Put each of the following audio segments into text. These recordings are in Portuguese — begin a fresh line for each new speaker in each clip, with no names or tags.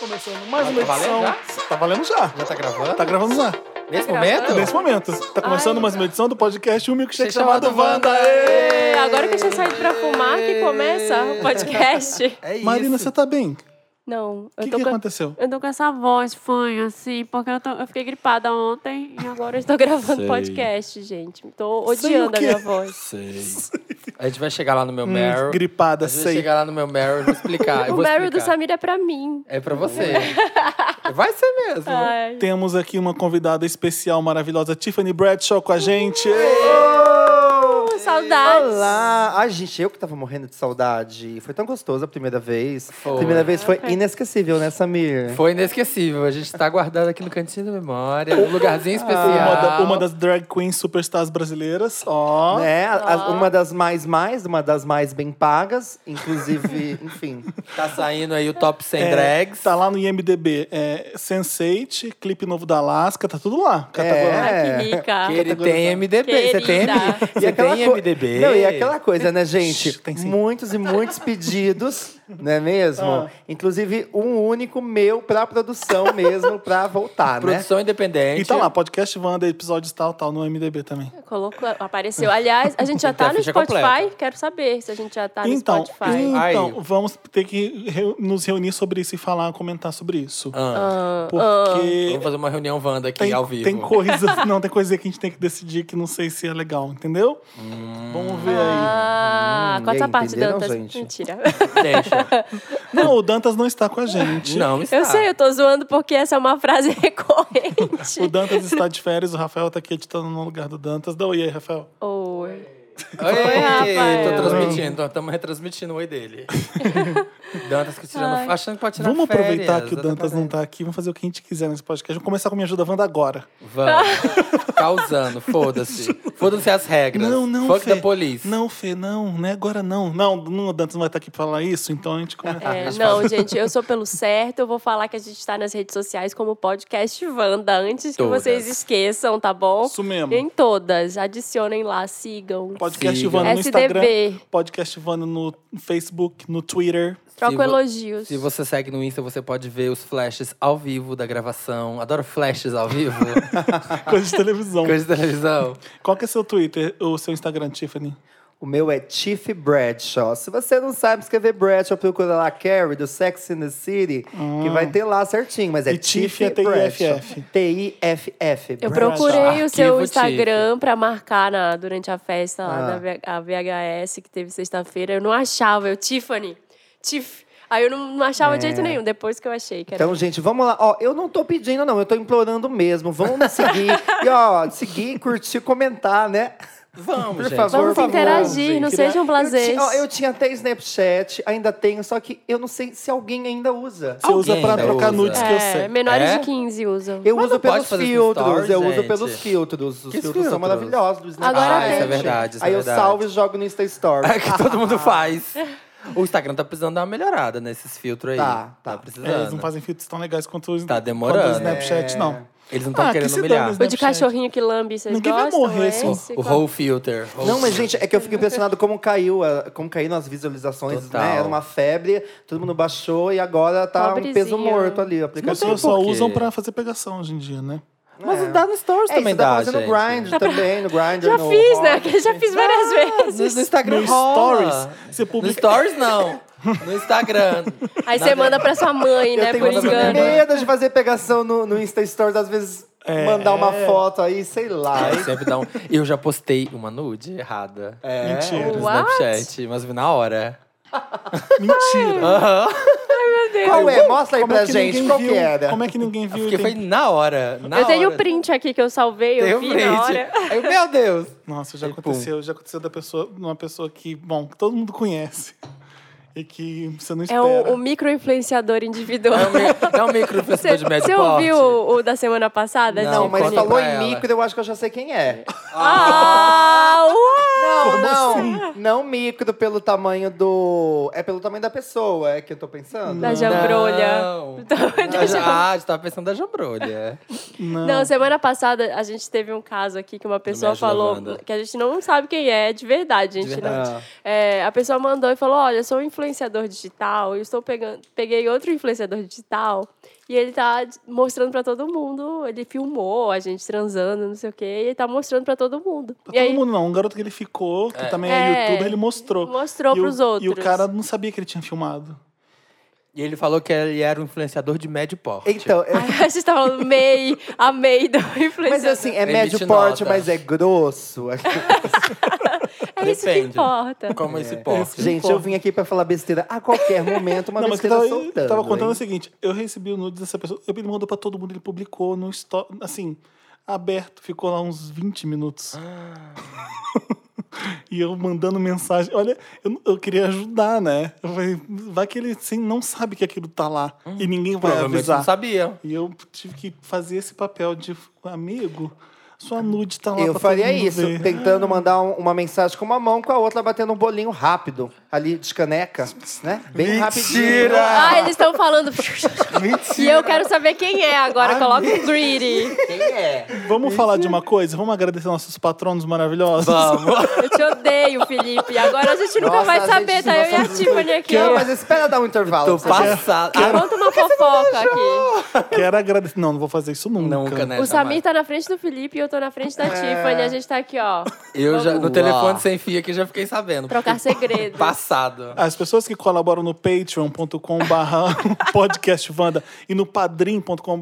começando mais uma
Tá valendo
edição. Tá valendo já.
Já Então. tá gravando?
Tá gravando já.
Nesse
Tá
momento?
gravando?
Nesse momento. Tá começando
Ai.
mais uma edição do podcast Um Milkshake
Você chamado
chamado Wanda. né?
Wanda.
Ê!
É, Agora que a gente saiu pra fumar, que começa o podcast.
É isso.
Marina, você tá bem?
Não,
O
eu
que,
tô
que
com.
aconteceu?
Eu tô com essa voz fanha, assim, porque eu, tô- eu fiquei gripada ontem e agora eu estou gravando
Sei.
podcast, gente. Tô
Sei o
odiando
quê?
a minha voz.
Sei.
A gente vai chegar lá no meu
Hum, assim.
Meryl. a
gripada,
gente vai
sei.
chegar lá no meu Meryl e vou explicar. eu
o
vou
Meryl do
explicar.
Samir é pra mim.
É pra você. vai ser mesmo.
Ai.
Temos aqui uma convidada especial maravilhosa, Tiffany Bradshaw, com a gente.
Uh, saudades.
Olá! Ah, Ai, gente, eu que tava morrendo de saudade. Foi tão gostoso a primeira vez.
Foi.
Primeira vez foi
Foi.
inesquecível, né, Samir?
Foi inesquecível. A gente tá guardado aqui no cantinho da memória, num lugarzinho especial.
Ah. Uma, da- uma das drag queens superstars brasileiras. Ó.
Né? A- a- uma das mais mais, uma das mais bem pagas. Inclusive, enfim.
Tá saindo aí o top 100
É,
drags.
Tá lá no IMDB. É, Sense8, clipe novo da Alaska, tá tudo lá. Categoria.
Ai,
É.
que rica.
Tá.
Que ele tem MDB. Você tem,
Querida.
M- você
aquela
tem
co-
MDB.
Não, e aquela coisa, né,
Shh,
gente?
tem sim.
muitos e muitos pedidos, não é mesmo?
Ah.
Inclusive, um único meu pra produção mesmo, pra voltar, né?
Produção independente.
E tá lá, podcast Wanda, episódios tal, tal, no MDB também.
Colocou, apareceu. Aliás, a gente já
Tem
tá
a
no
ficha
Spotify?
completa.
Quero saber se a gente já tá no
Então,
Spotify.
então
Aí.
vamos ter que reu- nos reunir sobre isso e falar, comentar sobre isso.
Ah,
Porque
Vamos fazer uma reunião Wanda aqui
tem,
ao vivo.
tem coisas, não, tem coisa que a gente tem que decidir que não sei se é legal, entendeu?
Hum.
Vamos ver aí.
Ah,
Hum,
corta
e
a
aí,
parte
entenderam,
Dantas.
gente?
Mentira.
Deixa.
Não, o Dantas não está com a gente.
Não, está.
Eu sei, eu tô zoando porque essa é uma frase recorrente.
O Dantas está de férias, o Rafael tá aqui editando no lugar do Dantas. Dá um oi aí, Rafael.
Oi.
Oi,
Rafael.
tô transmitindo, estamos retransmitindo o oi dele. Dantas que tirando,
Ai.
achando que pode tirar
Vamos
férias,
aproveitar que o Dantas não
exatamente.
tá aqui, vamos fazer o que a gente quiser nesse podcast. Vamos começar com Me Ajuda Wanda agora.
Vamos. Causando, foda-se. Foda-se as regras.
Não, não,
Fuck
Fê.
da polícia.
Não, Fê, não, não é agora não. Não, não, o Dantas não vai estar aqui pra falar isso, então a gente começa.
Ah,
É, não, gente, eu sou pelo certo. Eu vou falar que a gente tá nas redes sociais como podcast Wanda, antes que
Todas.
vocês esqueçam, tá bom?
Isso mesmo.
Em todas. Adicionem lá, sigam.
Podcast
Siga.
Ivana no Instagram.
SDB.
Podcast Ivana no Facebook, no Twitter.
Se
Troco
vo-
elogios.
Se você segue no Insta, você pode ver os flashes ao vivo da gravação. Adoro flashes ao vivo.
Coisa de televisão.
Coisa de televisão.
Qual que é seu Twitter, o seu Instagram, Tiffany?
O meu é Tiff Bradshaw. Se você não sabe escrever Bradshaw, procura lá Carrie, do Sex and the City, que vai ter lá certinho. Mas é
Ah. E Tiff
Tiff
é T-I-F-F.
Bradshaw. T-I-f-f.
Eu
Bradshaw.
procurei o seu
Arquivo
Instagram pra marcar na- durante a festa lá
Ah.
da V- a VHS que teve sexta-feira. Eu não achava, eu, Tiffany, Tiff. Aí eu não, não achava de
É.
jeito nenhum, depois que eu achei. Que era-
Então, gente, vamos lá. Ó, eu não tô pedindo, não. Eu tô implorando mesmo. Vamos me seguir. e, ó, seguir, curtir, comentar, né?
Vamos,
Por
gente.
favor,
Vamos
por favor,
interagir, não um
Queria-
né?
sejam blasés.
Eu, ti- ó, eu tinha até Snapchat, ainda tenho, só que eu não sei se alguém ainda usa.
Você usa pra
ainda
trocar
usa.
nudes que eu
É,
sei.
menores
É?
de 15 usam.
Eu
Mas
uso
não pode
pelos
fazer isso
filtros,
no stories,
eu uso
gente.
pelos filtros. Os
Que
filtros,
filtros?
são maravilhosos né? do Snapchat.
Agora
Ah, isso é
tem.
verdade, isso é
Aí eu
verdade.
salvo e jogo no Insta Story.
É que todo mundo faz. O Instagram tá precisando dar uma melhorada nesses filtros aí.
Tá, tá.
precisando.
É, eles não fazem filtros tão legais quanto os
Tá demorando.
quanto o Snapchat,
É.
não.
Eles não estão
Ah, que
querendo
se
humilhar.
dane,
O de
Snapchat.
cachorrinho que lambe, vocês
Ninguém vai
gostam? é
morrer, esse-
Esse?
O
Qual-
whole filter. Whole
Não, mas
filter.
gente, é que eu fico impressionado como caiu, a- como caiu nas visualizações,
Total.
né? Era uma febre, todo mundo baixou e agora tá um
Pobrezinho.
peso morto ali, o
As
aplicativo.
pessoas só
por quê.
usam pra fazer pegação hoje em dia, né?
Mas dá no Stories
É,
também
isso dá
dá,
pra fazer
gente.
no Grind também, no Grind.
Já
no
fiz,
Hot.
né? Que eu já fiz várias
No, no
vezes.
Instagram
No
rola.
Stories, você
No
publica-
Stories, não. No Instagram.
Aí você manda pra sua mãe, né?
Eu
Por
tenho muito
engano.
medo de fazer pegação no, no Insta Stories, às vezes
É.
mandar uma foto aí, sei lá.
Aí
hein?
sempre dá um... Eu já postei uma nude errada. É.
Mentira.
No
What?
Snapchat, mas vi na hora.
Mentira.
Aham.
Qual é? Mostra aí
Como
pra
é que
gente
ninguém
qual
viu?
que era.
Como é que ninguém viu?
Porque
Tem-
foi na hora. Na
Eu tenho o
hora.
print aqui que eu salvei,
Tem
eu
o
vi
print.
na hora.
Aí eu, meu Deus.
Nossa, já
E pum.
aconteceu, já aconteceu da pessoa, uma pessoa que, bom, que todo mundo conhece e que você não
É
espera.
o, o micro-influenciador individual.
É um mi- É um micro influenciador de médio
Você
porte.
ouviu o, o da semana passada?
Não,
Não,
Tiffany?
mas
conta
falou
pra
em
ela.
micro, eu acho que eu já sei quem é.
Ah, uau!
Não,
Como
não.
assim?
Não micro pelo tamanho do. É pelo tamanho da pessoa, é que eu tô pensando.
Da jambrolha.
Não.
Da
Da ja- Ah, a gente tava pensando da jambrolha.
Não.
Não, semana passada a gente teve um caso aqui que uma pessoa
Médico da
falou
Wanda.
que a gente não sabe quem é de verdade, a gente
De
não-
verdade.
É, a pessoa mandou e falou: Olha, eu sou um influenciador digital, eu estou pegando, peguei outro influenciador digital e ele tá d- mostrando pra todo mundo. Ele filmou a gente transando, não sei o quê, e ele tá mostrando pra todo mundo.
Pra todo
e aí
mundo não. Um garoto que ele ficou, que também é,
É.
youtuber, ele mostrou.
mostrou
E o-
pros outros.
E o cara não sabia que ele tinha filmado.
E ele falou que ele era um influenciador de médio porte.
Então, é-
Aí a gente tá falando, amei, amei do influenciador.
mas assim, é
Emite
médio porte,
nota.
mas é grosso.
é isso que
depende.
importa.
Como
É.
esse porte.
Gente, eu vim aqui pra falar besteira a qualquer momento, uma
não, mas o que eu
besteira
tava,
tá soltando.
tava contando é o
hein?
seguinte: eu recebi o nude dessa pessoa, ele mandou pra todo mundo, ele publicou no story, assim, aberto, ficou lá uns 20 minutos.
Ah.
e eu mandando mensagem. Olha, eu, não- eu queria ajudar, né? Eu falei, vai que ele assim, não sabe que aquilo tá lá
Hum,
e ninguém
tipo
vai
é
Provavelmente
avisar.
não sabia.
E eu tive que fazer esse papel de amigo. Sua nude tá lá
Eu
pra
faria
todo mundo
isso,
ver.
tentando mandar um- uma mensagem com uma mão, com a outra batendo um bolinho rápido, ali de caneca, né? Bem
Mentira!
Ah, eles estão falando. e eu quero saber quem é agora. Coloca o greedy.
Quem é?
Vamos falar de uma coisa? Vamos agradecer nossos patronos maravilhosos?
Vamos.
Eu te odeio, Felipe. Agora a gente nunca
Nossa,
vai
a gente-
saber, tá? Eu e a
nossa,
Tiffany aqui.
Não,
ó.
mas espera dar um intervalo.
Tô
pra você ver.
passada. Ah,
Conta uma fofoca aqui.
Quero agradecer. Não, não vou fazer isso nunca.
Nunca, né?
O
jamais.
Samir tá na frente do Felipe e eu tô na frente da Tiffany. A gente tá aqui, ó.
Ah, Eu já, no
Vamos
telefone sem fio aqui já fiquei sabendo.
Trocar segredo.
Passado.
As pessoas que colaboram no patreon.com barra podcastvanda e no padrim.com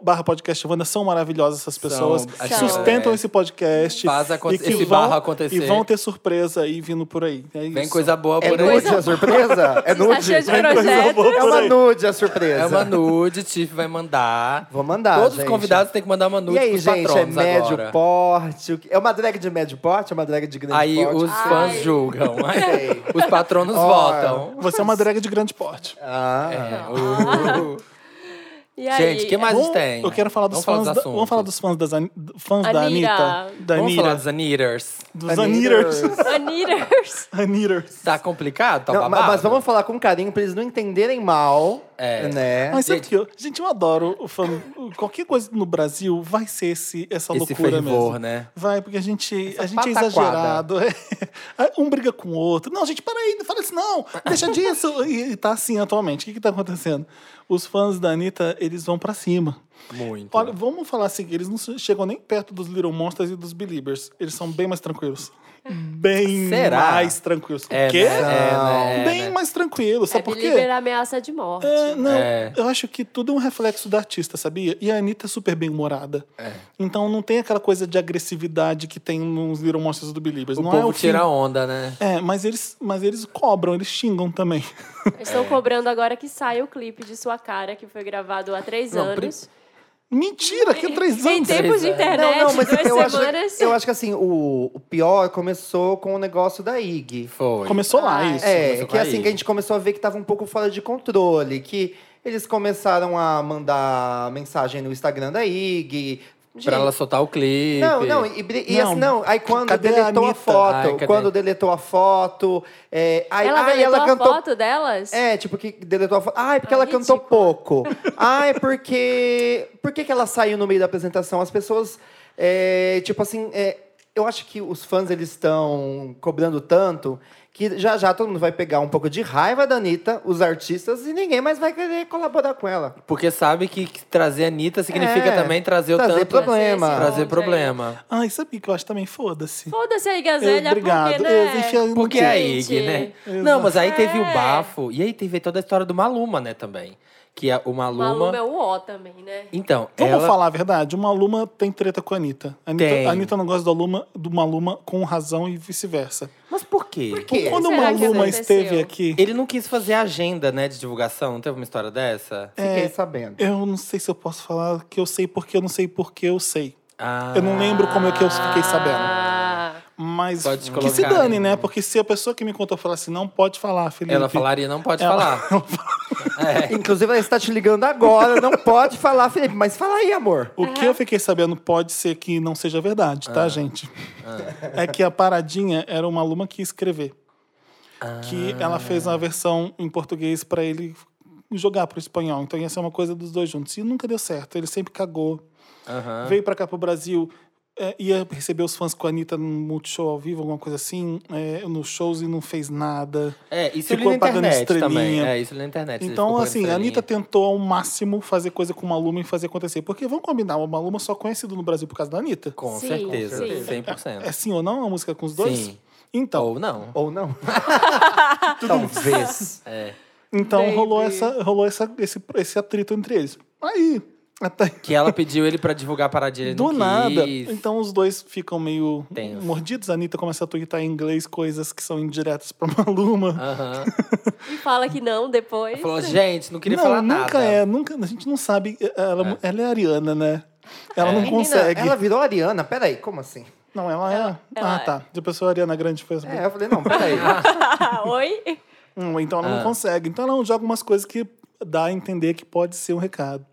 barra podcastvanda são maravilhosas essas pessoas.
as
que sustentam
pessoas.
esse podcast.
é, Faz aconte-
e que
esse
vão,
barro acontecer.
E vão ter surpresa aí vindo por aí. É
Vem
isso.
coisa boa
É
por aí.
nude a surpresa? É
Tá
nude?
cheio de
coisa
projeto.
boa
É
por
uma
aí.
nude a surpresa.
É uma nude, Tiff vai mandar.
Vou mandar,
Todos
Ah, gente.
os convidados têm que mandar uma nude
E aí,
pros
gente, é
patronos
médio
agora.
porte? O que- É uma drag de médio porte? É uma drag de grande
Aí
porte?
os
Ai.
fãs julgam.
Sei.
os patronos
Ó.
votam.
Você é uma drag de grande porte.
Ah,
É, uh.
E aí?
Gente, que mais
Vamos-
tem?
Eu quero falar dos
Vamos falar
fãs.
dos
da,
assuntos.
vamos falar dos fãs, das, Ani- fãs da
Anira.
Anitta. Da
Vamos
Anira.
falar dos Anitters.
Dos Anitters.
Anitters.
Anitters.
Tá complicado? Tá
Não, ma-
babado?
mas vamos falar com carinho pra eles não entenderem mal,
É.
né?
Mas sabe
Gente.
que eu, gente, eu adoro o fã. Qualquer coisa no Brasil vai ser esse, essa
Esse
loucura
fervor,
mesmo.
né?
Vai, porque a gente, a gente é
pataquada.
exagerado. um briga com o outro. Não, gente, para aí, não fala isso, não. Deixa disso. E, e tá assim atualmente. O que, que tá acontecendo? Os fãs da Anitta, eles vão pra cima.
Muito.
Olha, vamos falar assim, eles não chegam nem perto dos Little Monsters e dos Believers. Eles são bem mais tranquilos.
Hum.
Bem
Será?
mais tranquilos.
É,
o quê?
né? É, né? É,
bem
né?
mais tranquilos. Sabe
É
por quê?
Belieber ameaça de morte.
É, não,
É.
eu acho que tudo é um reflexo da artista, sabia? E a Anitta é super bem-humorada.
É.
Então não tem aquela coisa de agressividade que tem nos Little Monsters do Believers.
O
não é
povo
o fim.
tira onda, né?
É, mas eles, mas eles cobram, eles xingam também.
Estou cobrando agora que saia o clipe de sua cara, que foi gravado há três
Não, pri-
anos.
Mentira, que é três
Em
anos.
tempos de
anos.
internet, duas
eu acho,
semanas.
eu acho que assim, o, o pior começou com o negócio da IG.
Foi.
Começou lá,
Ah,
isso.
É,
começou
que
com
é
a
assim que a gente começou a ver que tava um pouco fora de controle, que eles começaram a mandar mensagem no Instagram da IG. Gente,
Pra ela soltar o clipe.
Não, não, e, bri- e
Não.
assim, não, aí quando
Cadê a
deletou a,
Anitta?
foto,
Ai, cadê?
quando deletou a foto, é, aí,
Ela
ai,
deletou
ela
a
cantou
foto delas?
É, tipo, que deletou a foto. Ai, porque
Ah,
ela cantou
ridícula.
pouco. Ai, porque. Por que, que ela saiu no meio da apresentação? As pessoas. é, tipo assim. é, eu acho que os fãs eles estão cobrando tanto que já já todo mundo vai pegar um pouco de raiva da Anitta, os artistas, e ninguém mais vai querer colaborar com ela.
Porque sabe que trazer a Anitta significa
É,
também trazer o
trazer
tanto.
problema.
Trazer
Trazer
Onde
problema.
Ai, sabia que eu acho também? Foda-se.
Foda-se aí,
Eu-
Gazelha,
Obrigado.
porque, né?
Eu- enfia no
Porque
cu.
é a
Gente.
Ig, né?
Exato.
Não, mas aí teve o
É.
bafo. E aí teve toda a história do Maluma, né, também. Que a- o Maluma...
Maluma é o O também, né?
Então,
Vamos
ela...
falar a verdade, uma Luma tem treta com a Anitta. A Anitta,
Tem.
a Anitta não gosta do Luma, do Maluma com razão e vice-versa.
Mas por quê?
Que?
Quando o
será que
Maluma
aconteceu?
esteve aqui,
Ele não quis fazer a agenda, né, de divulgação. Não teve uma história dessa?
É,
Fiquei sabendo.
eu não sei se eu posso falar que eu sei porque eu não sei porque eu sei.
Ah.
Eu não lembro como é que eu fiquei sabendo.
Ah,
Mas
Pode
que se
colocar,
dane,
né?
né? Porque se a pessoa que me contou falasse, não pode assim, falar, Felipe.
Ela falaria, não pode
Ela-
falar.
É.
Inclusive, ela está te ligando agora, não pode falar, Felipe. Mas fala aí, amor.
O que eu fiquei sabendo pode ser que não seja verdade,
Ah.
tá, gente? É que a paradinha era uma aluna que ia escrever. Que
Ah.
ela fez uma versão em português pra ele jogar pro espanhol. Então ia ser uma coisa dos dois juntos. E nunca deu certo. Ele sempre cagou.
Aham.
Veio pra cá pro Brasil. é, ia receber os fãs com a Anitta num multishow ao vivo, alguma coisa assim, é, nos shows e não fez nada.
É, isso
Ficou
ele na
pagando
internet também.
estrelinha.
É, isso ele na internet. ele ficou
Então,
pagando
assim, a
estrelinha.
Anitta tentou ao máximo fazer coisa com uma Maluma e fazer acontecer. Porque vamos combinar, uma Maluma só conhecido no Brasil por causa da Anitta.
Com
Sim,
certeza,
sim.
100%.
É sim ou não a música com os dois?
Sim.
Então,
Ou não.
Ou não. Talvez.
É.
então
Baby.
rolou, essa, rolou essa, esse, esse atrito entre eles. Aí, até
Que ela pediu ele pra divulgar a paradinha. ele
do
não
nada.
quis.
Então os dois ficam meio
Tenso.
mordidos. A Anitta começa a twittar em inglês coisas que são indiretas pra Maluma.
Aham.
E fala que não depois.
Ela falou, gente, não queria
não,
falar nada.
nunca é, nunca, a gente não sabe. Ela é, ela é ariana, né?
É.
Ela não
Menina,
consegue.
Ela virou Ariana? Peraí, como assim?
Não, ela, é.
ela
ah,
é.
tá. De pessoa Ariana Grande fez.
É, eu falei, não, peraí. assim.
Oi?
Hum, então ela
Ah.
não consegue. Então ela joga umas coisas que dá a entender que pode ser um recado.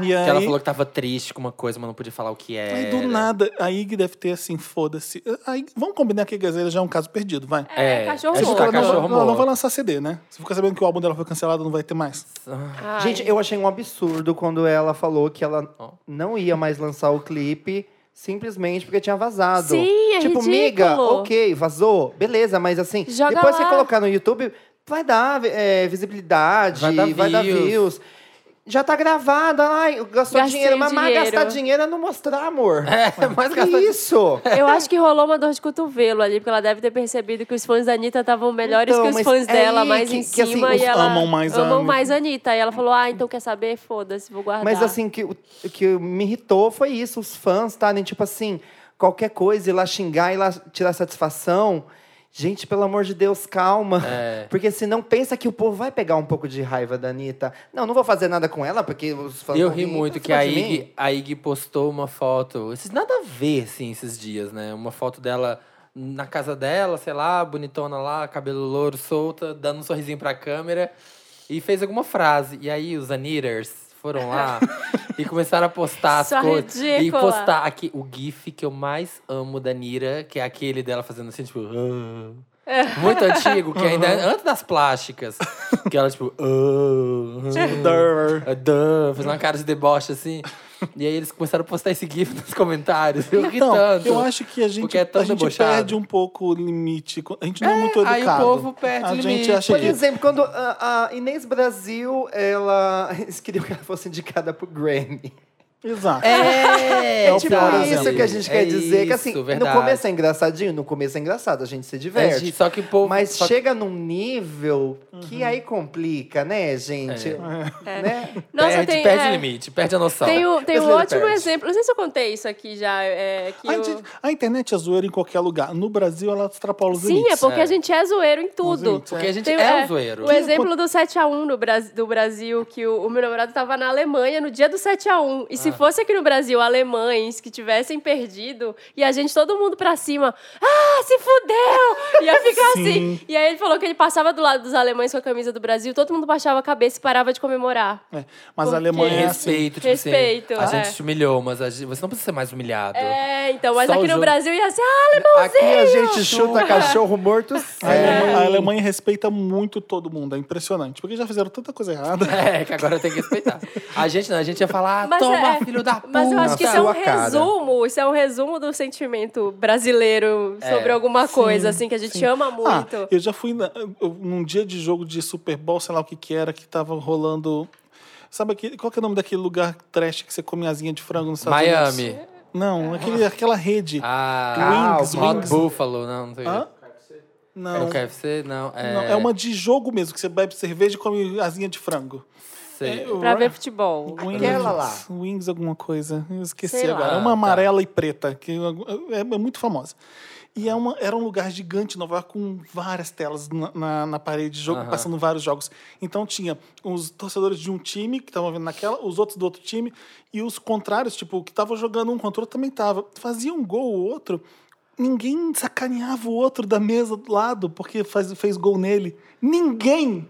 E aí,
Que ela falou que tava triste com uma coisa, mas não podia falar o que era.
aí, do nada, a Ig deve ter assim, foda-se. Aí, vamos combinar que a Gazeira já é um caso perdido, vai.
É,
É,
cachorro
é
Esse
Sim, tá
cara não, vai-
cachorro
ela não
morto.
vai lançar CD, né? Você fica sabendo que o álbum dela foi cancelado, não vai ter mais.
Ai.
Gente, eu achei um absurdo quando ela falou que ela
Ó.
não ia mais lançar o clipe simplesmente porque tinha vazado.
Sim, é
Tipo,
ridículo.
miga, ok, vazou, beleza, mas assim,
Joga
depois
lá.
você colocar no YouTube, vai dar é, visibilidade,
Vai dar views.
views. Já tá gravada, ai, gastou
Gastei
dinheiro, mas mais
dinheiro.
gastar dinheiro é não mostrar, amor.
É, mas
Que
gastar dinheiro.
isso?
Eu acho que rolou uma dor de cotovelo ali, porque ela deve ter percebido que os fãs da Anitta estavam melhores
Então,
que os
mas
fãs
é
dela,
aí
mais
que-
em
que, assim,
cima.
os
e ela
amam mais a
amam
Anitta.
mais a Anitta. E ela falou: ah, então quer saber? Foda-se, vou guardar.
Mas assim, que, o que me irritou foi isso, os fãs estarem, tipo assim, qualquer coisa, ir lá xingar, ir lá tirar satisfação. Gente, pelo amor de Deus, calma.
É.
Porque senão pensa que o povo vai pegar um pouco de raiva da Anitta. Não, não vou fazer nada com ela, porque os fãs.
Eu
vão
ri
rir,
muito
vai
que a
falar de mim.
Ig, a Ig postou uma foto. Esses nada a ver, assim, esses dias, né? Uma foto dela na casa dela, sei lá, bonitona lá, cabelo louro, solta, dando um sorrisinho pra câmera. E fez alguma frase. E aí os Anitters foram lá e começaram a postar as
Só
coisas. E
ridícula.
postar aqui, o GIF que eu mais amo da Nira, que é aquele dela fazendo assim, tipo. "Ah". Muito antigo, que ainda é antes das plásticas. Que ela, tipo. "Ah".
Durr.
Ah, duh, fez uma cara de deboche assim. e aí eles começaram a postar esse GIF nos comentários. Eu ri
Então,
tanto.
eu acho que a gente,
porque é tão
a gente
debochado.
perde um pouco o limite. A gente não é, muito educado.
aí o povo perde
a
o
gente
limite.
acha
Por
que
exemplo, quando a, a Inês Brasil, ela eles queriam que ela fosse indicada pro Grammy.
Exato.
É,
É o
tipo
então.
Exato.
isso que a gente quer dizer. que assim, no começo é engraçadinho, no começo é engraçado, a gente se diverte.
só que o povo.
Mas
só que
chega num nível
Uhum.
que aí complica, né, gente?
É.
Né?
Nossa,
perde,
tem.
perde
é,
o limite, perde a noção.
Tem, o- tem um
Brasileiro
ótimo
perde.
exemplo. Não sei se eu contei isso aqui já. É, que
A,
o-
gente- a internet é zoeira em qualquer lugar. No Brasil, ela extrapola os
Sim, é
limites.
porque
É.
a gente é zoeiro em tudo.
limites,
Porque a gente
Tem-
é,
é,
um zoeiro.
O exemplo do 7x1 no Bras- do Brasil, que o, o meu namorado tava na Alemanha no dia do 7x1. E se
Ah.
fosse aqui no Brasil, alemães que tivessem perdido, e a gente, todo mundo pra cima, ah, se fudeu! Ia ficar assim. E aí ele falou que ele passava do lado dos alemães com a camisa do Brasil, todo mundo baixava a cabeça e parava de comemorar.
É. Mas
Por
a Alemanha é assim.
Respeito, tipo assim,
Respeito,
a
é.
gente te humilhou, mas a gente- você não precisa ser mais humilhado.
É, então, mas
Só
aqui
o
no
jogo.
Brasil ia ser, ah, alemão!
Aqui a gente chuta cachorro morto é.
A Alemanha, a Alemanha respeita muito todo mundo, é impressionante. Porque já fizeram tanta coisa errada.
É, que agora tem que respeitar. A gente não, a gente ia falar, "Ah,
Mas
toma,
é-
filho da puta.
Mas eu acho que isso é um
sua cara.
resumo, isso é um resumo do sentimento brasileiro sobre alguma coisa, assim, que a gente ama
Ah,
muito.
eu já fui na- eu- num dia de jogo de Super Bowl, sei lá o que que era, que tava rolando... Sabe aquele, qual que é o nome daquele lugar trash que você come asinha de frango nos
um-
Estados
Miami.
Unidos? Não, aquele, aquela rede.
Ah,
Wings,
Hot
Wings.
Buffalo, não, não sei.
Hã?
É
Não.
no KFC, não. É,
Não, é uma de jogo mesmo, que você bebe cerveja e come asinha de frango.
é
sei.
Pra ver futebol.
Wings,
Aquela lá.
Wings alguma coisa. Eu esqueci
Sei lá.
agora. É uma
Ah, tá.
amarela e preta, que é, é muito famosa. E é uma, era um lugar gigante em Nova York, com várias telas na, na, na parede, jogo,
Aham.
passando vários jogos. Então tinha os torcedores de um time que estavam vendo naquela, os outros do outro time, e os contrários, tipo, que estavam jogando um contra o outro também tava. Fazia um gol o outro, ninguém sacaneava o outro da mesa do lado, porque faz, fez gol nele. Ninguém!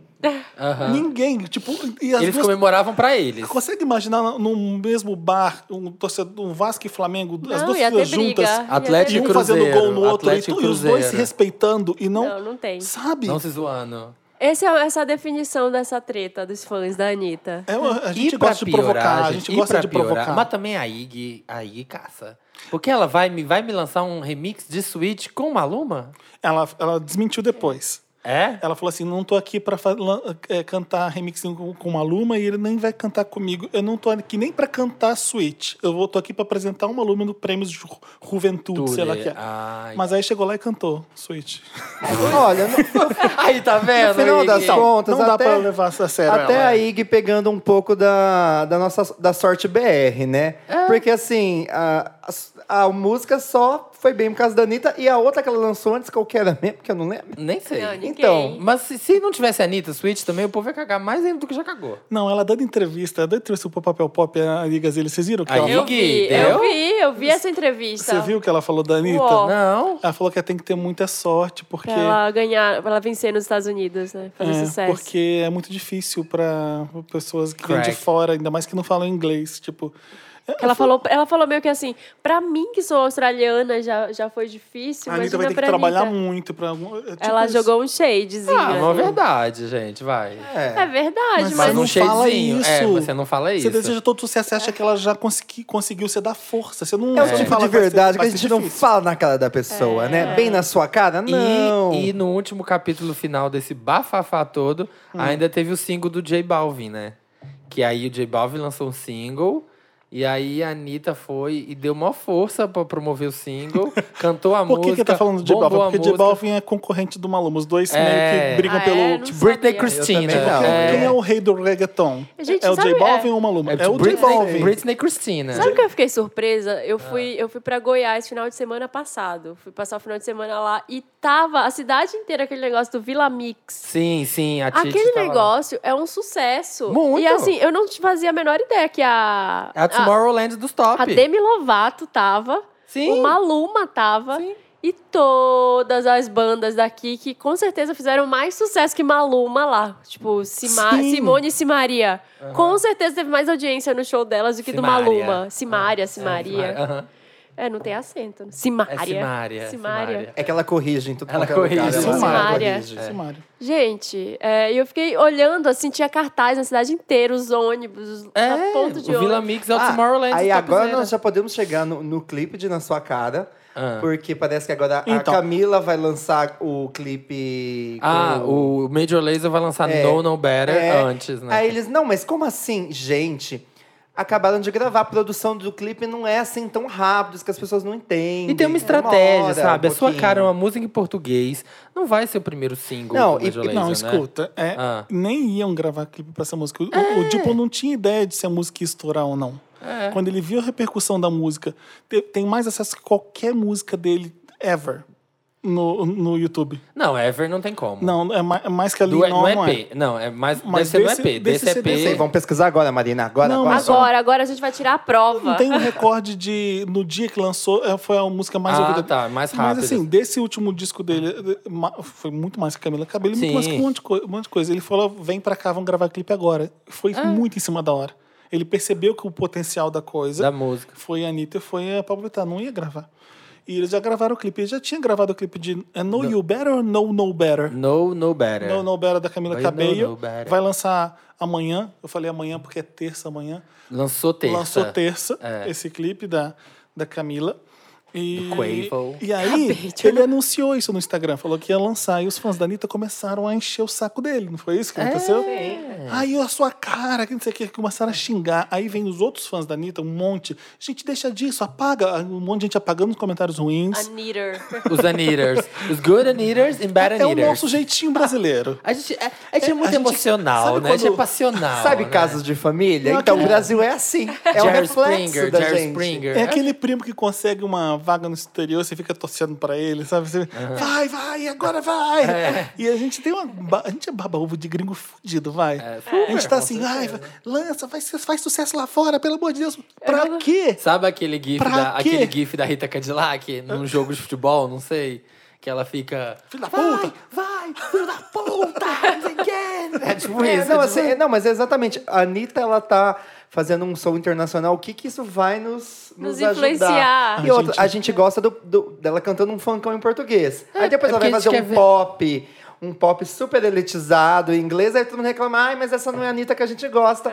Aham.
Ninguém, tipo, e as
Eles
duas-
comemoravam pra eles.
Consegue imaginar no mesmo bar um torcedor, um Vasco e Flamengo, as
Não,
duas
ia ter
torcidas juntas,
briga.
e um
Atlético-
fazendo
Cruzeiro,
gol no outro, e,
Atlético
tu- e os dois se
Cruzeiro.
respeitando e não,
Não, não tem.
sabe?
Não se zoando.
Essa é essa é a definição dessa treta dos fãs da Anitta.
É, a gente
E pra
gosta de
piorar,
provocar, a gente
e
gosta
pra
de
piorar,
provocar.
Mas também a Ig, a Ig caça. Porque ela vai me, vai me lançar um remix de Switch com Maluma?
Ela, ela desmentiu depois.
É?
Ela falou assim: não tô aqui pra fa- lan- é, cantar remixinho com, com uma Luma e ele nem vai cantar comigo. Eu não tô aqui nem pra cantar suíte. Eu vou, tô aqui pra apresentar uma Luma no prêmio de Ju- Juventude, sei lá que é.
Ai.
Mas aí chegou lá e cantou suíte.
Olha, no,
Aí, tá
no
vendo?
final
Ig?
das contas,
Então, Não dá
até,
pra levar a sério.
até
ela.
a IG pegando um pouco da, da nossa da sorte BR, né? Porque assim, a, a, a música só foi bem por causa da Anitta e a outra que ela lançou antes, qual que era mesmo, que eu não lembro.
Nem sei.
Não, ninguém.
Então,
Mas se, se não tivesse a Anitta Switch também, o povo ia cagar mais ainda do que já cagou.
Não, ela dando entrevista, ela dando entrevista pro Papel Pop, a Ligas, eles, vocês viram o que
Aí
ela
Eu
falou?
Ig,
vi, eu
deu?
vi, eu vi essa entrevista.
Você viu o que ela falou da Anitta?
Uó.
Não.
Ela falou que ela tem que ter muita sorte, porque.
Pra ela ganhar, pra ela vencer nos Estados Unidos, né? Fazer
É,
sucesso.
porque é muito difícil para pessoas que vêm de
Crack.
fora, ainda mais que não falam inglês. Tipo,
Que Ela falou, ela falou meio que assim, pra mim que sou australiana já, já foi difícil,
a Anitta
imagina
vai ter que
pra
trabalhar
Anitta.
muito para. Tipo
Ela
isso.
jogou um shadezinho.
Ah, uma
assim.
verdade, gente, vai.
É verdade, mas,
Mas
Faz
não
um
fala
shadezinho.
isso.
É, você não fala
Você
isso.
deseja todo sucesso, você acha que ela já consegui- conseguiu, você dá força. Você não
É o
você não
tipo
fala,
de
vai ser-
verdade que
vai
a
ser
gente não
difícil.
fala na cara da pessoa, né? Bem na sua cara, não.
E, e no último capítulo final desse bafafá todo,
Hum.
ainda teve o single do J Balvin, né? Que aí o J Balvin lançou um single. E aí a Anitta foi e deu maior força pra promover o single. cantou a
Por
música.
que, que tá falando do J
bombou
Balvin?
a
Porque J
música.
Balvin é concorrente do Maluma. Os dois meio
É.
que brigam
Ah,
pelo.
é? Não
tipo,
Britney
sabia.
Christina.
Eu também não.
É,
Quem é o rei do reggaeton?
Gente,
é o
sabe-
J Balvin
é.
ou o Maluma?
É,
É, o J
Britney,
Balvin.
Britney Christina.
Sabe o que eu fiquei surpresa?
Ah.
Eu fui, eu fui pra Goiás final de semana passado. Fui passar o final de semana lá e tava a cidade inteira aquele negócio do Vila Mix.
Sim, sim, a Titi
Aquele
tava lá.
negócio é um sucesso.
Muito.
E assim, eu não fazia a menor ideia que a.
É a
a-
Tomorrowland dos top.
A Demi Lovato tava,
Sim.
o Maluma tava
Sim.
e todas as bandas daqui que com certeza fizeram mais sucesso que Maluma lá. Tipo, Sima
Sim.
Simone e Simaria. Com certeza teve mais audiência no show delas do que
Simária.
do Maluma. Simária,
É,
Simaria. É,
Aham.
não tem acento.
É
Simária.
Simária. Simária.
É que ela corrige em tudo
Ela
quanto é lugar,
corrige. É.
ela- ela
Sumária.
corrige. É.
Esse Mário.
Gente, é, e eu fiquei olhando, assim, tinha cartaz na cidade inteira, os ônibus, a
É,
Tá ponto de
o Vila
ônibus.
Mix é o
Ah,
Tomorrowland
aí
dos
agora
topzera.
nós já podemos chegar no, no clipe de Na Sua Cara.
Ah.
Porque parece que agora a
Então.
Camila vai lançar o clipe.
Ah,
com-
o Major Laser vai lançar
É.
No No Better
É.
antes, né?
Aí eles, não, mas como assim? Gente, acabaram de gravar. A produção do clipe não é assim tão rápido, que as pessoas não entendem.
E tem uma estratégia,
Demora
sabe?
um
a sua
pouquinho.
cara é uma música em português. Não vai ser o primeiro single
Não,
do
e-
Major Laser,
Não,
né?
escuta, é,
Ah.
nem iam gravar clipe pra essa música. O,
É.
o Diplo não tinha ideia de se a música ia estourar ou não. Quando ele viu a repercussão da música, te- tem mais acesso que qualquer música dele ever no, no YouTube.
Não, Ever não tem como.
Não, é ma- é mais, que a
Do,
Lin
não é
não é.
EP. Não, é mais,
Mas
deve
desse-
ser do EP.
desse
Desse, é EP...
CD,
Sei, vamos pesquisar agora, Marina. Agora,
Não,
agora.
mas
agora.
Agora, agora a gente vai tirar a prova.
Não tem um recorde de. No dia que lançou, é, foi a música mais
Ah,
ouvida.
tá, mais
Mas
rápida.
assim, desse último disco dele, eh, ma- foi muito mais que Camila Cabello, muito
Sim.
mais que um monte, de co- um monte de coisa. Ele falou: vem pra cá, vamos gravar clipe agora. Foi
Ah.
muito em cima da hora. Ele percebeu que o potencial da coisa
Da música.
foi a Anitta e foi a Pablo Vittar, não ia gravar. E eles já gravaram o clipe, eles já tinham gravado o clipe de é Know You Better ou No No Better?
No No Better.
No No Better da Camila
Vai
Cabello.
É. No No Better.
vai lançar amanhã. Eu falei amanhã porque é terça amanhã.
Lançou terça.
Lançou terça
É.
esse clipe da, da Camila. E,
Do Quavo.
e aí, ele anunciou isso no Instagram, falou que ia lançar. E os fãs da Anitta começaram a encher o saco dele, não foi
É.
isso que aconteceu? Aí a sua cara, que não sei o que, começaram a xingar. Aí vem os outros fãs da Anitta, um monte. Gente, deixa disso, apaga. Um monte de gente apagando os comentários
A
ruins.
knitter.
Os Anitters. Os Good Anitters e Bad
É o
Anitters.
nosso jeitinho brasileiro.
A gente, é- a gente é muito
gente-
emocional,
sabe
né? A gente é
quando-
passional.
Sabe
né?
casos de família?
Não,
então, o
aquele-
Brasil é assim. É o
Jerry
reflexo
Springer,
da
Jerry
gente.
Springer.
É aquele primo que consegue uma vaga no exterior, você fica torcendo pra ele, sabe? Você, Vai, vai, agora vai!
É.
E a gente tem uma. ba- A gente é baba-ovo de gringo fudido, vai.
É,
a gente tá assim, ai, vai, lança, vai, ser- faz sucesso lá fora, pelo amor de Deus.
É
Pra quê?
Sabe aquele gif,
Pra
da,
quê?
aquele gif da Rita Cadillac num jogo de futebol, não sei? Que ela fica.
Filho da
vai,
puta."
Vai, Ai, filho da puta! Não sei o quê.
É tipo isso. Não, assim, é- não, mas é exatamente. A Anitta, ela tá fazendo um som internacional. O que que isso vai nos,
Nos
ajudar?
influenciar.
E
A
outra,
gente-
a gente gosta do- do- dela cantando um funkão em português. Aí depois
é
ela
porque
vai
a
fazer
gente
um
quer ver-
pop. Um pop super elitizado em inglês, aí todo mundo reclama, ai, mas essa não é a Anitta que a gente gosta.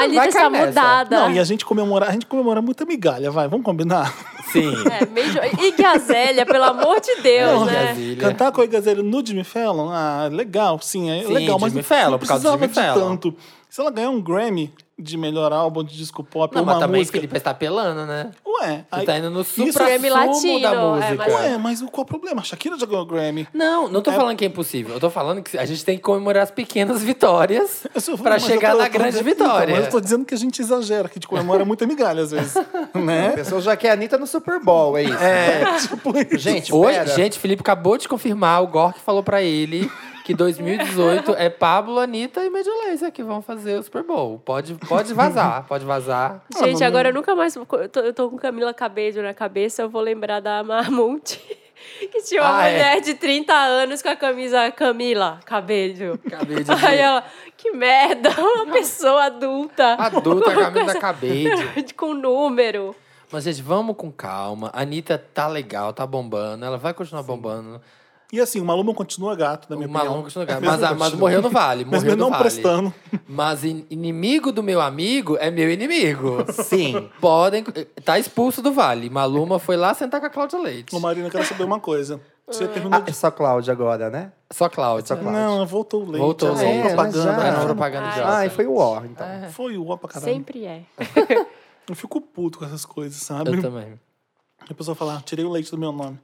Vai,
A Anitta
vai
está
cair nessa.
mudada.
Não, e a gente comemora, a gente comemora muita migalha, vai, vamos combinar.
Sim.
É, mesmo... E Gazélia, pelo amor de Deus,
Não,
né?
Gazélia. Filha.
Cantar com o Gazelho no Jimmy Fallon, ah, legal, sim, é
Sim,
legal, mas
Jimmy
não,
Fallon,
não
por causa do
precisava
Jimmy
de
Fallon.
tanto. Se ela ganhar um Grammy de melhor álbum de disco pop,
Não,
uma
mas também o
música...
Felipe está apelando, né?
Ué,
Você
aí-
tá indo no
isso-
supra-sumo
Latino,
da
é,
música.
mas-
Ué, mas qual o problema? A Shakira já ganhou o Grammy.
Não, não tô falando que é impossível. Eu tô falando que a gente tem que comemorar as pequenas vitórias
Eu sou-
pra
mas eu
chegar
tô-
na
eu tô
grande
dizendo-
vitória.
Então, mas eu tô dizendo que a gente exagera, que a gente comemora muita migalha às vezes,
A
né?
pessoa já quer a Anitta no Super Bowl, é isso.
É, tipo isso.
Gente,
Hoje,
pera.
gente, Felipe acabou de confirmar, o Gork falou pra ele que 2018 é Pablo, Anitta e Major Lazer que vão fazer o Super Bowl. Pode, pode vazar, pode vazar.
Gente, agora eu nunca mais. Eu tô, eu tô com Camila Cabello na cabeça, eu vou lembrar da Marmonte. Que tinha uma
Ah, é.
mulher de 30 anos com a camisa Camila Cabello.
Acabei de
Aí
ver.
ela, que merda, uma pessoa adulta.
Adulta,
Com
caminho da
essa-
cabide.
com número.
Mas, gente, vamos com calma. A Anitta tá legal, tá bombando. Ela vai continuar bombando.
E assim, o Maluma continua gato, na minha
O
opinião.
Maluma continua gato.
Mesmo
é Mas, a- mas
continua.
morreu no vale.
Mesmo
Morreu no
não
vale.
prestando.
Mas in- inimigo do meu amigo é meu inimigo.
Sim.
Podem. Tá expulso do vale. Maluma foi lá sentar com a Cláudia Leite.
Ô, Marina, eu quero saber uma coisa. Você terminou
Ah,
de...
é só Cláudia agora, né?
Só Cláudia.
Cláudia.
Não, voltou o leite.
é Voltou o
ela é
leite.
uma propaganda.
Era
Ah,
uma
ela é uma-
propaganda de
Ah,
Oscar.
e foi o War, então.
É,
Foi o ó pra caralho.
Sempre é.
Eu fico puto com essas coisas, sabe?
eu também.
A pessoa fala, ah, tirei o leite do meu nome.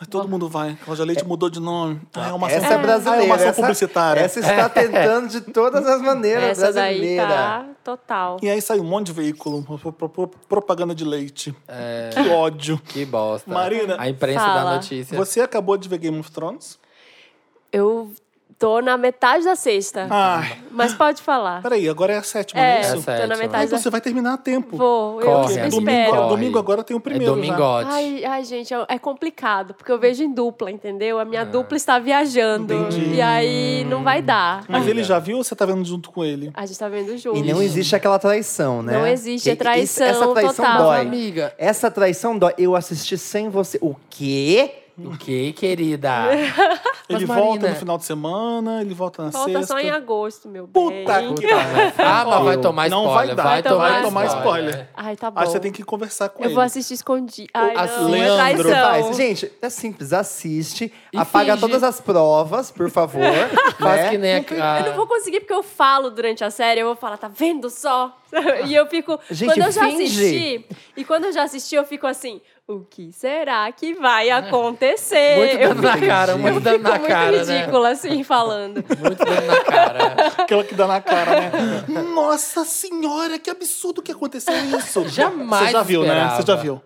Aí todo mundo vai. Cláudia Leite mudou de nome. Ah, é uma ação-
Essa é brasileira.
Ah, é uma ação
essa,
publicitária.
Essa está tentando de todas as maneiras
Essa daí
brasileira.
tá total.
E aí sai um monte de veículo. pro- pro- pro- Propaganda de leite. Que ódio.
Que bosta.
Marina,
A imprensa dá
fala.
notícia.
Você acabou de ver Game of Thrones?
Eu tô na metade da sexta.
Ah,
Mas pode falar.
peraí, agora é a sétima,
É,
não é
Essa
isso?
é a
tô na
sétima.
Ah,
metade
então
da
você vai terminar a tempo.
Vou, eu
Corre,
Porque
amiga,
domingo,
espero.
corre.
domingo agora tem o
É
primeiro né? já.
Domingote.
Ai, ai, gente, é- é complicado, porque eu vejo em dupla, entendeu? A
Ah.
minha dupla está viajando.
Entendi.
E aí não vai dar.
Mas ele já viu ou você tá vendo junto com ele?
A gente tá vendo junto.
E não existe aquela traição, né?
Não existe, é
Que-
traição
essa traição
total.
dói.
Amiga.
Essa traição dói. Eu assisti sem você. O quê?
O que, querida? Mas,
ele volta
Marina-
no final de semana, ele volta na
Falta
sexta.
só em agosto, meu bem.
Puta que pariu.
Ah, mas vai
Ó,
tomar
Não
spoiler.
vai dar. então
Vai tomar
vai tomar
spoiler.
spoiler.
Ai, tá bom.
Aí você tem que conversar com
Eu
ele.
vou assistir escondido. Ai,
a
não,
Leandro
é
Você
traição.
faz. Gente, é simples. Assiste.
E
apaga
finge.
todas as provas, por favor.
Faz
É.
né?
É. que nem a.
Eu não vou conseguir porque eu falo durante a série, eu vou falar, tá vendo só? E eu fico.
Gente,
quando eu já
finge.
assisti, e quando eu já assisti, eu fico assim: o que será que vai acontecer?
Muito
eu
dando na cara,
eu
muito dando
fico
na
muito
cara, né?
ridícula, assim, falando.
Muito dando na cara.
Aquela que dá na cara, né? Nossa senhora, que absurdo que aconteceu isso.
Jamais
Você já viu,
esperava.
né? Você já viu.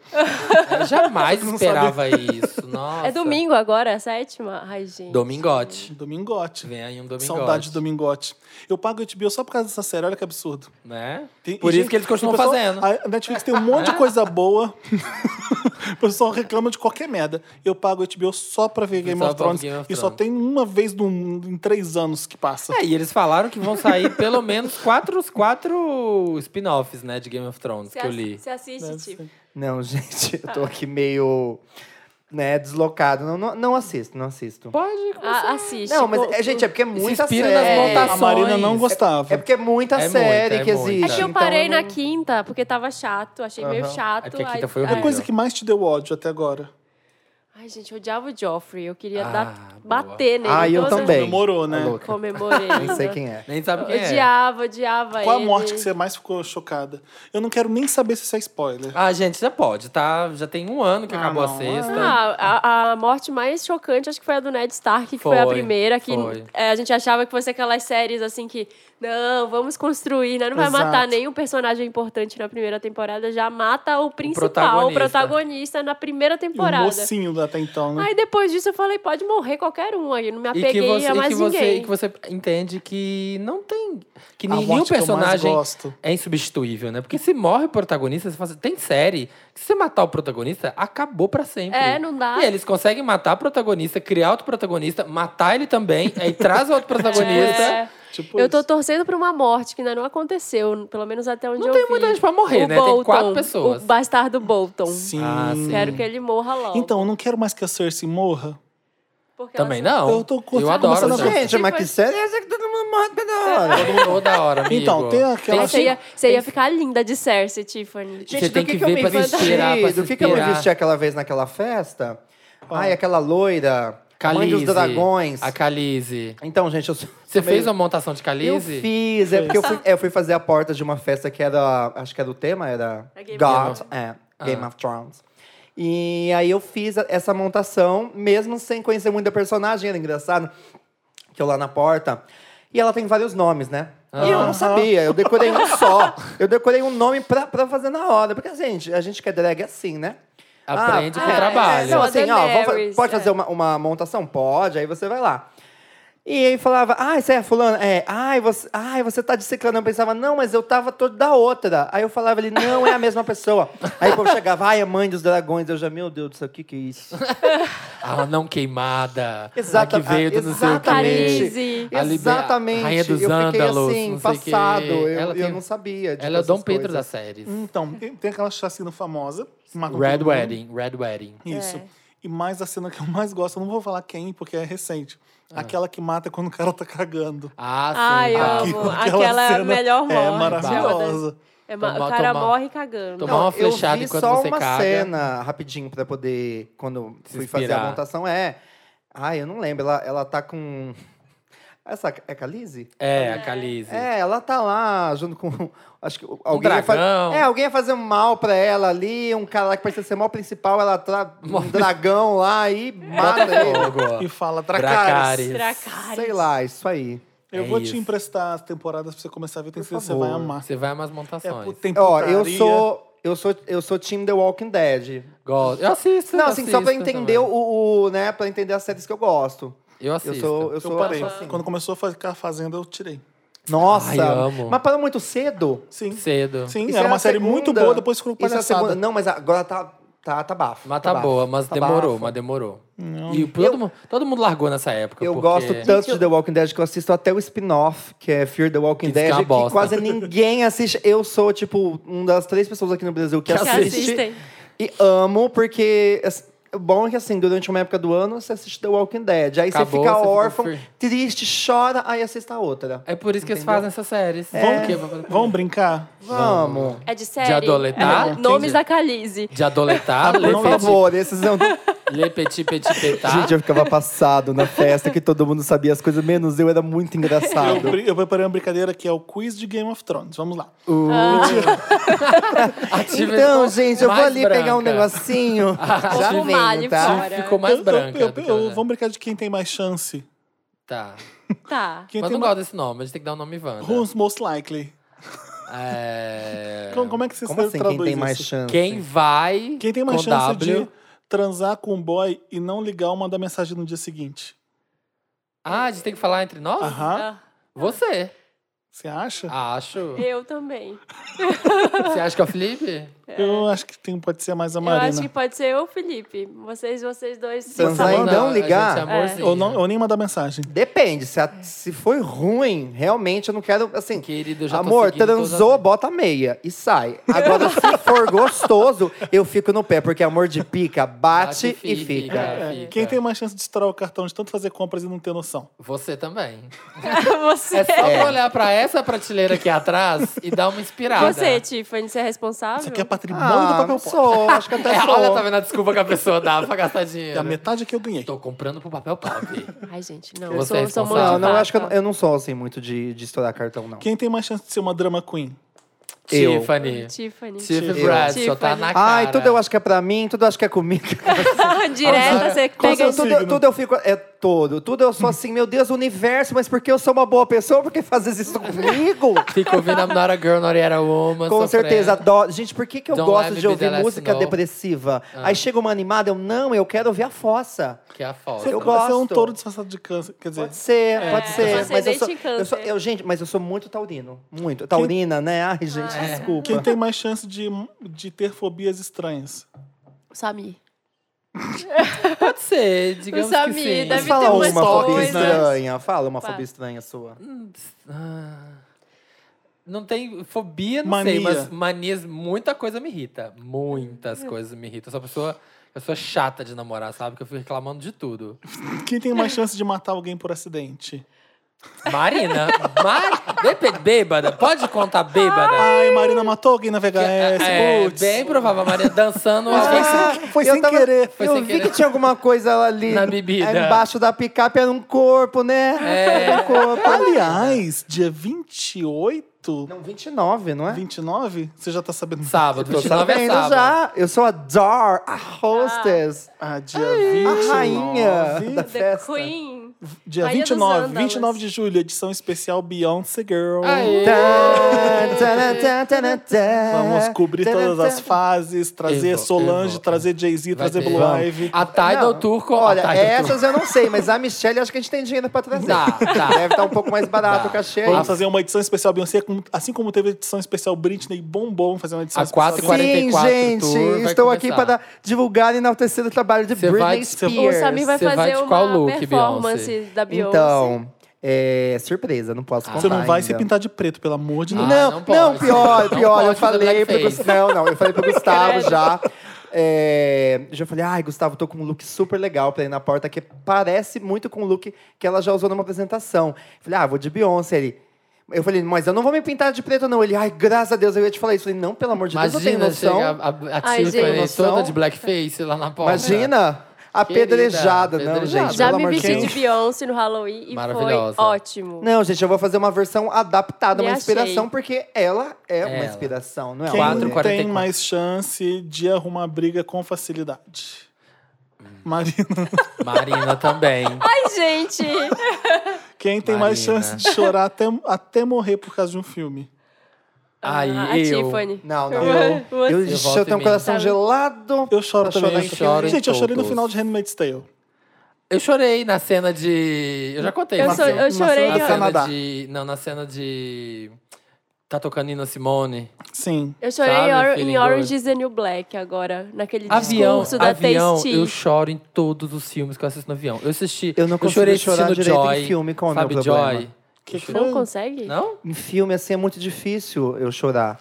Eu jamais
Não
esperava isso. Nossa.
É domingo agora, é a sétima? Ai, gente.
Domingote.
Domingote.
Vem aí um domingote.
Saudade do Domingote. Eu pago o HBO só por causa dessa série, olha que absurdo.
Né?
Tem-
Por
e,
isso
gente,
que eles continuam
o pessoal-
fazendo.
A Netflix tem um monte de coisa boa. o pessoal reclama de qualquer merda. Eu pago o HBO só pra ver Game
Só
of
pra ver
Thrones.
Game of
E só
Thrones.
tem uma vez num- em três anos que passa.
É, e eles falaram que vão sair pelo menos quatro, quatro spin-offs, né, de Game of Thrones,
Você
que eu
assi-
li.
Você assiste, tipo.
Não, gente, eu tô aqui meio né, deslocado. Não, não, não assisto, não assisto.
Pode.
A- assiste. tipo,
Não, mas,
Pô,
é, gente, é porque é muita
inspira nas
série.
A
montações.
Marina não gostava.
É porque é muita
É
série
muita,
que
é muita.
existe.
É que eu
então
parei na
não-
quinta, porque tava chato, achei meio
Aham.
chato.
É porque a
aí-
quinta foi
aí-
A
horrível.
coisa que mais te deu ódio até agora.
Ai, gente, eu odiava o Joffrey, eu queria
Ah,
dar,
boa.
bater nele.
Ah, eu
todas-
também.
Comemorou, né?
Tá louca.
Comemorei.
Nem sei quem é.
Nem sabe quem é.
Odiava, odiava
Qual a
ele.
morte que você mais ficou chocada? Eu não quero nem saber se isso é spoiler.
Ah, gente, já pode, tá? Já tem um ano que
Ah,
acabou a
não.
sexta.
Ah, a, a morte mais chocante acho que foi a do Ned Stark, que foi, a
Foi,
primeira, que
foi.
é, a gente achava que fosse aquelas séries assim que, não, vamos construir, né? Não vai
Exato.
matar nenhum personagem importante na primeira temporada, já mata o principal, o protagonista,
protagonista.
na primeira
E o
temporada.
mocinho até então, né?
Aí depois disso eu falei, pode morrer qualquer um aí, não me
E que,
apeguei
é
você,
a
e que
mais
você, e
ninguém.
que você entende que não tem. Que
A
nem- nenhum
morte que eu mais
personagem
gosto.
é insubstituível, né? Porque se morre o protagonista, você faz, tem série. que Se você matar o protagonista, acabou pra sempre.
É, não dá.
E eles conseguem matar o protagonista, criar outro protagonista, matar ele também, aí traz outro protagonista.
É,
Tipo
eu tô
isso.
torcendo pra uma morte que ainda não aconteceu, pelo menos até onde
Não
eu
tem
vi.
muita gente pra morrer,
o
né?
Bolton,
tem quatro pessoas.
O bastardo Bolton.
Sim.
Ah, sim.
Quero que ele morra logo.
Então, eu não quero mais que a Cersei morra.
porque ela
Também
só-
não.
Eu tô curtindo,
adoro.
começando a
gente.
Gente, mas que
Tipo,
série é essa que todo mundo morre toda hora?
Toda hora, amigo.
Então, tem aquela-
Aí é Você ia,
cinco-
você ia ficar linda de Cersei, Tiffany.
Você tem que ver pra se inspirar, pra se
Do que, que eu me
inspirar.
vesti aquela vez naquela festa? Ai, aquela loira. a Mãe
Khaleesi,
dos dragões.
A Calize.
Então, gente, eu sou.
Você
sou meio-
fez uma montação de
Eu
Calize?
fiz, é porque eu fui, é, eu fui fazer a porta de uma festa que era. Acho que era o tema, era.
É Game
God,
of
é, Game of Thrones. E aí eu fiz a- essa montação, mesmo sem conhecer muito a personagem, era engraçado. Que eu lá na porta. E ela tem vários nomes, né? E eu não sabia, eu decorei um só. Eu decorei um nome pra, pra fazer na hora. Porque, gente, a gente que é drag é assim, né?
Aprende com
é,
trabalho.
é, não, assim, ó, vamos fa-
Daenerys,
pode
é.
fazer uma, uma montação? Pode, aí você vai lá. E aí falava, ai, você é fulano? É, ai, você, ai, você tá de ciclano. Eu pensava, não, mas eu tava todo da outra. Aí eu falava, ele, não, é a mesma pessoa. Aí o povo chegava, ai, a mãe dos dragões. Eu já, meu Deus do céu, o que que é isso?
A não queimada.
Exata-
a que veio do não sei o quê.
exatamente.
A liber-
Exatamente.
Rainha dos
eu fiquei
Ândalos,
assim,
não sei o quê.
passado. Eu,
Ela
eu
tem-
não sabia. de
Ela é o Dom
essas
Pedro das
coisas. Hum,
séries.
Então, tem, tem aquela chacina famosa. que matam
Red
todo mundo.
Wedding, Red Wedding.
Isso.
É.
E mais a cena que eu mais gosto, eu não vou falar quem, porque é recente.
Ah.
Aquela que mata quando o cara tá cagando.
Ah, sim.
Ai,
tá.
amo. Aquela
cena
melhor
É
morte,
maravilhosa.
É ma-
Tomar-
o cara
tomar-
morre cagando.
tomar- uma flechada
eu vi
enquanto
só
você
uma
caga.
cena rapidinho pra poder quando
Se
fui fazer a
inspirar.
montação é. Ai, eu não lembro. Ela, ela tá com essa é Calize?
É, a Calize.
É, ela tá lá junto com acho que alguém ia fa-
dragão.
É, alguém ia fazer um mal pra ela ali, um cara lá que parecia ser mal principal, ela tá um dragão lá e mata ele.
E
Fogo.
fala,
Dracarys.
Dracarys.
Dracarys.
Sei lá, isso aí.
Eu
É
vou
isso.
te emprestar as temporadas pra você começar a ver, tem
Por
certeza que você vai
favor.
amar.
Você vai umas
É,
montações.
pu- tem
Ó, eu
putaria.
sou eu sou eu sou time The Walking Dead.
Gosto. Eu assisto.
Não,
eu
assim, só pra
assisto
entender
também.
o, o, né, para entender as séries que eu gosto.
Eu assisto.
Eu sou eu
Eu
sou
parei.
assim.
Quando começou a ficar fazendo, eu tirei.
Nossa!
Ai, amo.
Mas parou muito cedo?
Sim.
Cedo.
Sim,
Isso é
era
a
uma série
segunda.
muito boa, depois ficou
Isso é a segunda.
palhaçada.
Não, mas agora tá, tá, tá bafo.
Mas tá
bafo,
boa, mas
tá
demorou,
bafo.
mas demorou. E todo, mundo, todo mundo largou nessa época.
Eu
porque-
gosto tanto de The Walking Dead que eu assisto até o spin-off, que é Fear the Walking
Que diz que é
Dead,
uma
que,
bosta.
quase ninguém assiste. Eu sou, tipo, uma das três pessoas aqui no Brasil que,
Que
assiste.
assistem.
E amo, porque. assim, O bom é que, assim, durante uma época do ano, você assiste The Walking Dead. Aí
Acabou,
você fica
você fica
órfão,
free.
triste, chora, aí assista a outra.
É por isso que eles fazem essas séries.
É.
Porque-
Vamos brincar?
Vamos.
É de série.
De adoletar?
É,
Entendi.
Nomes da Calize.
De adoletar, le
Ah, Por
petit,
favor, esses Tá não.
le petit, petit, petard.
Gente, eu ficava passado na festa que todo mundo sabia as coisas, menos eu, era muito
Eu,
engraçado.
brin- eu preparei uma brincadeira que é o quiz de Game of Thrones. Vamos lá.
Ah. Ativa-
Então, gente, eu vou
mais
ali pegar
branca. Ah,
um negocinho. já
Como
venho,
malhe
tá?
fora.
Ativa- Ficou mais
Eu- eu-
branca.
eu-
do que
eu-
ela já-
vamos brincar de quem tem mais chance.
Tá.
Tá.
Quem
Mas
tem
não
mais...
gosto desse nome, a gente tem que dar um nome Wanda.
Who's most likely?
É...
Como, como é que vocês
Como assim, quem
traduzem
tem mais
isso?
chance?
Quem vai
Quem tem mais
com
chance
W...
de transar com um boy e não ligar ou mandar mensagem no dia seguinte?
Ah, a gente tem que falar entre nós?
Aham.
Ah,
Você.
Você acha?
Acho.
Eu também.
Você acha que é o Felipe?
Eu acho que tem, pode ser mais a
Eu acho
Marina.
que pode ser eu, ou o Felipe. Vocês, vocês dois.
Transar
Não,
e não
a
ligar?
gente é amorzinho.
Ou, não, ou nem mandar mensagem.
Depende, se, a- se foi ruim, realmente eu não quero, assim...
Querido, eu já tô
Amor,
seguindo todas
transou,
as-
bota a meia e sai. Agora, se for gostoso, eu fico no pé, porque amor de pica bate,
Bate
e fica.
É,
É,
fica.
Quem tem mais chance de estourar o cartão de tanto fazer compras e não ter noção?
Você também.
você.
É só pra olhar pra essa prateleira aqui atrás e dar uma inspirada.
Você, Tiffany, você é responsável?
Isso aqui é patrimônio do
Ah,
papel
não
pop.
sou, acho que até
É,
sou.
tipo,
olha, tá vendo a desculpa que a pessoa dá pra gastar
É a
dinheiro.
metade que eu ganhei.
Tô comprando pro papel pop.
Ai, gente, não.
Você é
eu sou, sou mão
responsável.
Não,
de
não, eu acho que eu,
vaca.
eu não sou, assim, muito de, de estourar cartão, não.
Quem tem mais chance de ser uma drama queen?
Eu.
Tiffany.
Tiffany.
Tiffany
Eu.
Bradshaw, tá na cara.
Ai, tudo eu acho que é pra mim, tudo eu acho que é comigo.
Direta, você
Qual
Mas
pega
eu-
seu
tudo, eu-
signo?
tudo eu fico. É, todo. Tudo eu sou assim, meu Deus, universo, mas porque eu sou uma boa pessoa? Porque fazes isso comigo?
Fico ouvindo I'm not a girl, not yet a woman.
Com
sofrendo.
certeza, adoro. Gente, por que, que eu
Don't
gosto
let me
de
be
ouvir
the last
música
no.
depressiva?
Ah.
Aí chega uma animada, eu não, eu quero ouvir a fossa.
Que é a foto.
Eu
Vai ser um
gosto.
touro disfarçado de câncer. Quer dizer,
Pode ser,
É.
pode ser.
pode ser
mas eu
desde
sou, eu
câncer.
sou- eu- gente, mas eu sou muito taurino. Muito. Taurina, né? Ai, gente,
Ah.
desculpa.
quem tem mais chance de, de ter fobias estranhas?
Samir.
Pode ser, digamos
Samir,
que sim.
deve
Mas
ter
fala uma
umas
fobia
coisas.
estranha. Fala uma
Fala.
fobia estranha sua.
Ah. Não tem fobia, não
Mania.
sei, mas manias, muita coisa me irrita. Muitas coisas me irritam. Eu sou uma pessoa, eu sou chata de namorar, sabe? Que eu fico reclamando de tudo.
Quem tem mais chance de matar alguém por acidente?
Marina, Mar... Dep- bêbada, pode contar bêbada.
Ai, Marina matou alguém na VHS.
É,
putz.
bem provável, a Marina dançando umas
Ah, foi
eu
sem querer.
Foi
eu
sem
vi
querer.
que tinha alguma coisa ali.
Na bebida.
aí Embaixo da picape era um corpo, né?
É.
Era um corpo.
Aliás, dia 28,
Não, 29, não é?
29, você já tá sabendo.
Sábado,
Tô
29 é
sabendo
sábado.
já. Eu sou a Dar, a hostess.
Ah, dia 29.
a rainha da
The
festa.
Queen.
Dia
Rainha dos
29,
Andalas.
29 de julho, edição especial Beyoncé Girl.
Aê.
Tá, tá, tá, tá, tá, tá.
Vamos cobrir
É.
Tá, tá,
todas
tá.
as fases, trazer
Eu vou, eu
Solange,
vou.
trazer Jay-Z,
Vai
trazer
ter.
Blue Live.
A Tidal
Não,
Turco.
Olha,
a Tidal Turco.
essas eu não sei, mas a Michelle acho que a gente tem dinheiro pra trazer.
Dá, dá.
Deve estar um pouco mais barato
Dá.
o cachê. aí.
Vamos fazer uma edição especial Beyoncé, com- assim como teve a edição especial Britney bombou, vamos fazer uma edição
A
especial.
quatro e
Beyoncé.
quarenta e quatro
Sim,
tour,
gente,
vai
estou
começar.
aqui para dar- divulgar e enaltecer o trabalho de
Você
Britney
vai- você-
Spears.
O Samir vai
Você vai
fazer
de
uma
qual look,
performance
Beyoncé?
da Beyoncé.
Então, é surpresa, não posso contar
Você não vai se
ainda.
pintar de preto, pelo amor de
Ah,
Deus.
não
não, não,
pode.
pior,
Não
pior. eu
pode fazer
falei pro
blackface.
Gustavo. Não, não, eu falei pro Gustavo já. É, já falei, ai, Gustavo, tô com um look super legal pra ir na porta, que parece muito com o look que ela já usou numa apresentação. Falei, ah, vou de Beyoncé ali. Eu falei, mas eu não vou me pintar de preto, não. Ele, ai, graças a Deus, eu ia te falar isso. Eu falei, não, pelo amor de Deus, eu tenho
Imagina
noção.
chegar a, a, a
Ai,
Tiffany
gente.
toda de blackface lá na porta.
Imagina, apedrejada. Não,
apedrejada.
gente,
Já
pelo
me
amor de
vesti
Deus.
de Beyoncé no Halloween e foi
Maravilhosa.
ótimo.
Não, gente, eu vou fazer uma versão adaptada,
Me
uma inspiração,
achei.
porque ela é uma
Ela.
inspiração, não é?
Quem
uma-
Quatro, quarenta e
tem
quatro.
mais chance de arrumar briga com facilidade?
Hum.
Marina.
Marina também.
Ai, gente!
Quem tem mais
Marina.
chance de chorar até, até morrer por causa de um filme?
Aí
a
eu.
Tiffany.
Não, não.
Eu-
Eu, eu,
Eu
eu
voto
tenho
em
um
mim.
coração gelado.
Eu choro
pra
também.
chorar em filme.
em
Gente, eu chorei no
todos.
final de Handmaid's Tale.
Eu chorei na cena de. Eu já contei.
Eu
na
sou-
cena-
eu chorei-
Na
Na
cena
Canadá.
de. Não, na cena de. Tá tocando Nina Simone.
Sim.
Eu chorei
Sabe,
em, Or-
feeling good.
em Orange is the New Black agora, naquele
Avião,
discurso da
avião,
Tasty.
eu choro em todos os filmes que eu assisto no avião. Eu assisti.
Eu não consigo
chorei
chorar
assistindo
direito
Joy,
em filme, qual é o meu
sabe,
problema?
Joy.
Que que
Não
foi?
consegue?
Não?
Em filme, assim, é muito difícil eu chorar.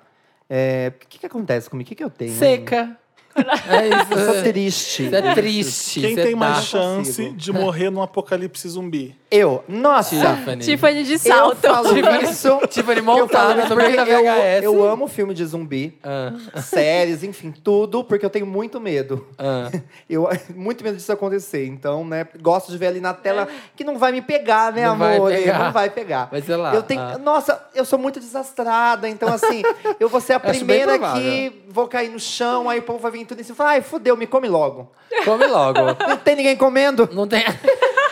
É, O que, que acontece comigo? O que, que eu tenho?
Seca. É isso.
Eu sou
é-
triste.
Isso é triste.
Quem
isso é
tem mais
dark.
chance
consigo.
de morrer num apocalipse zumbi?
Eu, nossa!
Tiffany.
Tiffany de
Eu
salto.
falo
Tiffany-
isso.
Tiffany
eu falo
montada
isso
no meio
porque
da VHS.
Eu, eu amo filme de zumbi,
Ah,
séries, enfim, tudo, porque eu tenho muito medo.
ah.
Eu muito medo disso acontecer. Então, né, gosto de ver ali na tela que não vai me pegar, né,
Não vai
amor?
pegar.
Não vai pegar.
Mas sei lá,
Eu tenho,
ah.
Nossa, eu sou muito desastrada, então assim, eu vou ser a
Acho bem
primeira
provável.
que vou cair no chão, aí o povo vai vir tudo em cima e falar, ai, fudeu, me come logo.
Come logo.
Não tem ninguém comendo.
Não tem.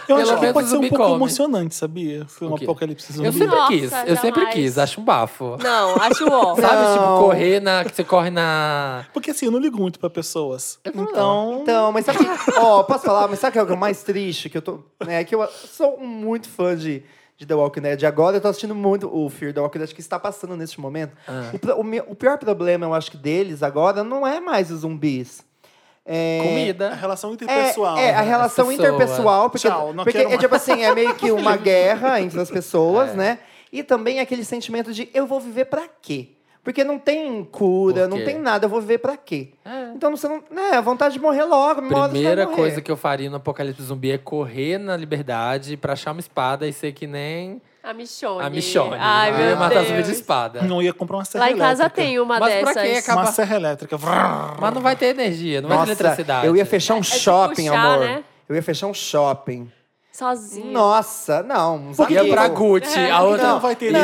Eu
Pelo
acho que
menos
pode ser um
zumbi
pouco
come.
emocionante, sabia? Foi um
O quê?
apocalipse zumbi.
Eu sempre
Nossa,
quis. Eu sempre
jamais.
quis. Acho um bafo.
Não, acho ó.
Sabe, tipo,
Não.
correr na. Que você corre na.
Porque assim, eu não ligo muito pra pessoas.
Eu também
Então,
Então, mas sabe, ó, posso falar, mas sabe o que é o mais triste que eu tô, né, que eu sou muito fã de de The Walking Dead. Agora eu tô assistindo muito o Fear the Walking Dead que está passando neste momento.
Ah.
O, pro- o meu- o pior problema, eu acho que deles agora não é mais os zumbis. É,
a
Comida.
relação interpessoal.
É, é, a
né?
relação
Pessoa.
interpessoal, porque,
Tchau, não
porque
quero
é
mais.
tipo assim, é meio que uma guerra entre as
É.
pessoas, né? E também aquele sentimento de eu vou viver pra quê? Porque não tem cura,
Por
não
quê?
tem nada, eu vou viver pra quê?
É.
Então você não. Né, vontade de morrer logo, me mora, você vai
Primeira
morrer.
coisa que eu faria no Apocalipse Zumbi é correr na liberdade pra achar uma espada e ser que nem
A Michonne.
a Michonne.
Ai,
Eu
meu
ia matar zumbi de
Deus.
espada.
Não ia comprar uma serra
Lá em
elétrica.
casa tem uma
Mas pra
dessas.
quê?
Uma
Acaba-
serra elétrica. Vrrr.
Mas não vai ter energia, não vai ter
Nossa,
eletricidade.
eu ia fechar um
É, de
shopping,
puxar,
amor.
né?
Eu ia fechar um shopping.
Sozinha.
Nossa, não. um
Por que
Ia
zagueiro.
pra Gucci,
É.
a outra
Não vai ter
Não,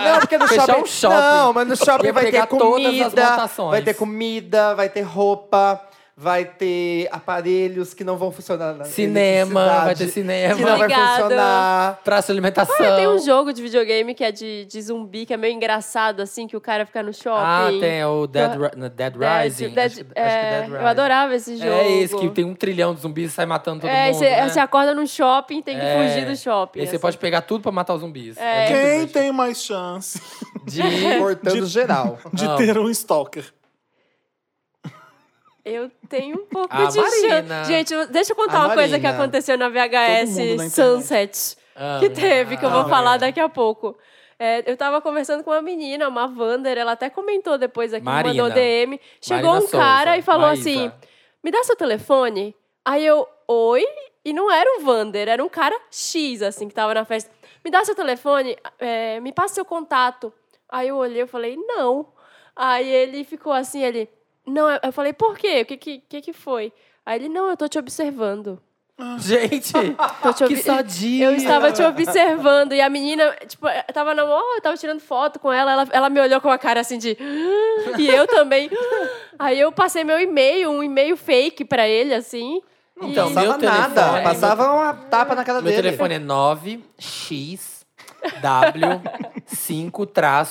não, porque no
Fechar
shopping.
um shopping.
Não, mas no shopping
Ia
vai ter
pegar todas as
comida.
plantações.
Vai ter comida, vai ter roupa, vai ter aparelhos que não vão funcionar na
Cinema, vai
eletricidade,
ter cinema.
Que não vai
Obrigada.
funcionar.
Praça de alimentação.
Ah, tem um jogo de videogame que é de, de zumbi, que é meio engraçado, assim, que o cara fica no shopping.
Ah, tem o Dead,
Eu-
Ri- não, Dead
Dead-
Rising.
Dead-
acho, que- acho que
é,
Dead Rising.
Eu adorava esse jogo.
É esse que tem um trilhão de zumbis e sai matando todo
É,
mundo.
você
né?
você acorda num shopping, tem que
É.
fugir do shopping.
Aí você
assim.
pode pegar tudo pra matar os zumbis.
É.
muito
Quem
divertido.
tem mais chance
De...
Cortando geral.
de
Não.
ter um stalker?
Eu tenho um pouco
Ah,
de
Marina.
chance. Gente, eu- deixa eu contar
A
uma coisa que
Marina.
aconteceu na
Todo mundo na
VHS
internet.
Sunset.
Ah,
que teve, que eu
ah,
vou
ah,
falar
é.
daqui a pouco. É, eu tava conversando com uma menina, uma Wander, ela até comentou depois aqui, me
Marina.
mandou DM. Chegou
Marina
um cara
Souza,
e falou
Maísa.
assim: me dá seu telefone? Aí eu, oi? E não era um Wander, era um cara X, assim, que tava na festa. Me dá seu telefone, é, me passa seu contato. Aí eu olhei e falei, não. Aí ele ficou assim, ele, não, eu falei, por quê? O que que, que que foi? Aí ele, não, eu tô te observando.
Gente,
Tô te
que
observando.
sadia.
Eu estava te observando e a menina, tipo, eu tava na mão, eu tava tirando foto com ela, ela, ela me olhou com uma cara assim de. "Ah", E eu também. "Ah". Aí eu passei meu e-mail, um e-mail fake pra ele, assim. e-
Não
Então,
passava
meu telefone-
nada. Passava uma tapa na cara
Meu
dele.
telefone é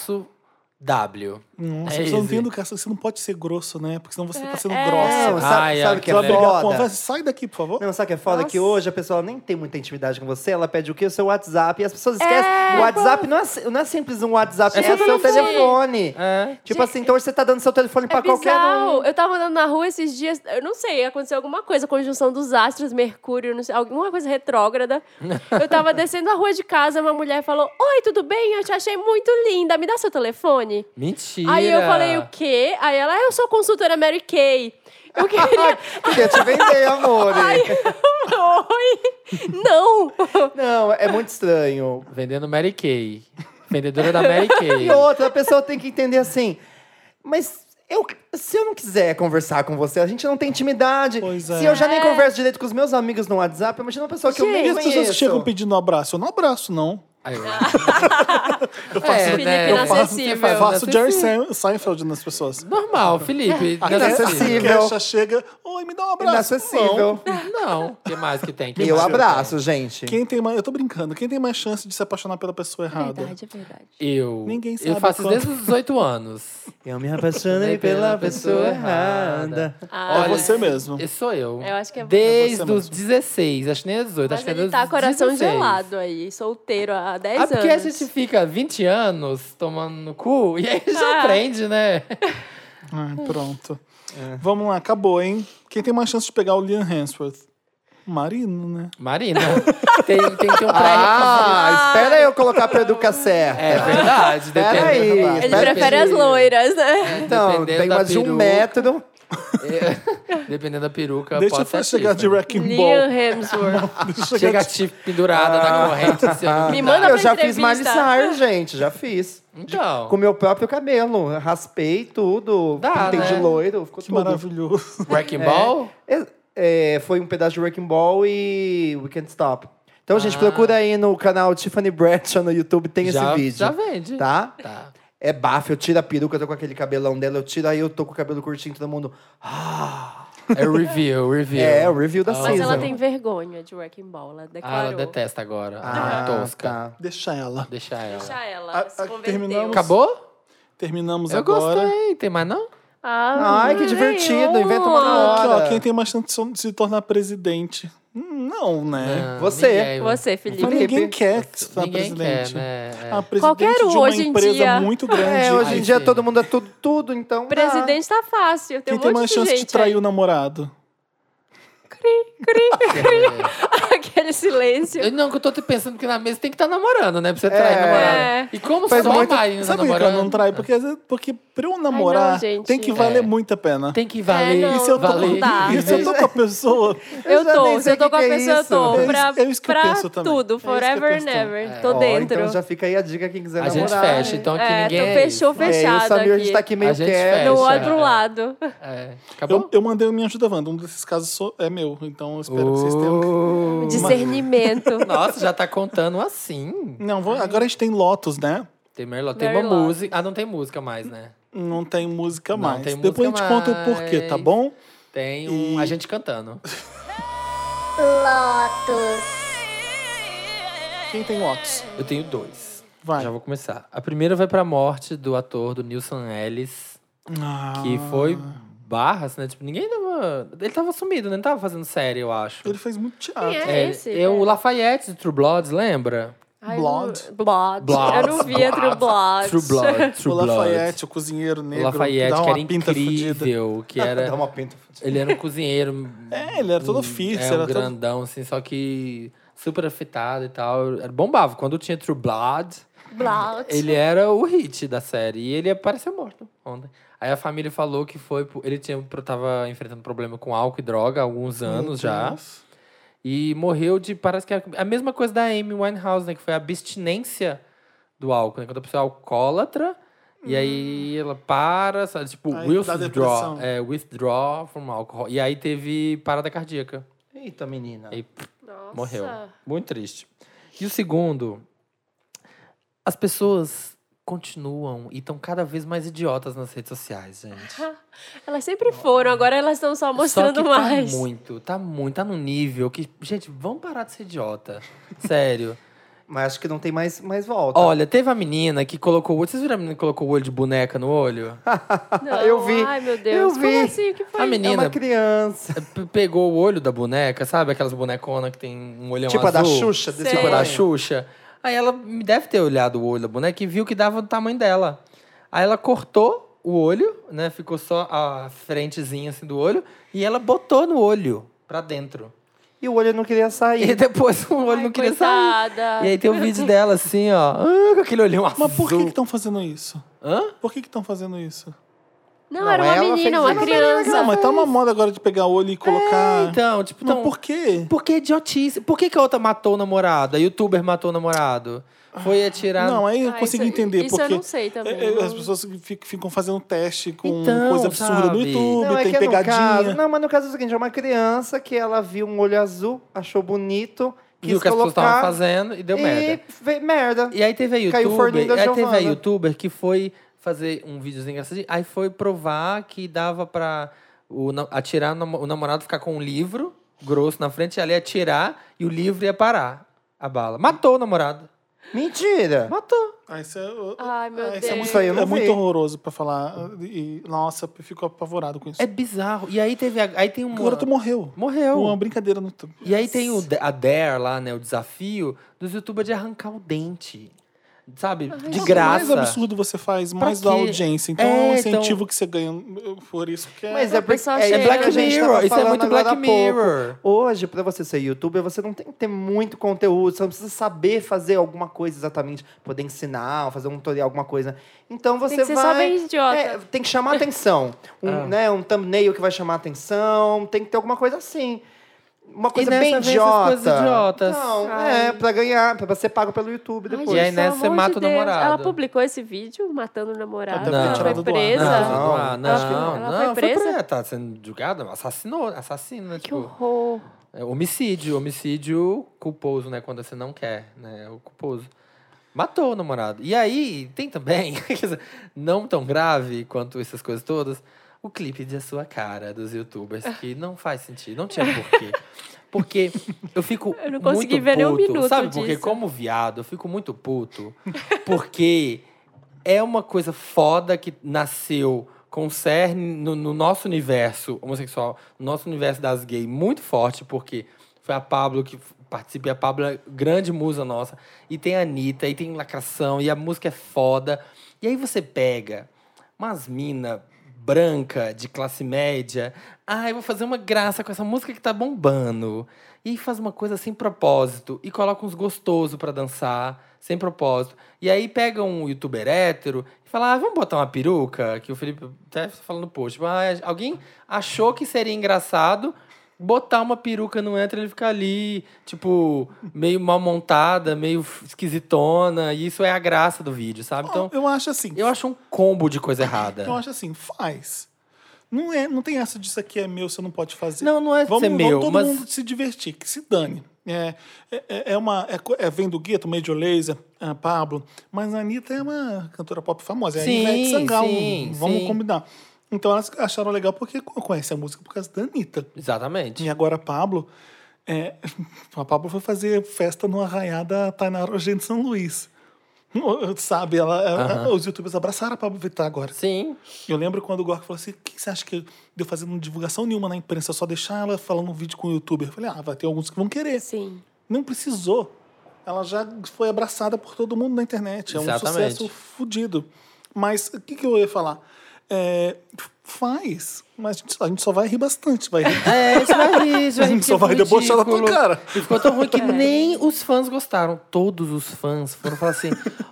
9XW5-W.
Nossa,
É
vocês estão
easy.
vendo que essa- você não pode ser grosso, né? Porque senão você tá sendo
é.
Não,
grossa.
sabe,
Ai,
sabe
ai,
o que
Você
é
vai pegar a
foda?
conversa. Sai daqui, por favor.
Não, sabe o que é foda?
Nossa.
Que hoje a pessoa nem tem muita intimidade com você, ela pede o quê? O seu WhatsApp. E as
É,
pessoas esquecem. o WhatsApp não é, si- não é simples um WhatsApp, é
Gente.
seu telefone.
É.
Tipo assim, então hoje você tá dando seu telefone pra
É
qualquer
bizarro.
um.
Eu tava andando na rua esses dias, eu não sei, aconteceu alguma coisa, conjunção dos astros, Mercúrio, não sei, alguma coisa retrógrada. Eu tava descendo a rua de casa, uma mulher falou: Oi, tudo bem? Eu te achei muito linda, me dá seu telefone.
Mentira.
Aí eu falei, o quê? Aí ela, "Ah, eu sou consultora Mary Kay. Eu queria.
Quer te vender, amor.
Ai, oi! Não!
Não, é muito estranho.
Vendendo Mary Kay. Vendedora da Mary Kay.
E outra, a pessoa tem que entender assim. Mas eu, se eu não quiser conversar com você, a gente não tem intimidade.
Pois é.
se eu já nem
É.
converso direito com os meus amigos no WhatsApp, imagina uma pessoa que eu
E
nem
as pessoas
conheço.
que chegam pedindo um abraço? Eu não abraço, não.
Aí eu-
Eu faço,
Felipe
né,
eu faço,
inacessível.
eu faço Jerry
Inacessível.
Sein- Seinfeld nas
Tá
pessoas. tá
Normal, Felipe.
Ah,
é
é
Inacessível.
A queixa chega, oi, me dá um abraço. Não.
Inacessível.
Não, o que mais que tem? Que
Eu
mais que
abraço, gente.
Quem tem mais, eu tô brincando, quem tem mais chance de se apaixonar pela pessoa errada?
Verdade, é verdade.
tem? Eu.
Ninguém
Eu
sabe
faço
quanto.
desde os 18 anos.
Eu me apaixonei pela pessoa errada.
Ah,
É você mesmo.
Esse sou eu.
Eu acho que é você
Desde
mesmo.
os 16, acho que nem é 18, acho
mas
que é
ele
desde
tá
os
coração
16.
gelado aí, solteiro há 10
Ah,
anos.
porque a gente fica 20 anos tomando no cu e aí a gente
Ah.
aprende, né?
Ai, pronto.
É.
Vamos lá, acabou, hein? Quem tem mais chance de pegar o Liam Hemsworth? Marino, né?
Marina, tem, tem que ter um pré-requisito.
Ah, espera eu colocar a peruca certa.
É verdade,
Espera
depende.
aí,
Ele
Mas
prefere as
é
depende-
loiras, né?
Então, tem
da
mais de um
peruca.
metro.
É, dependendo da peruca,
Deixa eu
pode ser
chegar
chifre.
de Wrecking
Liam
Ball.
Hemsworth.
Deixa eu
né? Chega tipo,
chegar
a chip pendurada na corrente. assim,
Ah,
ó.
Me manda
eu
pra
já fiz
entrevista.
Miley Cyrus, gente, já fiz.
Então.
Com meu próprio cabelo. Raspei tudo,
Dá,
pintei
né?
de loiro, ficou
Que
tudo.
maravilhoso.
Wrecking Ball?
É, é, foi um pedaço de Wrecking Ball e We Can't Stop. Então, gente,
Ah.
procura aí no canal Tiffany Bradshaw no YouTube, tem
já,
esse vídeo.
Já vende.
Tá?
Tá.
É bafo, eu tiro a peruca, eu tô com aquele cabelão dela, eu tiro, aí eu tô com o cabelo curtinho, todo mundo. Ah,
É o review, o review.
é, o review da
Mas
season.
Mas ela tem vergonha de Wrecking Ball, ela
Ah,
declarou.
ela detesta agora.
Ah,
Ah, tosca.
tá.
Deixa ela.
Deixa ela.
Deixa ela,
Ah,
se
ah,
converteu.
terminamos?
Acabou?
Terminamos
Eu
agora.
gostei. Tem mais não?
Ah,
Ai, que divertido,
nenhum.
inventa uma na hora.
Aqui, ó, quem tá tem mais chance de se tornar presidente? Hum, Não, né?
Ah,
Você.
ninguém.
Você,
Mas
Felipe.
Ninguém quer se tornar
Ninguém
tá presidente.
quer, né? É.
A presidente
Qualquer um,
de uma
hoje em
empresa
dia.
muito grande.
É, hoje
Ai,
em dia
sim.
todo mundo é tudo, tudo, então. dá.
Presidente tá fácil, tem
Quem
um
tem
monte
mais
de
chance de
gente
trair
aí.
o namorado?
Aquele silêncio.
Eu, não, que eu tô te pensando que na mesa tem que estar namorando, né? Pra você trair
É.
namorado.
É.
E como
Faz
só
muito-
a Marina
Sabe por que
namorando?
ela não trai? Porque, às vezes- porque pra eu namorar,
gente.
tem que valer
É.
muito a pena.
Tem que valer.
É, não,
E se eu tô,
Valer.
com-
Dá.
e se eu tô com a
Tá
pessoa,
Eu
já nem
tô, se
sei
eu tô
o
com a
que que é
pessoa, eu tô.
isso.
É
pra
isso- é isso que eu
pra
penso também.
tudo,
É isso que eu
forever
penso também.
never.
É.
Tô
Ó,
dentro.
Então já fica aí a dica quem quiser
A gente
namorar.
fecha, então aqui
É,
ninguém.
tô-
é
fechou,
isso.
É, e o
fechado
Samir a gente
aqui.
tá aqui meio
A gente
quieto.
fecha.
Não
Fecha.
olho pro lado.
É.
eu,
Acabou?
eu mandei o Me Ajuda Wanda. Um desses casos sou- é meu, então eu espero que vocês tenham.
Oh.
Discernimento.
Nossa, já tá contando assim.
Não, vou- agora a gente tem Lotus, né?
Tem Merlot. Tem
Merlot.
uma música. Ah, não tem música mais, né?
Não tem música
Não
mais.
tem
Depois a
música
gente conta o porquê, tá
mais.
bom?
Tem um, a gente cantando.
Lotus,
Quem tem Lotus?
Eu tenho dois.
Vai.
Já vou começar. A primeira vai pra morte do ator, do Nilson Ellis,
Ah,
que foi barras, né? Tipo, ninguém tava... Ele tava sumido, né? Não tava fazendo série, eu acho.
Ele fez muito teatro.
Quem
É,
Esse,
eu,
é.
o Lafayette do True Bloods, lembra?
Ai,
Blonde?
não- Blonde.
Blonde.
Eu não via True Blood.
True Blood.
O
True Blood.
Lafayette, o cozinheiro
O
negro. que
Lafayette,
dá
que
uma
era
pinta fudida.
incrível, que era...
Dá uma pinta.
Ele era um cozinheiro.
É, ele era todo
um-
fixo,
é, um
era todo-
grandão, assim, só que super afetado e tal. Era bombava. Quando tinha True Blood,
Blonde.
ele era o hit da série. E ele apareceu morto ontem. Aí a família falou que foi. por- Ele tinha, tava enfrentando problema com álcool e droga há alguns anos já. E morreu de. Parece que era a mesma coisa da Amy Winehouse, né? Que foi a abstinência do álcool, né? Quando a pessoa é alcoólatra. E aí ela para, sabe? Tipo,
Hum. Aí
will
dá
withdraw,
depressão.
é, withdraw from alcohol. E aí teve parada cardíaca.
Eita, menina.
E
Nossa.
morreu. Muito triste. E o segundo, as pessoas continuam e estão cada vez mais idiotas nas redes sociais, gente.
Elas sempre foram, agora elas estão só mostrando
Só que
mais.
Tá muito, tá muito, tá num nível que, gente, vamos parar de ser idiota. Sério.
Mas acho que não tem mais, mais volta.
Olha, teve a menina que colocou o olho. Vocês viram a menina que colocou o olho de boneca no olho?
Não,
Eu vi,
Ai, meu Deus.
eu vi.
Como assim? O que foi?
A
é uma
menina
criança.
p- pegou o olho da boneca, sabe? Aquelas boneconas que tem um olhão
Tipo a da
azul.
Xuxa. Desse
Sei.
tipo a da
tamanho.
Xuxa. Aí ela me deve ter olhado o olho da boneca e viu que dava do tamanho dela. Aí ela cortou o olho, né? Ficou só a frentezinha assim do olho e ela botou no olho pra dentro.
E o olho não queria
E
sair.
depois o olho
Ai,
não queria sair.
coitada.
E aí tem o vídeo dela assim, ó, ah, com aquele olhão azul.
Mas por que estão fazendo isso?
Hã?
Por que estão fazendo isso?
Não,
Não,
era uma
ela fez
menina, uma
isso.
criança.
Não, mas tá uma moda agora de pegar o olho e colocar.
Então, tipo,
Mas
então,
por quê?
Por que idiotice? Por que, que a outra matou o namorado? A youtuber matou o namorado? Foi atirar.
Não, aí eu
Ah,
consigo
isso-
entender.
isso eu
porque
não sei também,
é, é,
não.
As pessoas fi- ficam fazendo teste com
Então,
coisa absurda no
sabe?
YouTube,
Não, é
tem
que no
pegadinha.
caso, não, mas no caso é o seguinte, é uma criança que ela viu um olho azul, achou bonito, quis
viu o que as pessoas estavam
colocar
fazendo e deu
e
merda.
fez merda.
E aí teve a youtuber,
Caiu o forninho da
aí teve a
Giovana.
youtuber que foi fazer um videozinho engraçadinho, aí foi provar que dava pra o, na- atirar o namo- o namorado ficar com um livro grosso na frente, ela ia atirar e o livro ia parar a bala. Matou o namorado.
Mentira!
Matou.
Ah, isso é,
Ai, meu
ah, isso é
Deus.
Isso aí eu
muito,
não
é muito
vi.
horroroso pra falar. E, nossa, eu fico apavorado com isso.
É bizarro. E aí teve a- aí tem um
O garoto morreu.
morreu.
Uma brincadeira no YouTube.
E aí tem o, de- a Dare lá, né? O desafio dos youtubers de arrancar o dente. Sabe?
é
de
Quanto
graça.
é mais absurdo você faz, mais
quê?
dá audiência. Então é um
É, então-
incentivo que você ganha eu- por isso que é.
Mas é,
O
porque
pessoal
é
chega-
isso que a
Black
gente tava
Mirror. Isso é
falando
muito
agora
Black
há pouco.
Mirror.
Hoje, pra você ser youtuber, você não tem que ter muito conteúdo, você não precisa saber fazer alguma coisa exatamente, poder ensinar, fazer um tutorial, alguma coisa. Então você
que ser
vai.
só bem idiota.
É, tem que chamar atenção. Um,
Ah.
né, um thumbnail que vai chamar atenção, tem que ter alguma coisa assim. Uma coisa
nessa
bem
vez, essas
idiota.
coisas idiotas.
Não,
Ai.
é, pra ganhar, pra ser pago pelo YouTube
Ai,
depois.
E aí,
gente,
né,
pelo
você
amor
mata
de
o
Deus.
namorado.
Ela publicou esse vídeo matando o
Ela
namorado. Ela,
deve ter tirado
foi
do ar, né?
presa.
Não, não,
Ela foi-
não,
ela
não,
foi
foi
presa?
presa, Tá sendo julgada, assassinou, assassino, né?
Que
Tipo,
horror.
é homicídio, homicídio culposo, né? Quando você não quer, né? O culposo. Matou o namorado. E aí, tem também, quer dizer, não tão grave quanto essas coisas todas, o clipe de A Sua Cara dos youtubers, que não faz sentido, não tinha porquê. Porque eu fico
Eu não consegui
muito
ver nem um
puto,
minuto
sabe? Porque
disso.
como viado, eu fico muito puto, porque é uma coisa foda que nasceu com um cerne no, no nosso universo homossexual, no nosso universo das gays, muito forte, porque foi a Pablo que f- participa, e a Pablo é grande musa nossa, e tem a Anitta, e tem lacração, e a música é foda. E aí você pega umas mina branca, de classe média, ah, eu vou fazer uma graça com essa música que tá bombando. E aí faz uma coisa sem propósito, e coloca uns gostosos pra dançar, sem propósito. E aí pega um youtuber hétero e fala: ah, vamos botar uma peruca, que o Felipe até falando no post. Tipo, ah, alguém achou que seria engraçado botar uma peruca no hétero e ele ficar ali, tipo, meio mal montada, meio esquisitona. E isso é a graça do vídeo, sabe? Então,
eu acho assim.
eu acho um combo de coisa errada.
eu acho assim, faz. Não, é, não tem essa disso aqui é meu, você não pode fazer.
Não, não é
vamos,
ser
vamos
meu,
todo
mas-
mundo se divertir, que se dane. É, é, é uma. É, co- é, vem do Gueto, Major Laser, a Pablo. Mas a Anitta é uma cantora pop famosa. É a
Sim,
Ivete Sangalo.
sim,
vamos
sim.
combinar. Então elas acharam legal porque conhece a música por causa da Anitta.
Exatamente.
E agora a Pablo. é, a Pablo foi fazer festa no arraiá da Tainara Rogério de São Luís. Sabe, ela, ela- os youtubers abraçaram a Pablo Vittar agora.
Sim.
Eu lembro quando o Gork falou assim: o que você acha que deu fazendo divulgação nenhuma na imprensa, só deixar ela falando um vídeo com o youtuber? Eu falei: ah, vai ter alguns que vão querer.
Sim.
Não precisou. Ela já foi abraçada por todo mundo na internet. É um
Exatamente.
sucesso fudido. Mas o que, que eu ia falar? É, faz, mas a gente, a gente só vai rir bastante. Vai rir.
É, isso vai rir, isso vai rir,
Só
porque
vai
ficou
debochar da
tá
tua
é ridículo.
cara.
E ficou tão ruim que
É.
nem os fãs gostaram. Todos os fãs foram falar assim: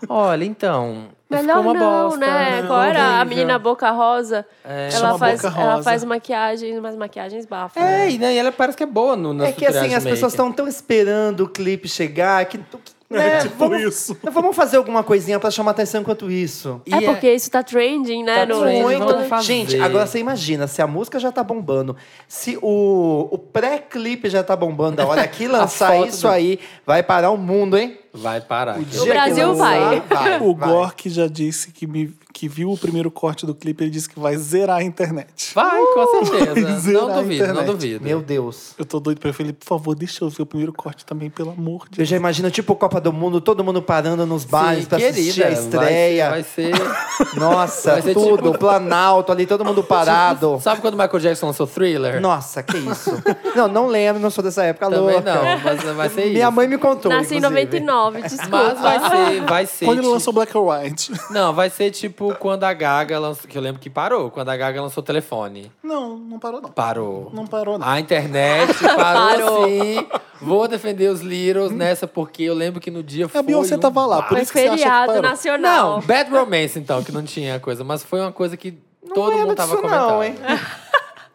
olha, então.
Melhor
ficou uma
não,
bosta,
né?
ficou
Qual era a
horrível."
menina Boca Rosa?
Chama
Ela, faz,
Boca
ela
Rosa.
faz maquiagem, umas maquiagens bafas.
É, e né, e ela parece que é boa no nas
É que assim,
tutoriais
as
de
pessoas
make.
estão tão esperando o clipe chegar que. que- né,
É, tipo
vamos,
isso.
Vamos fazer alguma coisinha pra chamar atenção enquanto isso.
E
É porque isso tá trending, né?
Tá
no-
trending,
no-
vamos fazer.
Gente, agora você imagina, se a música já tá bombando, se o, o pré-clipe já tá bombando, olha, que lançar
foto
isso
do-
aí vai parar o mundo, hein?
Vai parar.
O
aqui.
dia
O
que
Brasil
lançar,
vai.
O
vai.
Gork já disse que, me- que viu o primeiro corte do clipe. Ele disse que vai zerar a internet.
Vai,
Uh!
com certeza.
zerar
Não
a
duvido, não
internet.
duvido.
Meu Deus.
Eu tô doido pra ele. Felipe, por favor, deixa eu ver o primeiro corte também, pelo amor de
Eu já imagino, tipo, Copa do Mundo, todo mundo parando nos bares
Sim,
pra assistir tá a estreia.
Vai ser. vai ser-
Nossa,
Vai ser
tudo,
tipo-
o Planalto ali, todo mundo parado.
Sabe quando o Michael Jackson lançou thriller?
Nossa, que isso. Não, não lembro, não sou dessa época
Também
louca.
não, mas vai ser isso.
Minha mãe me contou,
Nasci em
inclusive.
99, desculpa.
É, Mas vai ser, vai ser.
Quando ele
ti-
lançou Black or White.
Não, vai ser tipo quando a Gaga lançou. Que eu lembro que parou. Quando a Gaga lançou o telefone.
Não, não parou, não.
Parou.
Não parou, não.
A internet parou,
Parou.
sim. Vou defender os Littles nessa, porque eu lembro que no dia foi.
É, a Beyoncé
um
tava lá, por
Foi
isso que você acha que
feriado
parou.
nacional.
Não, Bad Romance, então, que não tinha coisa, mas foi uma coisa que todo
lembro
mundo tava
disso
comentando.
não, hein?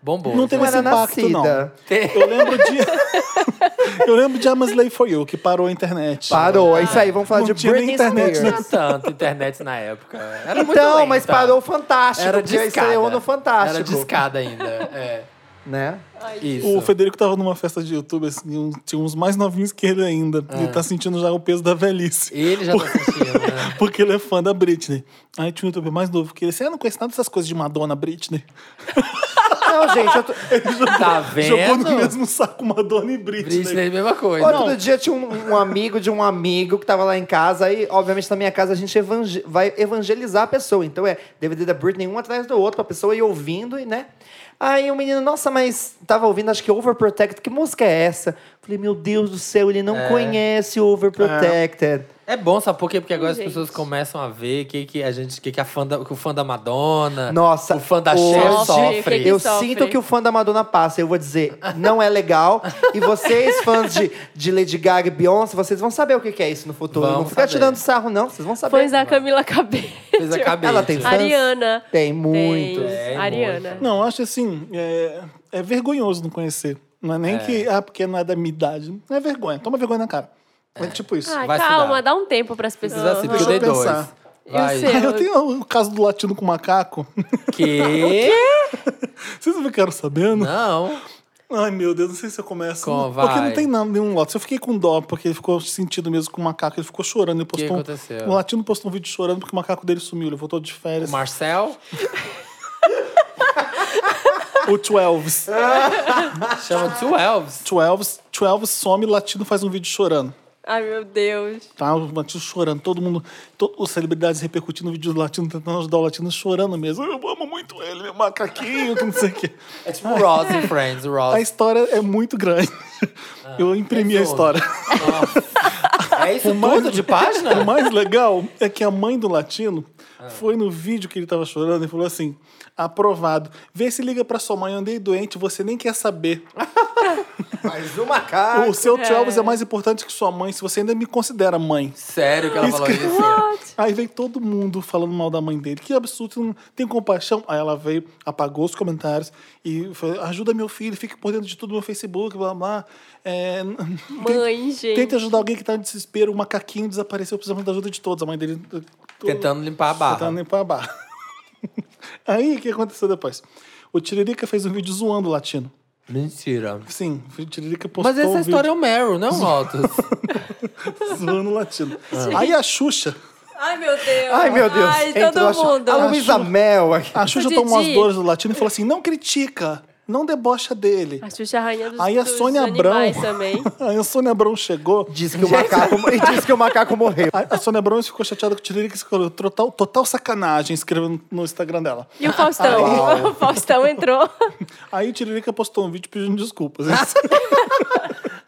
Bombou. né?
Não teve
Eu
esse
era
impacto, não.
nascida.
Eu lembro de. eu lembro de I'm a Slave for You, que parou a internet.
Parou,
Ah.
é isso aí, vamos falar
Não
de
tinha nem
Britney
internet,
Spears.
tinha
né?
tanto internet na época. Era muito
Então,
lenta.
mas parou o Fantástico.
Era
porque estreou
discada.
no Fantástico.
Era discada ainda. É.
Né?
Isso.
O Federico tava numa festa de YouTube, assim, um- tinha uns mais novinhos que ele ainda.
É.
Ele tá sentindo já o peso da velhice.
Ele já tá assistindo, né?
Porque ele é fã da Britney. Aí tinha um youtuber mais novo que ele assim, ah, não conhece nada dessas coisas de Madonna, Britney.
Não, gente, eu tô-
Tá
Jogou no
vendo?
mesmo né? saco Madonna e Britney.
Britney, a mesma coisa.
outro dia tinha um, um amigo de um amigo que tava lá em casa. E, obviamente, na minha casa a gente evangel- vai evangelizar a pessoa. Então é DVD da Britney, um atrás do outro, pra pessoa ir ouvindo, e né? Aí o menino, nossa, mas tava ouvindo, acho que Overprotected. Que música é essa? Falei, meu Deus do céu, ele não conhece Overprotected.
É bom, sabe por quê? Porque agora
Gente.
as pessoas começam a ver que que a gente, que que a fã da, que o fã da Madonna,
Nossa,
o fã da
hoje
Cher
Sofre,
sofre.
que
Eu
sofre.
sinto que o fã da Madonna passa. Eu vou dizer, não é legal. E vocês, fãs de, de Lady Gaga e Beyoncé, vocês vão saber o que que é isso no futuro.
Vamos
não fica
saber.
tirando sarro, não. Vocês vão saber.
Fãs da Camila Cabello.
Fez a cabeça.
Ela tem fãs?
é. Ariana.
Tem muitos.
É,
Ariana.
muito.
Não, eu acho assim, é, é vergonhoso não conhecer. Não é nem que, ah, porque não é da minha idade. É vergonha, toma vergonha na cara. É, tipo isso.
Ah,
Vai
calma,
estudar.
dá um tempo pras pessoas.
Precisa ser, porque eu
Deixa
dei
eu
dois.
pensar.
E o
Vai.
seu?
Eu tenho o caso do latino com macaco.
Que?
Vocês não ficaram sabendo?
Não.
Ai, meu Deus, não sei se eu começo.
Com-
Porque
vai.
não tem nada, nenhum lote. Eu fiquei com dó, porque ele ficou sentido mesmo com o macaco. Ele ficou chorando. Ele postou um-
aconteceu?
O latino postou um vídeo chorando porque o macaco dele sumiu. Ele voltou de férias.
O Marcel
O 12.
chama Twelves.
12, 12 some, latino faz um vídeo chorando.
Ai, meu Deus.
Tá, o Latino chorando, todo mundo, to- os celebridades repercutindo o vídeo do Latino, tentando ajudar o Latino, chorando mesmo. Eu amo muito ele, meu macaquinho, que não sei o quê.
É tipo Ross e Friends, o Ross.
A história é muito grande. Eu imprimi a
é
história.
É isso tudo de
O
página?
mais legal é que a mãe do Latino foi no vídeo que ele tava chorando e falou assim: aprovado. Vê se liga pra sua mãe, eu andei doente, você nem quer saber.
Mais uma cara.
o seu Travis é mais importante que sua mãe, se você ainda me considera mãe.
Sério que ela falou isso?
What?
Aí vem todo mundo falando mal da mãe dele. Que absurdo, você não tem compaixão. Aí ela veio, apagou os comentários e falou: ajuda meu filho, fique por dentro de tudo no meu Facebook, blá blá. É,
Mãe, gente.
tenta ajudar alguém que tá em desespero, o macaquinho desapareceu, precisamos da ajuda de todos. A mãe dele.
Tentando limpar a barra.
Tentando limpar a barra. Aí o que aconteceu depois? O Tiririca fez um vídeo zoando o latino.
Mentira.
Sim, o Tiririca postou
Mas essa
um
história é
vídeo
o Meryl, não o Lotus.
zoando o latino. Aí a Xuxa
Ai, meu Deus.
Ai, meu Deus.
Ai,
Gente, eu
todo
acho-
mundo.
A Luísa Mel aqui.
A Xuxa
O
tomou as
Didi.
dores do latino e falou assim: não critica, não debocha dele.
A Xuxa é a rainha dos,
Aí a
dos
Sônia Abrão.
animais também.
Aí a Sônia Abrão chegou.
Diz que o macaco, e diz que o macaco morreu.
A a Sônia Abrão ficou chateada com o Tiririca e escreveu total, total sacanagem, escrevendo no Instagram dela.
E o Faustão. o Faustão entrou.
Aí o Tiririca postou um vídeo pedindo desculpas.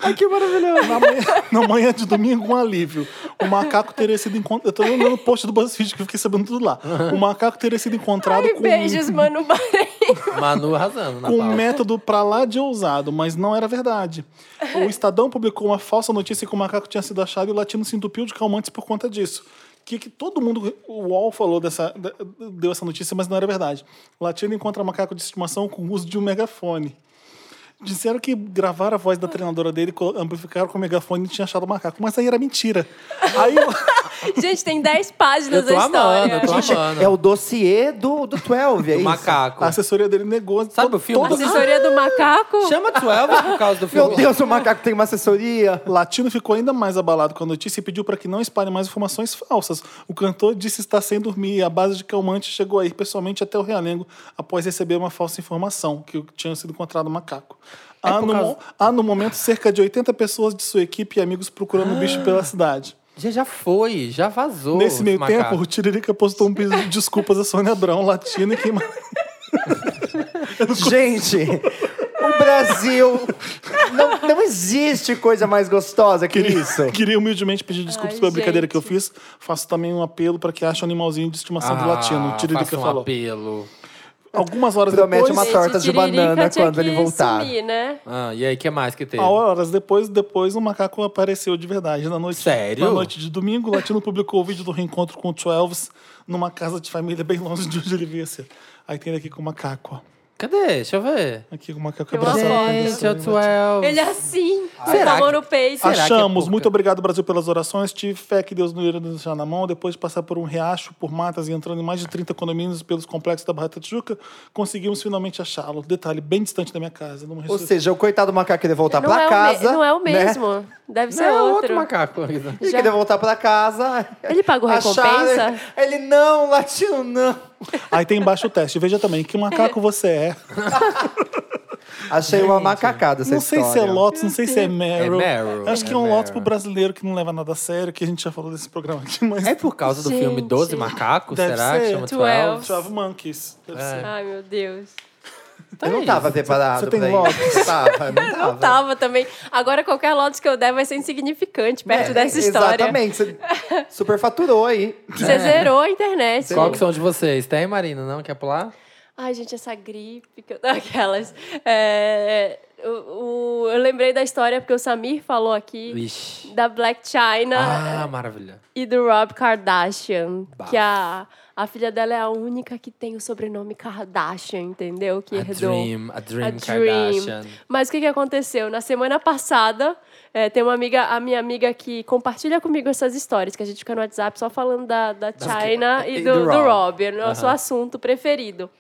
Ai, que maravilhoso.
Na manhã, na manhã de domingo, um alívio. O macaco teria sido encontrado. Eu tô lendo o post do BuzzFeed que eu fiquei sabendo tudo lá. O macaco teria sido encontrado
Ai,
com,
beijos, mano. Bahrein.
Manu arrasando na
com um
pauta.
método pra lá de ousado, mas não era verdade. O Estadão publicou uma falsa notícia que o macaco tinha sido achado e o latino se entupiu de calmantes por conta disso. Que, que todo mundo, o UOL falou dessa, da- deu essa notícia, mas não era verdade. O latino encontra macaco de estimação com o uso de um megafone. Disseram que gravaram a voz da treinadora dele, co- amplificaram com o megafone e tinha achado o macaco. Mas aí era mentira. Aí o-
Gente, tem 10
Eu
páginas
tô
da
amando,
história.
eu tô
Gente,
amando.
é o dossiê do, do 12, é
O
isso?
macaco.
a assessoria dele negou.
Sabe
to-
o filme?
todas as-
Assessoria do macaco.
Chama 12 por causa do filme.
Meu Deus, o macaco tem uma assessoria.
Latino ficou ainda mais abalado com a notícia e pediu para que não espalhe mais informações falsas. O cantor disse estar sem dormir e a base de calmante chegou a ir pessoalmente até o Realengo após receber uma falsa informação que tinha sido encontrado um macaco.
É
há, no, mo- há, no momento, cerca de 80 pessoas de sua equipe e amigos procurando o
Ah.
bicho pela cidade.
Já, já foi, já vazou.
Nesse meio
esse macaco.
tempo, o Tiririca postou um pedido de desculpas a Sônia Abrão, Latino e quem mais...
Gente, o Brasil... Não, não existe coisa mais gostosa que isso.
Queria humildemente pedir desculpas
Ai,
pela brincadeira que eu
gente.
fiz. Faço também um apelo para que ache um animalzinho de estimação do latino. O Tiririca
Ah, faça um
falou.
apelo.
Algumas horas
Promete
depois,
uma
Gente,
torta de
Tiririca
banana
tinha
quando
que
ele voltar.
Sumir, né?
Ah, e aí, o que mais que teve?
a horas depois, depois o macaco apareceu de verdade. Na noite,
Sério?
Na noite de domingo, o Latino publicou o vídeo do reencontro com o Twelves numa casa de família bem longe de onde ele via ser. Aí tem ele aqui com o macaco, ó.
Cadê? Deixa eu ver.
Aqui com o macaco
Eu amo.
abraçado. né?
Gente, é o 12.
Ele é assim, com
Será
a mão
que-
no peito.
Será que é
Achamos.
pouca?
Muito obrigado, Brasil, pelas orações. Tive fé que Deus não iria nos deixar na mão. Depois de passar por um riacho, por matas e entrando em mais de 30 condomínios pelos complexos da Barra da Tijuca, conseguimos finalmente achá-lo. Detalhe, bem distante da minha casa. Numa
Ou
ressurreição.
seja, o coitado do macaco queria voltar
não,
pra
é o
casa.
me- não é o
né?
mesmo. Deve ser
Não, é outro.
outro.
macaco.
Ele
Já-
queria voltar pra casa.
Ele pagou
Acharam-
recompensa?
Ele, não, latino, não.
Aí tem embaixo o teste. Veja também que macaco você é.
Achei uma macacada essa
não sei se
história.
é Lotus, não sei se é Meryl.
É Meryl.
Acho que é
É
um
Meryl.
Lotus pro brasileiro que não leva nada a sério, que a gente já falou desse programa aqui, mas.
É por causa do filme
Gente.
12 Macacos?
Deve
Será que
ser.
chama 12?
12.
12 Monkeys. Deve ser.
Ai, meu Deus.
Tá
eu não
aí.
tava preparado
você tem
pra isso.
Lotus?
Não tava, não tava.
Não tava também. Agora qualquer lotes que eu der vai ser insignificante
É,
perto dessa história.
É, Exatamente. Você superfaturou aí.
Você zerou a internet.
É. Qual que são de vocês? Tem, Marina? Não? Quer pular?
Ai, gente, essa gripe. que eu- Aquelas. É, o- o- eu lembrei da história porque o Samir falou aqui.
Ixi.
Da Black China
Ah, maravilha.
e do Rob Kardashian.
Bafo.
Que a, a filha dela é a única que tem o sobrenome Kardashian, entendeu? Que
A
herdou.
Dream, a Dream
A Dream.
Kardashian.
Mas o que, que aconteceu? Na semana passada, eh, tem uma amiga, a minha amiga que compartilha comigo essas histórias, que a gente fica no WhatsApp só falando da, da China e, do, do Rob, é o nosso
Aham.
assunto preferido.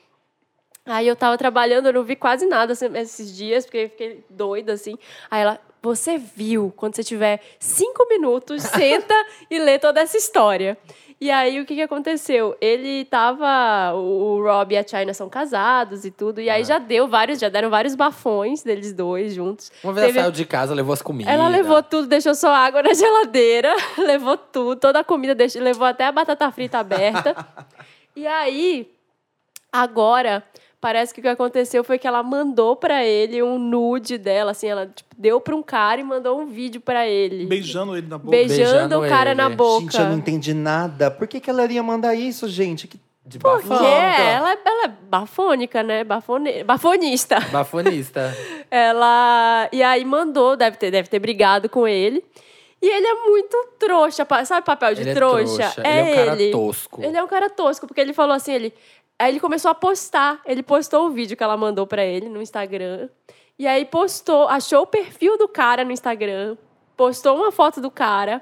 Aí eu tava trabalhando, eu não vi quase nada assim, esses dias, porque eu fiquei doida, assim. Aí ela, você viu, quando você tiver cinco minutos, senta e lê toda essa história. E aí, o que que aconteceu? Ele tava, o o Rob e a China são casados e tudo, e aí já deu vários, já deram vários bafões deles dois juntos.
Uma vez
Teve-
ela saiu de casa, levou as comidas.
ela levou tudo, deixou só água na geladeira, levou tudo, toda a comida, deixou, levou até a batata frita aberta. e aí, agora, parece que o que aconteceu foi que ela mandou pra ele um nude dela, assim, ela tipo, deu pra um cara e mandou um vídeo pra ele.
Beijando ele na boca.
Beijando,
Beijando
o cara na
ele.
boca.
Gente, eu não entendi nada. Por que, que ela iria mandar isso, gente? Que...
De
Porque
bafão.
ela, ela é bafônica, né? Bafone... Bafonista.
Bafonista.
Ela. E aí mandou, deve ter, deve ter brigado com ele. E ele é muito trouxa, pa- sabe papel de
Ele é
trouxa?
trouxa, ele é um cara tosco.
Ele é um cara tosco, porque ele falou assim, ele. Aí ele começou a postar. Ele postou o vídeo que ela mandou pra ele no Instagram. E aí postou, achou o perfil do cara no Instagram, postou uma foto do cara,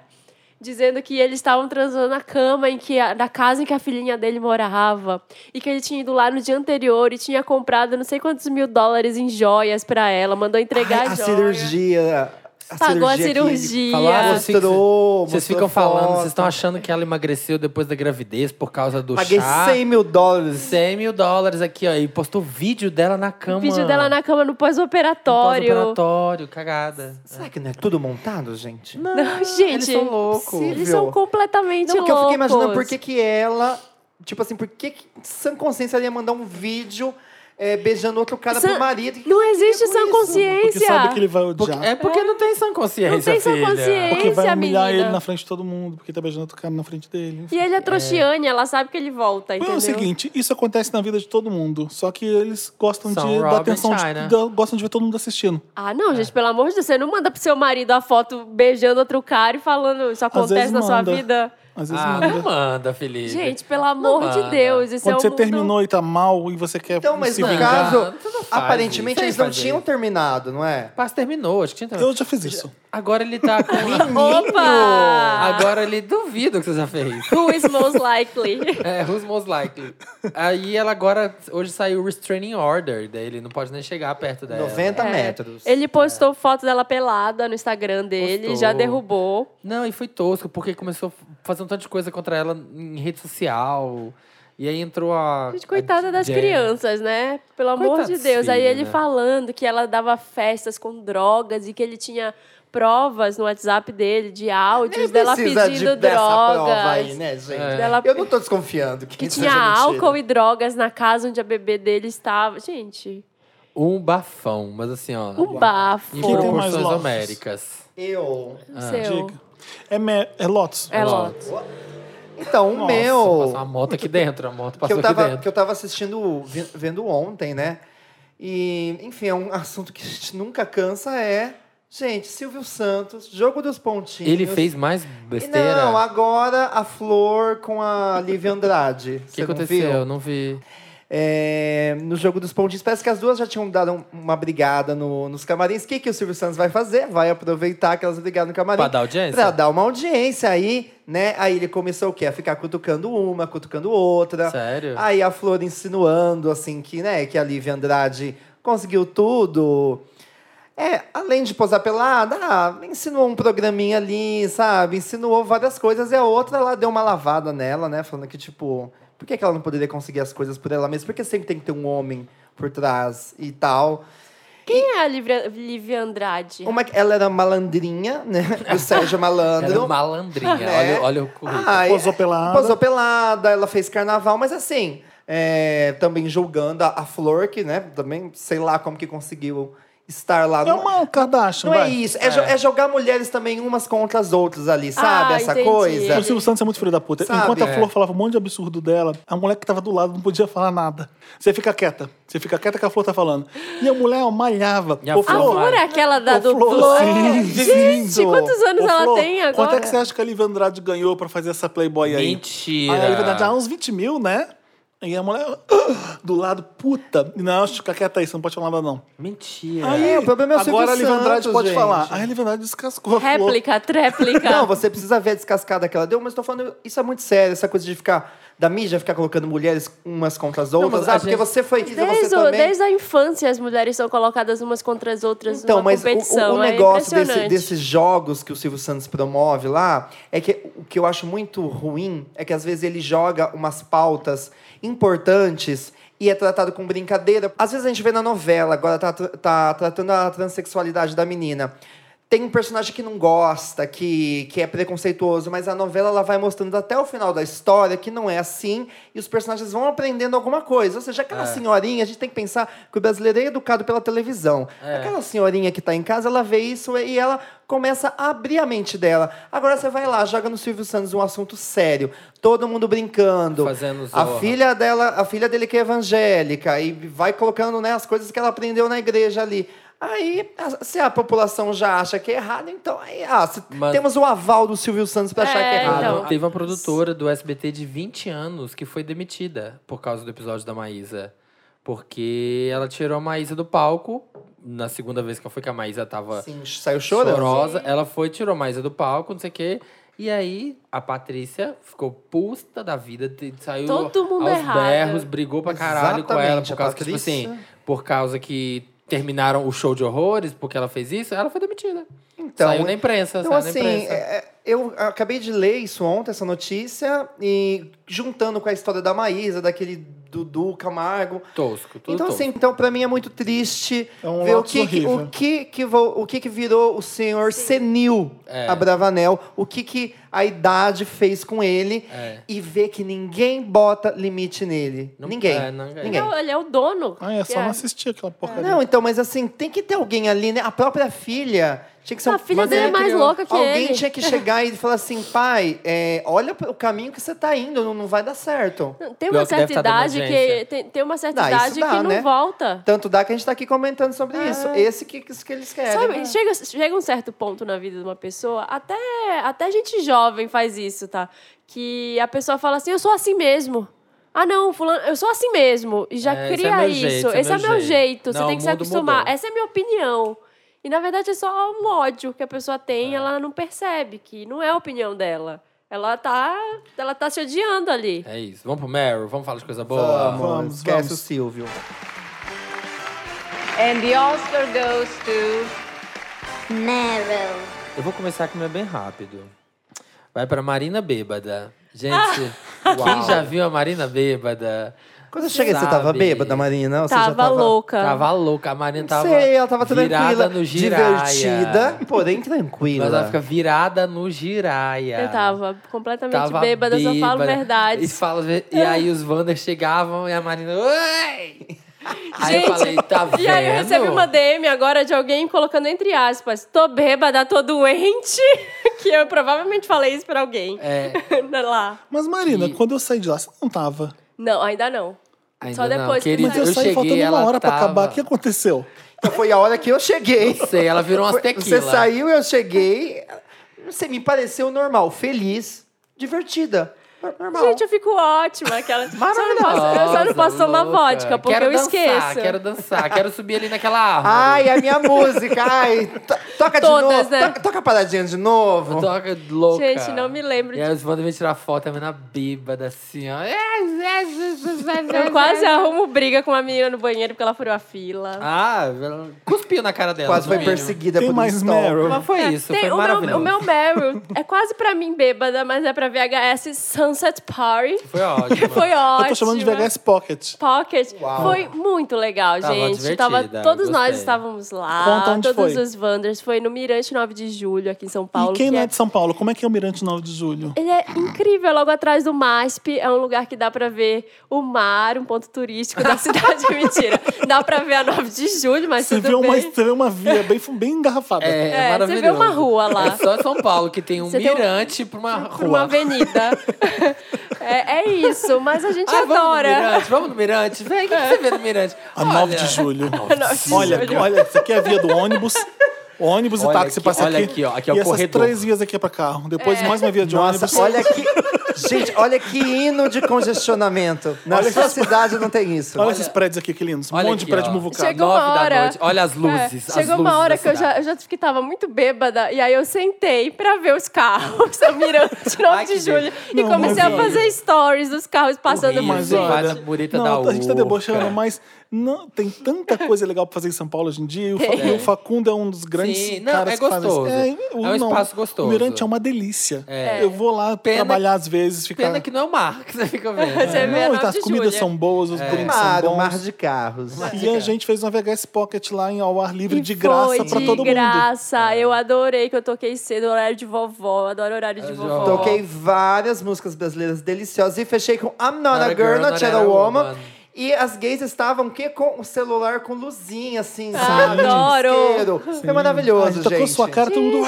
dizendo que eles estavam transando na cama em que a- na casa em que a filhinha dele morava. E que ele tinha ido lá no dia anterior e tinha comprado não sei quantos mil dólares em joias pra ela, mandou entregar
Ai, a
joias.
cirurgia.
Pagou a
Que
cirurgia.
falaram,
Vocês
é.
mostrou,
Vocês
mostrou
ficam falando,
foto.
vocês estão achando que ela emagreceu depois da gravidez por causa do
Paguei
chá.
100 mil dólares.
100 mil dólares aqui, ó. E postou vídeo dela na cama. Um
Vídeo dela na cama no pós-operatório.
Operatório, cagada.
Será que não é tudo montado, gente?
Não, gente.
Eles são loucos.
Sim.
Eles são
Horrível.
completamente
Não, porque eu
loucos.
fiquei imaginando por que que ela... Tipo assim, por que que sã consciência ela ia mandar um vídeo é, beijando outro cara
Sã-
pro marido?
Não existe
Que que é
sã
isso?
Porque
consciência.
sabe que ele vai
Porque-
odiar.
é porque não tem sã consciência,
Não tem sã
filha.
consciência.
Porque vai
Esse, a
humilhar
menina.
ele na frente de todo mundo, porque tá beijando outro cara na frente dele.
E ele é trouxiane, ela sabe que ele volta,
Mas
entendeu?
é o seguinte, isso acontece na vida de todo mundo. Só que eles gostam
São
de
Robin
da atenção, de-
China.
da- gostam de ver todo mundo assistindo.
Ah, não, gente, pelo amor de Deus, você não manda pro seu marido a foto beijando outro cara e falando isso acontece
vezes
na sua
manda.
vida.
Às vezes
Ah,
manda.
não manda, Felipe.
Gente, pelo amor
Não
de
manda.
Deus, isso é
Quando
um
você
mundo-
terminou e tá mal e você quer
Então, mas
se
no
vingar.
caso,
Você não faz
aparentemente
isso.
eles não
Você
tinham
faz isso.
terminado, não é?
O passe terminou, acho que tinha terminado.
Eu já fiz isso.
Agora ele tá com.
Opa!
Agora ele duvido que você já fez.
Who is most likely?
É, who's most likely? Aí ela agora, hoje saiu o restraining order daí ele não pode nem chegar perto dela.
90
É.
metros.
Ele postou foto dela pelada no Instagram dele,
Postou.
já derrubou.
Não, e foi tosco, porque começou a fazer um tanto de coisa contra ela em rede social. E aí entrou a.
Gente, coitada
a
das
Jen.
crianças, né? Pelo amor
Coitado
de
dos
Deus. Aí
filhos,
ele
né?
falando que ela dava festas com drogas e que ele tinha provas no WhatsApp dele de áudios dela pedindo
dessa
drogas.
prova aí, né, gente?
É.
Dela-
Eu não tô desconfiando que,
Que
isso
tinha
seja mentira.
álcool e drogas na casa onde a bebê dele estava. Gente,
Um bafão, mas assim, ó.
um bafo.
Em
Quem tem mais
proporções
lojas?
homéricas.
Eu.
Seu.
Diga. É, me- é Lotus.
É
Lotus.
Lotus.
Então, o
Nossa,
meu.
Passou uma moto aqui dentro, a moto
que
passou
eu tava,
aqui dentro.
que eu tava assistindo, vi- vendo ontem, né? E, enfim, é um assunto que a gente nunca cansa é, gente, Silvio Santos, jogo dos pontinhos.
Ele fez mais
E
besteira.
assim, não, agora a Flor com a Lívia Andrade.
O
Você
que
não
aconteceu?
viu?
Eu Não vi.
É, no jogo dos pontinhos. Parece que as duas já tinham dado um- uma brigada no- nos camarins. O que, que o Silvio Santos vai fazer? Vai aproveitar que elas brigaram no camarim.
Pra dar audiência?
Pra dar uma audiência aí, né? Aí ele começou o quê? A ficar cutucando uma, cutucando outra.
Sério?
Aí a Flor insinuando, assim, que, né, que a Lívia Andrade conseguiu tudo. É, além de posar pelada, ah, insinuou um programinha ali, sabe? Insinuou várias coisas. E a outra, ela deu uma lavada nela, né? Falando que, tipo, por que que ela não poderia conseguir as coisas por ela mesma? Porque sempre tem que ter um homem por trás e tal.
Quem é a Lívia, Lívia Andrade?
Uma, é ela era malandrinha, né? Do Sérgio Malandro.
Era malandrinha.
Né?
Olha, olha o currículo.
Ai,
Posou pelada.
Posou pelada, ela fez carnaval, mas assim, é, também julgando a, a Flor, que, né, também sei lá como que conseguiu estar lá.
É uma Kardashian,
não é
vai.
isso, é, jo-
É.
é jogar mulheres também umas contra as outras ali, sabe?
Ah,
Essa
entendi.
O
coisa.
Silvio Santos é muito filho da puta.
Sabe,
Enquanto a
é.
Flor falava um monte de absurdo dela, a mulher que tava do lado não podia falar nada. Você fica quieta. Você fica quieta que a Flor tá falando. E a mulher ó, malhava.
E a
Ô,
A
Flor,
Flor é aquela da
Ô, Flor,
dupla.
sim,
Gente,
lindo.
quantos anos
Ô,
ela
Flor,
tem agora?
Quanto é que você acha que a Lívia Andrade ganhou pra fazer essa Playboy aí?
Mentira.
Aí a Lívia Andrade, ah, uns 20 mil, né? E a mulher ah, do lado, puta. Não, fica quieta aí, você não pode falar nada não.
Mentira.
Aí,
o problema é o Silvio
agora a Lívia Andrade
Santos,
pode
gente.
falar. Aí a Lívia Andrade descascou a Flor.
Réplica, tréplica.
Não, você precisa ver a descascada que ela deu, mas tô falando, isso é muito sério, essa coisa de ficar, da mídia ficar colocando mulheres umas contra as outras,
mas a
ah, porque
gente-
você foi, você
Desde, o-
também...
desde a infância, as mulheres são colocadas umas contra as outras
Então,
numa
mas o-
competição.
o, o
É
negócio desse-
impressionante.
desses jogos que o Silvio Santos promove lá é que o que eu acho muito ruim é que às vezes ele joga umas pautas importantes e é tratado com brincadeira. Às vezes a gente vê na novela, agora tá, tra- tá tratando a transexualidade da menina. Tem um personagem que não gosta, que, que é preconceituoso, mas a novela ela vai mostrando até o final da história que não é assim, e os personagens vão aprendendo alguma coisa. Ou seja, aquela senhorinha, a gente tem que pensar que o brasileiro é educado pela televisão.
É.
Aquela aquela senhorinha que tá em casa, ela vê isso e ela começa a abrir a mente dela. Agora você vai lá, joga no Silvio Santos um assunto sério, todo mundo brincando.
Fazendo
a
zorra.
filha dela, a filha dele que é evangélica e vai colocando, né, as coisas que ela aprendeu na igreja ali. Aí, a- se a população já acha que é errado, então aí, ah, se-
Mas-
temos o aval do Silvio Santos pra achar que é
É,
errado.
Ah,
então.
não. Teve uma produtora do SBT de 20 anos que foi demitida por causa do episódio da Maísa. Porque ela tirou a Maísa do palco. Na segunda vez que ela foi que a Maísa tava
Sim, saiu chorando.
chorosa. Ela foi, tirou a Maísa do palco, não sei o quê. E aí, a Patrícia ficou pusta da vida, te- saiu
Todo mundo
aos
errado.
berros, brigou pra caralho com ela,
Exatamente,
por
a
causa que, tipo
Patrícia.
assim, por causa que terminaram o show de horrores porque ela fez isso, ela foi demitida.
Então,
saiu na imprensa,
Então,
saiu na
assim,
imprensa.
é, é, eu acabei de ler isso ontem, essa notícia, e juntando com a história da Maísa, daquele Dudu Camargo.
Tosco, tudo
Então,
tosco.
assim, então, pra mim é muito triste
É um
ver o
lapso
que, que-
horrível.
o, que, que vo- o que que virou o senhor senil
É.
Abravanel, o que, que a idade fez com ele,
É.
e ver que ninguém bota limite nele.
Não-
ninguém.
é, não- é.
ninguém.
Não, ele é o dono.
Ah, é só
Que
não assistir aquela porcaria.
Não, então, mas assim, tem que ter alguém ali, né? A própria filha. Tinha que ser
A
um-
filha
mas
dele é
ele
mais
criou-
louca que
Alguém
ele.
tinha que chegar e falar assim, pai, é, olha o caminho que você tá indo, não, não vai dar certo.
Não, Tem
Pior
uma
que deve tá
certa
dando
idade que.
audiência.
Tem, tem uma certa
Dá, isso
idade
dá,
que não
né?
volta.
Tanto dá que a gente tá aqui comentando sobre isso. Esse que, isso que eles
É,
querem.
É. Sabe, chega, chega um certo ponto na vida de uma pessoa, até, até gente jovem faz isso, tá? Que a pessoa fala assim, eu sou assim mesmo. Ah, não, fulano, eu sou assim mesmo. E já
É, esse é
cria
meu
isso.
jeito, esse é
esse é
meu
meu jeito,
jeito.
você
Não,
tem que se
o mundo
acostumar.
mudou.
Essa é a minha opinião. E na verdade é só um ódio que a pessoa
É.
tem, ela não percebe que não é a opinião dela. Ela tá, ela tá se odiando ali.
É isso. Vamos pro Meryl, vamos falar de coisa boa.
Vamos,
Vamos,
esquece
vamos.
o Silvio.
And the Oscar goes to
Meryl.
Eu vou começar com o meu bem rápido. Vai pra Marina Bêbada. Gente, quem já viu a Marina Bêbada?
Quando eu cheguei, você
sabe.
tava bêbada, Marina? Ou você já
Tava, louca.
Tava louca, a Marina
Não
tava.
sei, ela tava
virada
tranquila,
no giraia.
divertida, porém
Mas
tranquila.
ela fica virada no giraia.
Eu tava completamente
Tava
bêbada, só falo
bêbada.
verdade.
E, fala- e aí os Wander chegavam e a Marina. Oi! Aí eu
Gente,
falei, tá vendo?
E aí eu recebi uma DM agora de alguém colocando entre aspas, tô bêbada, tô doente, que eu provavelmente falei isso pra alguém.
É,
Lá.
Mas, Marina,
E-
quando eu saí de lá, você não tava.
Não, ainda não.
ainda
Só depois
não,
que
querida,
Mas eu, saí
cheguei,
faltando
ela
uma hora pra
tava-
acabar. O que aconteceu?
Então foi a hora que eu cheguei.
Não sei, ela virou umas
Foi-
tequilas.
Você saiu, eu cheguei. Você me pareceu normal, feliz, divertida. Normal.
Gente, eu fico ótima. Aquela... Só não posso,
Maravilhosa,
eu só não posso tomar
louca.
vodka, porque
quero
eu
dançar,
esqueço.
Quero dançar, quero subir ali naquela árvore.
Ai, a minha música. Ai, to- toca de
Todas,
novo.
né?
Toca, toca a paradinha de novo.
Toca louca.
Gente, não me lembro
E aí os Wander vêm tirar foto, a menina bêbada, assim, ó. É
Eu quase arrumo briga com uma menina no banheiro porque ela furou a fila.
Ah, ela cuspiu na cara dela.
Quase
no
foi
mínimo.
perseguida
Tem
por um
mais
stalker.
Meryl.
Mas foi isso,
É,
foi
Tem- o, meu,
maravilhoso.
o meu Meryl é quase pra mim bêbada, mas é pra VHS Sunset Party.
Foi ótimo.
Foi ótimo.
Eu tô chamando de VHS Pocket.
Pocket. Foi muito legal,
Tava
gente.
divertida,
Tava, todos nós
gostei.
estávamos lá.
Conta onde
todos
foi.
os Wanders. Foi no Mirante 9 de Julho, aqui em São Paulo.
e quem
que
não
é-
é de São Paulo, como é que é o Mirante 9 de Julho?
Ele é incrível, logo atrás do MASP. É um lugar que dá pra ver o mar, um ponto turístico da cidade. Mentira. Dá pra ver a 9 de Julho, mas
Você
tudo
vê, uma,
bem.
você vê uma via bem, bem engarrafada.
É,
É, você
maravilhoso.
vê uma rua lá.
É só São Paulo que tem um
Você tem um-
mirante pra uma rua.
Por uma avenida. é, é isso, mas a gente
Ah,
adora.
Vamos no mirante, vamos no mirante. Vem, o que você vê no mirante?
A 9 de julho.
de
olha,
julho.
olha, isso aqui é a via do ônibus. Ônibus
Olha
e táxi
aqui,
passa
olha
aqui.
aqui, ó, aqui é o
e essas
corredor.
três vias aqui é pra carro. Depois mais uma via de
Nossa,
ônibus.
olha que. Gente, olha que hino de congestionamento. Na
Olha
sua cidade não tem isso.
Olha, esses prédios aqui, que lindos. Um
Olha
monte de
aqui,
prédio
ó.
muvucado.
Chegou
nove
uma
da
hora.
noite. Olha as luzes,
É,
as
chegou
luzes
uma
da
hora que eu já,
cidade.
eu já que tava muito bêbada. E aí eu sentei pra ver os carros. Eu mirante 9
Ai, que
de julho. E
Não,
comecei a
mas olha.
fazer stories dos carros passando
Horrível.
Mas
por
é
Sim,
cima.
olha,
várias bonitas
não,
da
a gente tá
Urca.
debochando, mas não, tem tanta coisa legal pra fazer em São Paulo hoje em dia. E o, Fa- e o Facundo é um dos grandes
Sim, não,
caras
é
que fazem isso.
gostoso.
o-
É um
não,
espaço gostoso.
O Mirante é uma delícia.
É.
Eu vou lá
Pena-
trabalhar às vezes, ficar...
Pena que não é o mar que você é fica vendo.
Você vê a
não,
nove
as
de
comidas
julho.
são boas,
É.
os drinks
Mar,
são
um
bons.
mar de carros.
E a gente fez uma VHS Pocket lá em ao ar livre
E
um de graça
foi
pra
de
todo mundo.
graça. Eu adorei que eu toquei cedo, horário de vovó. Eu adoro horário de
Eu
vovó.
já-
Toquei várias músicas brasileiras deliciosas e fechei com I'm Not a Girl, Not Yet a
a
Woman.
Woman.
E as gays estavam o quê? com o celular com luzinha, assim, sabe?
adoro.
Isqueiro. Foi
Ah,
maravilhoso,
Tocou
gente.
sua cara, todo mundo...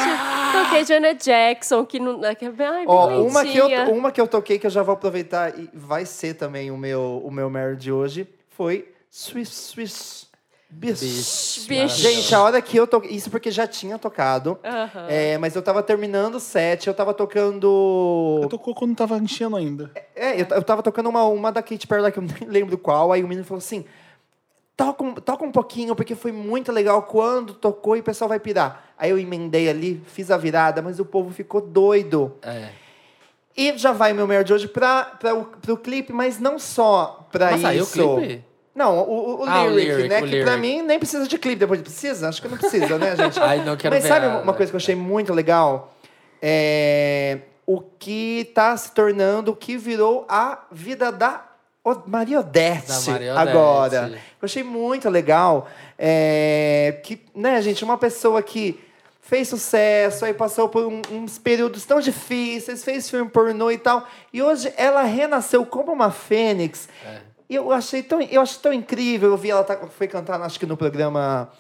Toquei Janet Jackson, que não. é Que, ai, bem
Ó, uma que, eu, um
lentinha.
uma que eu toquei que eu já vou aproveitar e vai ser também o meu, o meu Mary de hoje foi Swiss Swiss Bish.
Bish.
Bish.
Gente, a hora que eu toquei. Isso porque já tinha tocado.
Aham.
É, mas eu tava terminando o set, eu tava tocando.
"Ah, Tocou quando tava enchendo ainda.
É, eu, ta- eu tava tocando uma, uma da Katy Perry lá que eu nem lembro qual, aí o menino falou assim: toca um, toca um pouquinho, porque foi muito legal quando tocou e o pessoal vai pirar. Aí eu emendei ali, fiz a virada, mas o povo ficou doido.
É.
E já vai meu melhor de hoje pra, pra o, pro clipe, mas não só pra
Mas
isso.
saiu o clipe?
Não, o, o, o
Ah, o
lyric,
lyric,
né?
o
que
lyric.
pra mim nem precisa de clipe depois. Precisa? Acho que não precisa, né, gente?
Ai, não quero
Mas
ver
sabe
nada.
uma coisa que eu achei muito legal? É o que tá se tornando, o que virou a vida da O- Maria Odete,
Da Maria Odete.
agora. Eu achei muito legal é, que, né, gente, uma pessoa que fez sucesso, aí passou por um- uns períodos tão difíceis, fez filme pornô e tal, e hoje ela renasceu como uma fênix.
É.
E eu achei tão, eu acho tão incrível. Eu vi ela tá, foi cantar, acho que no programa.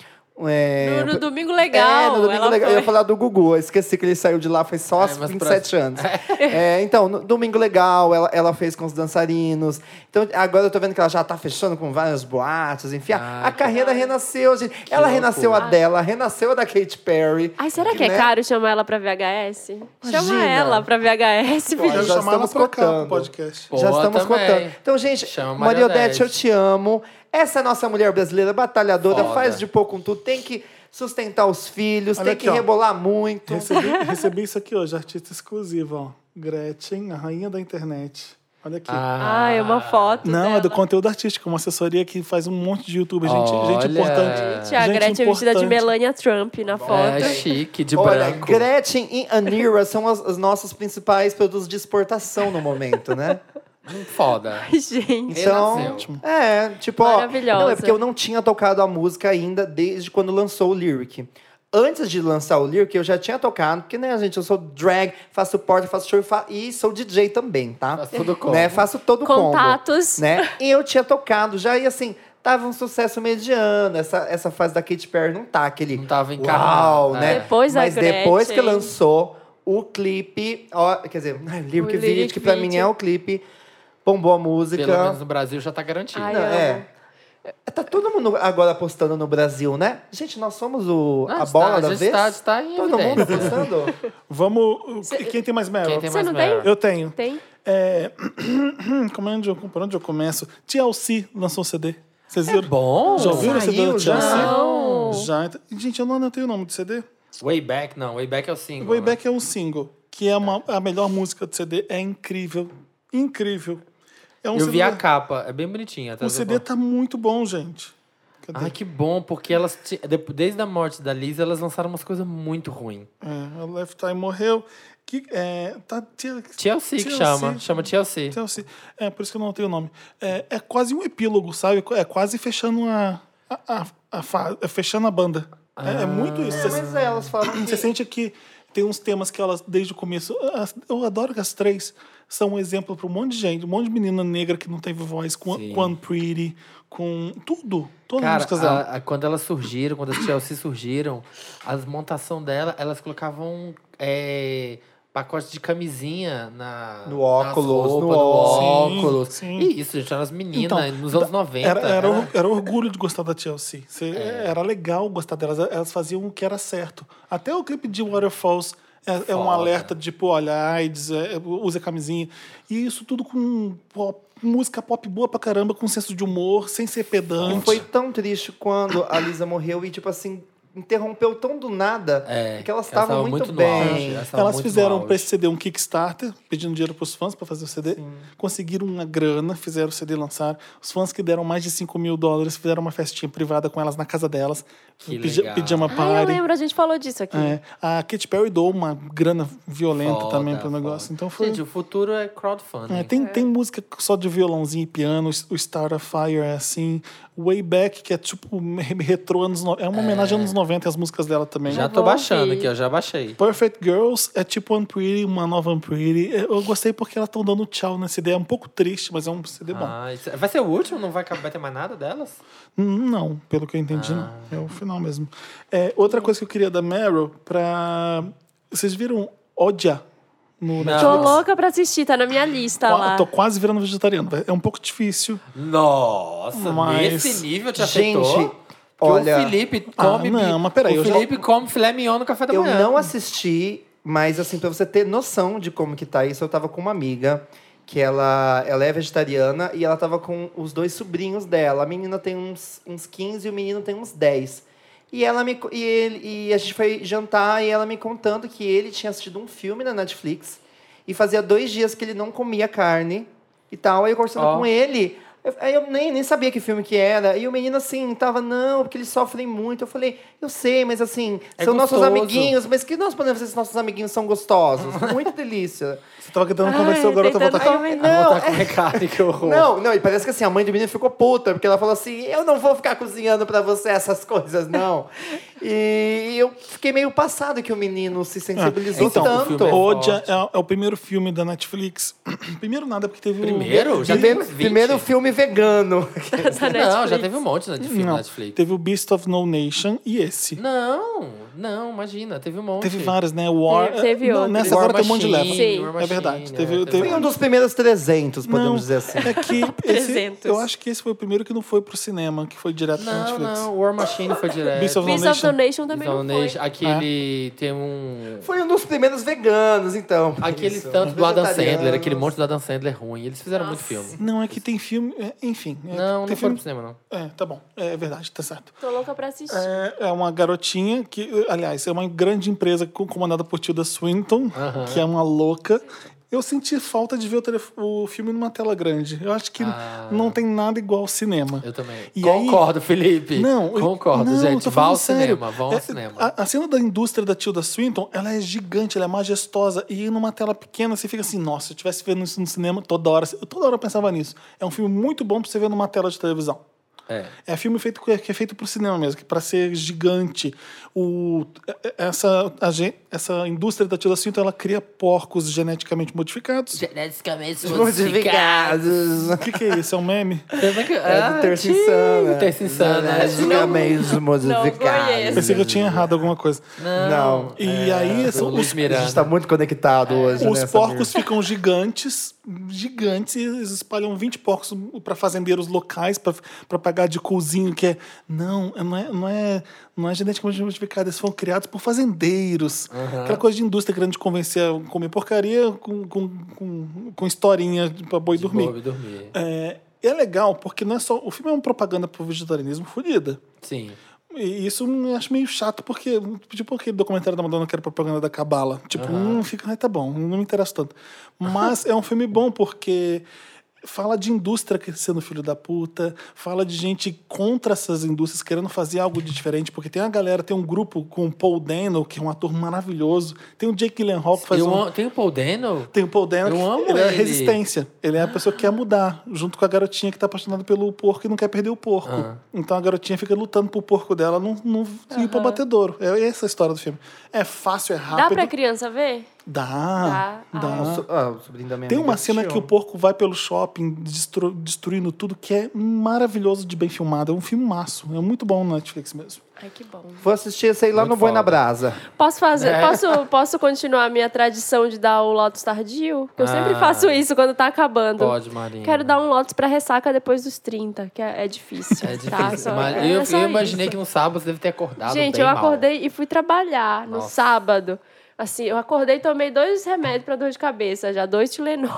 é,
No, no Domingo Legal.
é, no Domingo
ela
Legal.
foi.
Eu ia falar do Gugu, eu esqueci que ele saiu de lá, foi só
É,
aos
mas
27
próximo.
anos. É, então, no Domingo Legal, ela, ela fez com os dançarinos. Então, agora eu tô vendo que ela já tá fechando com várias boates, enfim. a-
Ah,
a
que-
carreira renasceu, gente. Ela
loucura.
renasceu a dela, renasceu a da Katy Perry.
Ai, será que é
né?
caro chamar ela pra VHS? Chama
Imagina.
ela pra VHS,
É,
Pode.
Quero
já
filho.
chamar ela
estamos
pra cá
cotando.
pro podcast.
Pô,
Já estamos
também.
contando. Então, gente,
Chama
Maria
Maria Odete.
Odete, eu te amo. Essa é a nossa mulher brasileira, batalhadora,
Foda.
faz de pouco com tudo, tem que sustentar os filhos,
Olha
tem
aqui,
que
ó.
rebolar muito.
Recebi, recebi isso aqui hoje, artista exclusivo, ó. Gretchen, a rainha da internet. Olha aqui.
Ah,
Ai, é uma foto.
Não,
dela.
é do conteúdo artístico, uma assessoria que faz um monte de youtuber, gente, gente
Olha.
importante.
Gente, a
É, gente
Gretchen vestida de
importante.
Melania Trump na foto.
É chique, de
Olha,
branco.
Gretchen e Anira são as, os nossos principais produtos de exportação no momento, né?
Hum, Foda.
Gente.
Então,
Renasceu.
é, tipo, ó,
Maravilhosa.
não, é porque eu não tinha tocado a música ainda desde quando lançou o lyric. Antes de lançar o lyric, eu já tinha tocado, porque, né, gente, eu sou drag, faço porta, faço show e fa- e sou DJ também, tá?
Faço todo o combo.
Né, faço todo o combo.
Contatos.
Né? E eu tinha tocado já, e assim, tava um sucesso mediano. Essa, essa fase da Katy Perry não tá aquele.
Não tava encarnado,
Uau,
né?
né?
Depois da
Mas depois que
Gretchen.
lançou o clipe, ó, quer dizer, o lyric
O
video,
lyric
que pra
video.
mim é o clipe, bombou a música.
Pelo menos no Brasil já tá garantido.
Ai,
Não,
eu
é. Tá todo mundo agora apostando no Brasil, né? Gente, nós somos o,
Ah,
a
está,
bola
a
da
gente
vez.
está- está em
todo mundo
evidência.
apostando?
Vamos. Quem tem mais Meryl?
Quem tem
Você
mais
não tem?
Meryl?
Eu tenho.
Tem?
É... Como é onde eu, por onde eu começo? TLC lançou um CD. Vocês
É
viram?
É Bom.
Já ouviram o CD
Saiu
do
já?
TLC?
Não.
Já. então- Gente, eu não anotei o nome do CD.
Way Back, não. Way Back é o single.
Way Back é um single, que é uma- a melhor música do CD. É incrível. Incrível. É um
Né? Eu
CD.
vi a capa. É bem bonitinha. Tá
O CD tá muito bom, gente. Cadê?
Ai, que bom, porque elas. ti- de- Desde a morte da Liz, elas lançaram umas coisas muito ruins.
É, a Left Eye morreu. Que, é, tá, TLC.
Chelsea que
TLC.
chama. Chama Chelsea.
TLC. É, por isso que eu não tenho o nome. É, é quase um epílogo, sabe? É quase fechando a, a, a, a fa- é fechando a banda. É- É,
Ah.
muito isso.
É,
Você-
mas elas falam
Você
que...
sente que tem uns temas que elas, desde o começo. as- Eu adoro que as três são um exemplo para um monte de gente, um monte de menina negra que não teve voz, com
Sim.
com One Pretty, com tudo. Todas as
Cara,
músicas
a-
dela.
a- quando elas surgiram, quando as Chelsea surgiram, as montação dela, elas colocavam é, pacote de camisinha na,
No
nas
óculos,
roupas,
no
no
óculos.
Sim,
óculos.
sim.
E isso, gente, eram as meninas
Então,
nos anos né? 90.
Era, era, or- era orgulho de gostar da Chelsea. Você-
É.
Era legal gostar delas. Elas faziam o que era certo. Até o clipe de Waterfalls é, é um
Foda.
alerta de, pô, olha, AIDS, é, é, usa camisinha. E isso tudo com pop- música pop boa pra caramba, com senso de humor, sem ser
E
pedante.
foi tão triste quando a Lisa morreu e, tipo assim, interrompeu tão do nada
É,
que
elas
elas estavam
tavam
muito,
muito no auge,
bem.
elas tavam
Elas
muito no
fizeram
auge.
pra esse CD um Kickstarter, pedindo dinheiro pros fãs pra fazer o CD. Conseguiram uma grana, fizeram o CD lançar. Os fãs que deram mais de 5 mil dólares fizeram uma festinha privada com elas na casa delas.
Que
Pija-
legal.
Pijama party.
Ai, eu lembro, a gente falou disso aqui.
É, a Katy Perry deu uma grana violenta
Foda,
também pro negócio.
foda.
Então foi.
Gente, o futuro é crowdfunding.
É, tem, tem música só de violãozinho e piano, o Start a Fire é assim, Way Back, que é tipo me- retrô anos no- É uma homenagem aos anos 90 e as músicas dela também.
Já
Eu
tô
vou
baixando
ouvir.
aqui, ó, já baixei.
Perfect Girls é tipo Unpretty, uma nova Unpretty. Eu eu gostei porque elas estão dando tchau nesse CD. É um pouco triste, mas é um CD bom.
Ah, isso- vai ser o último? Não vai, acabar- vai ter mais nada delas?
Hum, Não, pelo que eu entendi,
Ah.
não. É o final mesmo. É, outra coisa que eu queria da Meryl pra. Vocês viram Odia no
Não.
Tô
Alex.
louca pra assistir, tá na minha lista
Qua-
lá.
Tô quase virando vegetariano. vai- É um pouco difícil.
Nossa,
Mas-
nesse nível te
Gente,
afetou? Porque
olha-
o Felipe
Ah,
come...
não, mas peraí,
O
eu já-
Felipe come filé mignon no café da
Eu
manhã.
não assisti, mas assim, pra você ter noção de como que tá isso, eu tava com uma amiga que ela, ela é vegetariana e ela tava com os dois sobrinhos dela. A menina tem uns, uns 15 e o menino tem uns 10. E ela me co- e, ele, e a gente foi jantar e ela me contando que ele tinha assistido um filme na Netflix e fazia dois dias que ele não comia carne e tal. Aí eu conversando
Ó.
com ele, Eu- Aí eu nem, nem sabia que filme que era. E o menino, assim, tava, não, porque eles sofrem muito. Eu falei, eu sei, mas assim,
É
são nossos
gostoso.
amiguinhos. Mas que nós podemos dizer se nossos amiguinhos são gostosos? Muito delícia.
Você tava tentando
Ai,
convencer o garoto a
tentando
voltar
Aí eu
com...
falei,
Ela
não, é
tá com recado que horror.
Não, não, e parece que assim, a mãe do menino ficou puta, porque ela falou assim: eu não vou ficar cozinhando pra você essas coisas, não. e eu fiquei meio passado que o menino se sensibilizou
Então,
tanto.
o filme
O
forte.
Dia é, é o primeiro filme da Netflix. primeiro nada, porque teve
é
Primeiro?
o...
Já
primeiro,
tem uns 20.
primeiro filme vegano.
Não, já teve um monte né, de filme na
Não,
Netflix.
teve o Beast of No Nation e esse.
Não, não, imagina, teve um monte.
Teve vários, né? War...
Teve- teve
não,
outro.
nessa
War
agora tem um monte de leva.
Machine,
Sim.
War
É verdade,
Machine,
teve-
é,
teve-
Foi um dos primeiros 300, podemos
Não,
dizer assim.
É que esse,
300.
eu acho que esse foi o primeiro que não foi pro cinema, que foi direto pra
Não,
Netflix.
não, War Machine foi direto.
Beast of É.
Beast of the Nation também não foi.
Nation, Aquele tem um...
Foi um dos primeiros veganos, então.
Aquele
Isso.
tanto do Adam Sandler,
Vegetarianos.
aquele monte do Adam Sandler ruim. Eles fizeram muito filme.
Não, é que tem filme. é, Enfim. é,
Não,
tem
não foram
filme.
pro cinema, não.
É, tá bom. É verdade, tá certo.
Tô louca pra assistir.
É, é uma garotinha que, aliás, é uma grande empresa com- comandada por Tilda Swinton, que é uma louca. Eu senti falta de ver o, telef- o filme numa tela grande. Eu acho que
Ah.
não tem nada igual ao cinema.
Eu também.
E aí-
Concordo, Felipe.
Não, eu-
Concordo,
não,
gente.
tô
Vá ao
falando sério.
cinema, vá ao
É,
cinema.
A, a cena da indústria da Tilda Swinton, ela é gigante, ela é majestosa. E numa tela pequena, você fica assim, nossa, se eu estivesse vendo isso no cinema toda hora. Eu toda hora eu pensava nisso. É um filme muito bom pra você ver numa tela de televisão.
É.
É filme feito que é- que é feito pro cinema mesmo, que para ser gigante. O, é- é- essa, a gen- essa indústria da Tilda Swinton, ela cria porcos geneticamente modificados.
Geneticamente
Modificados.
O que, que é isso? É um meme?
É do Terça Insana. é
Terça Insana.
Geneticamente
conheço.
modificados.
Pensei que eu tinha errado alguma coisa.
Não.
E aí,
do
são
Luiz
os,
A
Miranda.
gente tá muito conectado hoje. né,
Os
nessa
porcos ficam gigantes, gigantes, e eles espalham 20 porcos para fazendeiros locais, para pagar de cozinho, que é. Não, não é, não é, não é geneticamente modificado, eles foram criados por fazendeiros. Aquela coisa de indústria querendo te convencer a comer porcaria com, com, com, com historinha para boi dormir.
Bob dormir.
É, e é legal, porque não é só. O filme é uma propaganda pro vegetarianismo fodida.
Sim.
E isso eu acho meio chato, porque, tipo, aquele documentário da Madonna que era propaganda da Cabala. Tipo, hum, fica, ah, tá bom, não me interessa tanto. Mas é um filme bom, porque fala de indústria crescendo filho da puta, fala de gente contra essas indústrias querendo fazer algo de diferente, porque tem a galera, tem um grupo com o Paul Dano, que é um ator maravilhoso, tem o Jake Gyllenhaal que faz
Eu
um...
amo- Tem o Paul Dano?
Tem o Paul Dano,
Eu
que
amo
ele, é
ele.
resistência. Ele é a pessoa que quer mudar, junto com a garotinha que tá apaixonada pelo porco e não quer perder o porco.
Ah.
Então a garotinha fica lutando pro porco dela não, não ir pro batedouro. É essa a história do filme. É fácil, é
Dá
rápido.
pra criança ver?
Dá.
Dá.
dá.
Ah, o so- ah, o sobrinho da minha
Tem
amiga
uma cena que
assistiu.
o porco vai pelo shopping destru- destruindo tudo, que é maravilhoso de bem filmado. É um filme maço. É muito bom no Netflix mesmo.
Ai, que bom.
Vou assistir esse aí lá
Muito
no Boi na
foda.
Brasa.
Posso fazer?
É.
Posso, posso continuar a minha tradição de dar o Lotus tardio? Eu sempre
Ah.
faço isso quando tá acabando.
Pode, Marina.
Quero dar um Lotus pra ressaca depois dos 30, que é, é difícil.
É difícil.
tá? Só-
mas
é-
eu,
é só
eu imaginei
isso.
que no sábado você deve ter acordado
Gente,
bem
eu
mal.
acordei e fui trabalhar no
Nossa.
sábado. Assim, eu acordei e tomei dois remédios pra dor de cabeça, já dois Tilenol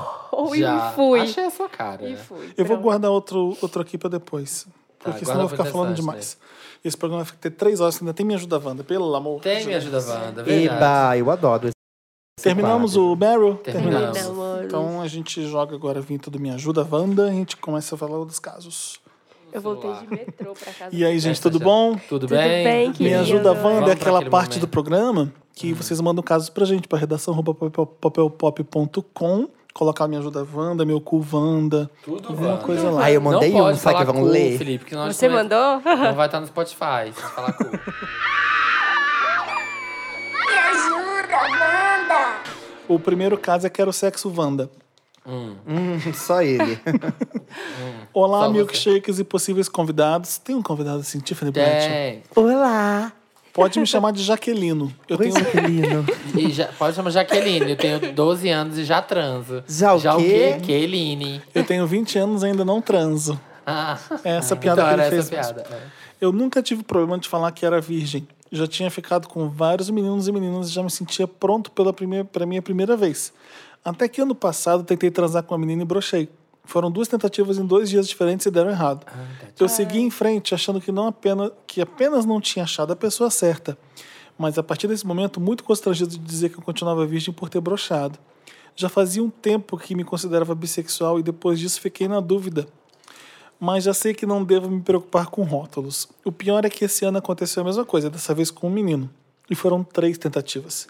Já.
e um fui.
Achei a sua cara.
E
né?
fui.
Eu vou
Pronto.
guardar outro, outro aqui pra depois. Porque
Tá, guarda né?
senão eu vou
pro
ficar falando
interessante,
demais. Esse programa vai ter três horas, ainda tem Me Ajuda Wanda, pelo amor de
Tem me
Deus.
ajuda,
É
Wanda. Verdade.
Eba, eu adoro esse.
Terminamos o Meryl?
Terminamos.
Terminamos.
Então a gente joga agora a vinheta do Me Ajuda Wanda, a gente começa a falar dos casos.
Eu voltei de metrô pra casa.
E aí, gente,
Essa
tudo
já.
bom?
Tudo
Tudo
bem?
bem,
Me
Querido.
Ajuda Wanda
Vamos
é
pra
aquela
aquele
parte do
momento. Uhum.
programa que vocês mandam casos pra gente, pra redação arroba papel- papelpop.com, colocar Me Ajuda Wanda, meu cu Wanda,
Tudo
alguma
Wanda.
coisa lá.
Aí eu mandei
não
um,
é
pode
sabe
falar
que vão
cu,
ler?
Felipe, que nós
Você
também-
mandou?
Não vai estar no Spotify, se você falar cu.
Me ajuda, Wanda!
O primeiro caso é Quero Sexo Wanda.
Hum, só ele.
Olá,
Só você.
milkshakes e possíveis convidados. Tem um convidado assim, Tiffany Blanchett.
Tem.
Olá.
Pode me chamar de Jaquelino. Eu tenho
Querido.
E já- pode chamar Jaqueline, eu tenho 12 anos e já transo.
Já o quê?
Jaqueline.
Eu tenho 20 anos e ainda não transo.
Ah,
Essa piada
então
que ele
era
fez.
essa piada. é.
Eu nunca tive problema de falar que era virgem. Já tinha ficado com vários meninos e meninas e já me sentia pronto pela primeira, pra minha primeira vez. Até que ano passado tentei transar com uma menina e brochei. Foram duas tentativas em dois dias diferentes e deram errado.
Ah,
eu segui em frente achando que não apenas que apenas não tinha achado a pessoa certa, mas a partir desse momento muito constrangido de dizer que eu continuava virgem por ter brochado. Já fazia um tempo que me considerava bissexual e depois disso fiquei na dúvida. mas já sei que não devo me preocupar com rótulos. O pior é que esse ano aconteceu a mesma coisa, dessa vez com um menino. E foram três tentativas.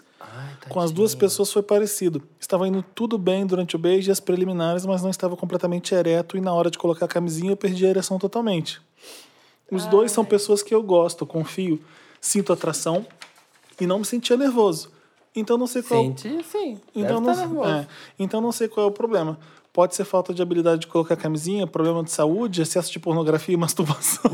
com as duas pessoas foi parecido. Estava indo tudo bem durante o beijo e as preliminares, mas não estava completamente ereto e na hora de colocar a camisinha eu perdi a ereção totalmente. Os dois são pessoas que eu gosto, confio, sinto atração e não me sentia nervoso. Então não sei qual
Sente, sim.
então
Deve
não,
tá nervoso.
é. então não sei qual é o problema. Pode ser falta de habilidade de colocar camisinha, problema de saúde, excesso de pornografia e masturbação.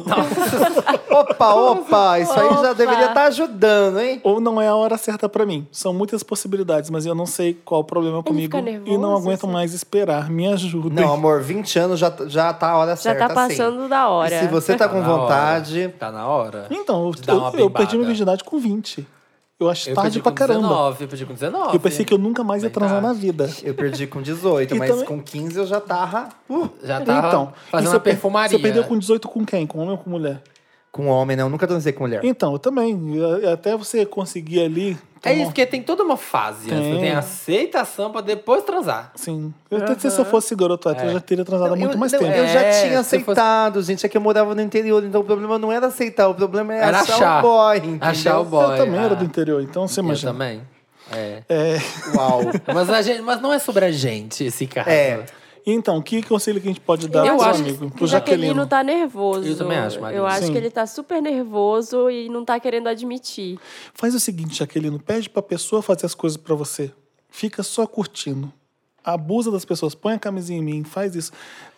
Opa, opa, isso aí já
Opa.
deveria estar ajudando, hein?
Ou não é a hora certa pra mim. São muitas possibilidades, mas eu não sei qual o problema comigo
fica nervoso,
e não aguento
assim?
mais esperar. Me ajudem.
Não, amor, 20 anos já, já tá a hora
Já
certa.
tá
sim.
passando da hora.
E se você tá com
na hora.
vontade.
É.
Tá na hora.
Então, eu,
De dar uma
eu- eu perdi
bimbada.
minha virgindade com 20. Eu acho
Eu
tarde
pedi
pra
com
caramba.
19, eu pedi com 19.
Eu pensei que eu nunca mais ia
Bem
transar
tarde.
na vida.
Eu perdi com 18,
E
mas
também-
com 15 eu já tava uh,
Já tava
então, e
tá fazendo
você
uma
per-
perfumaria.
Você perdeu com 18 com quem? Com homem ou com mulher?
com homem, né? Eu nunca transei com mulher.
Então, eu também. E a- Até você conseguir ali.
É
tomar- um
isso, porque tem toda uma fase. né? Você
Tem.
tem aceitação pra depois transar.
Sim. Eu até se eu fosse garoto hétero, eu já teria transado há muito mais
não,
tempo.
eu já
É,
tinha
se fosse-
aceitado, gente. É que eu morava no interior, então o problema não era aceitar, o problema era,
Era
achar,
achar.
o boy. entendeu?
Achar o boy.
Eu também era
ah,
do interior, então você imagina.
Eu também. É.
Uau.
Mas, a gente, mas não é sobre a gente esse caso.
É.
Então, que conselho que a gente pode dar
Eu
pro
acho
Tá, amigo?
que
Pro
o Jaquelino
Jaqueline.
tá nervoso.
Eu também acho, Marina.
Eu acho
Sim.
que ele tá super nervoso e não tá querendo admitir.
Faz o seguinte, Jaqueline, pede pra pessoa fazer as coisas pra você. Fica só curtindo. Abusa das pessoas, põe a camisinha em mim, faz isso.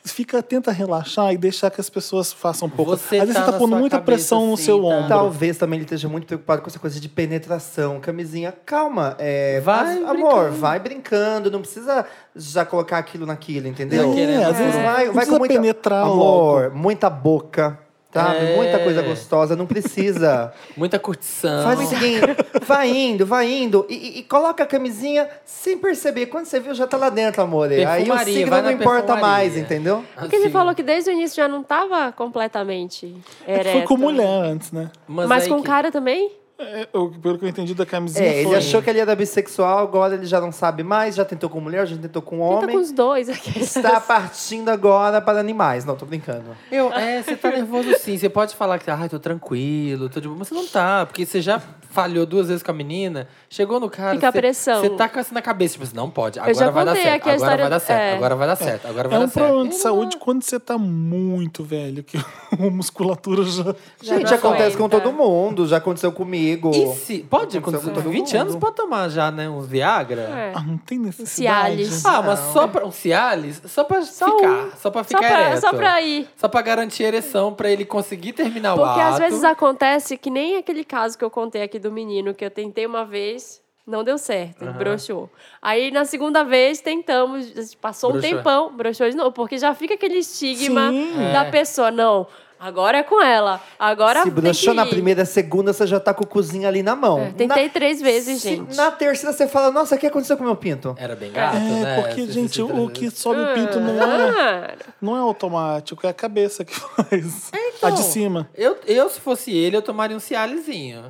Fica, tenta relaxar e deixar que as pessoas façam um pouco.
Você
Às vezes
tá
você tá
na
pondo
sua
muita
cabeça,
pressão no
assim,
seu
tá?
ombro.
Talvez também ele esteja muito preocupado com essa coisa de penetração. Camisinha, calma. É,
Vai
faz- amor, vai brincando. Não precisa já colocar aquilo naquilo, entendeu?
Não querendo,
às vezes
Vai,
é.
vai
não
com
precisa
muita...
penetrar
Amor, muita boca, tá?
É.
Muita coisa gostosa. Não precisa.
Muita curtição. Assim.
Faz o
é
seguinte, vai indo, vai indo. E, e- e coloca a camisinha sem perceber. Quando você viu, já tá lá dentro, amor. Aí o
Perfumaria,
signo
vai na
não importa
perfumaria.
mais, entendeu?
Porque
Assim.
ele falou que desde o início já não tava completamente
É que
ereto.
foi com mulher antes, né?
Mas,
aí
com
que-
cara também?
É, eu- pelo que eu entendi da camisinha
É, ele
foi.
achou que ele era bissexual, agora ele já não sabe mais. Já tentou com mulher, já tentou com
Tenta
homem.
tá com os dois. aqueles.
Está partindo agora para animais. Não, tô brincando.
Eu, é, você tá nervoso sim. Você pode falar que, ai, tô tranquilo, tô de boa. Mas você não tá, porque você já falhou duas vezes com a menina, chegou no cara.
Fica a
você-
pressão.
Você tá com isso na cabeça, tipo assim, não pode. Agora
já
vai dar
contei
certo.
aqui a
agora
história-
vai dar certo.
é.
Agora vai dar certo. Agora vai
É
dar
um
certo.
problema de saúde quando você tá muito velho, que a musculatura já.
Já tá
Gente,
não
acontece com
aguenta.
todo mundo. Já aconteceu comigo.
E se. Pode
Aconteceu
acontecer.
com todo
20 anos pode tomar já, né? Um Viagra.
É.
Ah, não tem necessidade.
Cialis.
Ah, mas só pra. Um Cialis? Só pra
Só
ficar.
um.
Só pra
Só
ficar
pra,
ereto.
só pra ir.
Só pra garantir a ereção, pra ele conseguir terminar o ato.
Porque às vezes acontece que nem aquele caso que eu contei aqui do menino, que eu tentei uma vez, não deu certo, ele broxou. Aí na segunda vez tentamos, passou
Broxou.
um tempão, broxou de novo, porque já fica aquele estigma
Sim.
da
É.
pessoa, não, agora é com ela, agora
Se
tem
broxou
que
na
ir.
primeira, segunda, você já tá com o cozinho ali na mão.
É, tentei
Na-
três vezes,
Se
gente.
Na terceira você fala, nossa, o que aconteceu com o meu pinto?
Era bem gato,
É,
né?
porque,
Se-
gente,
se-
o que sobe o pinto não é,
Ah, É, então.
não é automático, é a cabeça que faz. a de cima.
Eu, eu, se fosse ele, eu tomaria um Cializinho.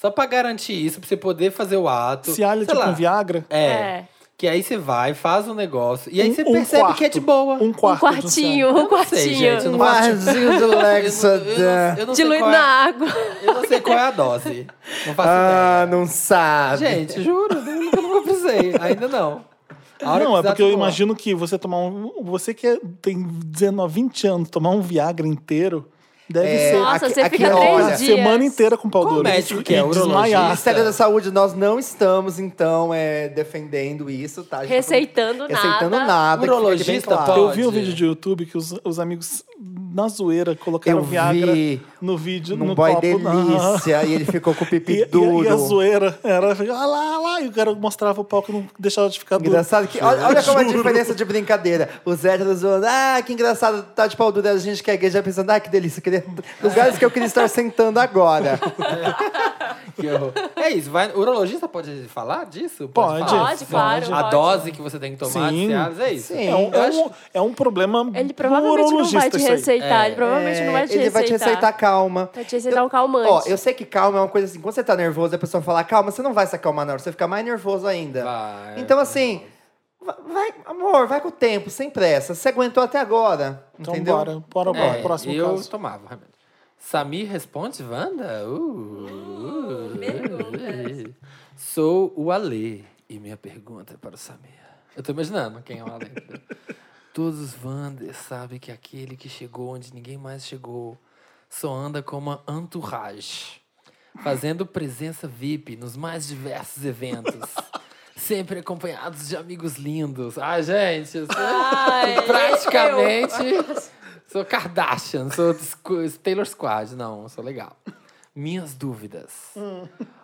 Só pra garantir isso, pra você poder fazer o ato.
Cialis
Sei
tipo
lá.
um Viagra.
É.
É.
Que aí você vai, faz o negócio. E aí
Um-
você
um
percebe
quarto.
que é de boa.
Um
um
quarto. de um
quartinho, um
não sei,
quartinho.
gente, eu não-
Um arzinho de
Eu não
Lexodan.
sei
Diluído
qual
na
é,
água.
eu não sei qual é a dose. Não faço
Ah, não sabe.
ideia. Gente, juro, eu nunca, nunca precisei. Ainda não. A hora que
Não, é
precisar,
porque
tô
eu
bom.
imagino que você tomar um. Você que é- tem 19, 20 anos, tomar um Viagra inteiro deve
É,
ser.
Nossa,
aqui-
você
aqui
fica
é
Olha,
três
hora.
dias.
semana inteira com pau
Qual
duro.
médico que é?
E
O
desmaiar.
Ministério da Saúde, nós não estamos, então, é, defendendo isso, tá? A gente tá
Receitando
falando- Receitando
nada.
nada. que fique bem
Urologista
claro.
pode.
Eu vi um vídeo de YouTube que os, os amigos na zoeira colocaram
Eu
Viagra
vi.
no vídeo.
Num
no
boy
copo. Aham.
delícia. E ele ficou com o
E,
pipi
e-
duro.
e a zoeira era, olha lá, olha lá, e o cara mostrava o pau que não deixava de ficar duro.
Engraçado que. Olha, olha como é a
Juro.
diferença de brincadeira. Os héteros zoando. Ah, que engraçado, tá de pau dura. A gente que é gay já pensando, ah, que delícia. eu Queria... Lugares que eu queria estar sentando agora.
Que horror. É isso, vai. O urologista pode falar disso?
Pode,
falar?
Pode, claro,
A
pode.
dose que você tem que tomar de
Sim.
Cialis, é isso?
Sim.
É um,
Eu
é,
acho-
um, é um problema
Ele provavelmente não vai
urologista
te
isso aí.
receitar. Ele provavelmente não vai te
É, Ele vai te receitar calma.
Vai te receitar um calmante.
Ó, eu sei que calma é uma coisa assim, quando você
É,
tá nervoso, a pessoa fala, calma, você não vai se acalmar na hora, você fica mais nervoso ainda.
Vai,
então, assim, Va- Vai, amor, vai com o tempo, sem pressa. Você aguentou até agora,
Então
entendeu?
bora, bora, bora.
É,
próximo
eu
caso.
tomava o remédio. Samir responde, Wanda? Uh,
perguntas.
Sou o Ale. E minha pergunta é para o Samir. Eu tô imaginando quem é o Ale. Todos os Wanders sabem que aquele que chegou onde ninguém mais chegou só anda com uma entourage, fazendo presença VIP nos mais diversos eventos. Sempre acompanhados de amigos lindos. Ah, gente, eu sou
Ai,
praticamente Sou Kardashian, sou Squ- Taylor Squad. Não, sou legal. Minhas dúvidas.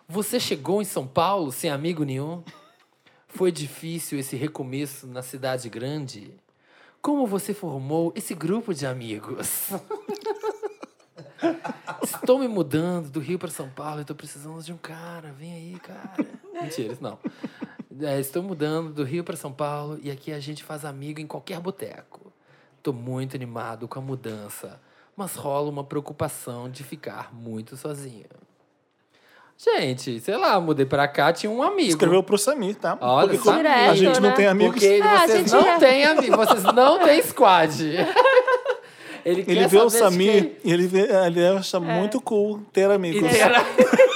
Você chegou em São Paulo sem amigo nenhum? Foi difícil esse recomeço na cidade grande? Como você formou esse grupo de amigos? Estou me mudando do Rio para São Paulo e tô precisando de um cara. Vem aí, cara. Mentira, isso não. É, estou mudando do Rio para São Paulo e aqui a gente faz amigo em qualquer boteco. Tô muito animado com a mudança, mas rola uma preocupação de ficar muito sozinho. Gente, sei lá, mudei pra cá, tinha um amigo.
Escreveu pro Samir, tá?
Olha,
Porque como
Direto,
a gente não
né?
tem amigos.
Porque
Ah, a
vocês
gente
não
é.
têm amigo, vocês não têm squad. Ele,
Ele
quer
vê o
saber de quem-
Samir e ele, vê- ele
É.
acha muito cool ter amigos.
E terá-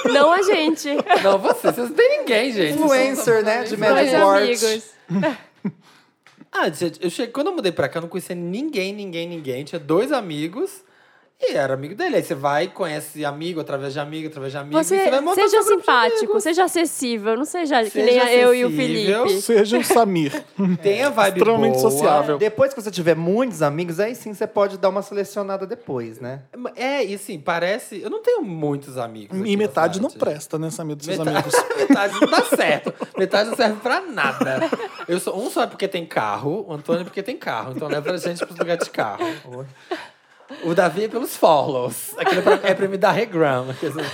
Não a gente,
Não, vocês, vocês não têm ninguém, gente. Vocês
Influencer, né? De
Influencer.
mas
médio porte.
amigos.
Ah, gente, eu cheguei, quando eu mudei pra cá, eu não conhecia ninguém, ninguém, ninguém. Tinha dois amigos e era amigo dele. Aí você vai, conhece amigo através de amigo, através de amigo. e
Você
você vai montando
seja
seu grupo de
simpático,
tá amigos.
seja acessível, não seja, que
Seja
nem a- eu e o
acessível.
Felipe.
Seja o Samir.
Tenha vibe
Extremamente
boa.
sociável.
Depois que você tiver muitos amigos, aí sim você pode dar uma selecionada depois, né?
É, e assim, parece... Eu não tenho muitos amigos aqui
E
na
metade não
cidade.
presta, né, Samir, dos seus
Metade-
amigos.
Metade não dá certo. Metade não serve pra nada. Eu sou, um só é porque tem carro, o Antônio é porque tem carro. Então leva a gente pros lugares de carro. O Davi é pelos follows. Aquilo é pra, é pra me dar regram.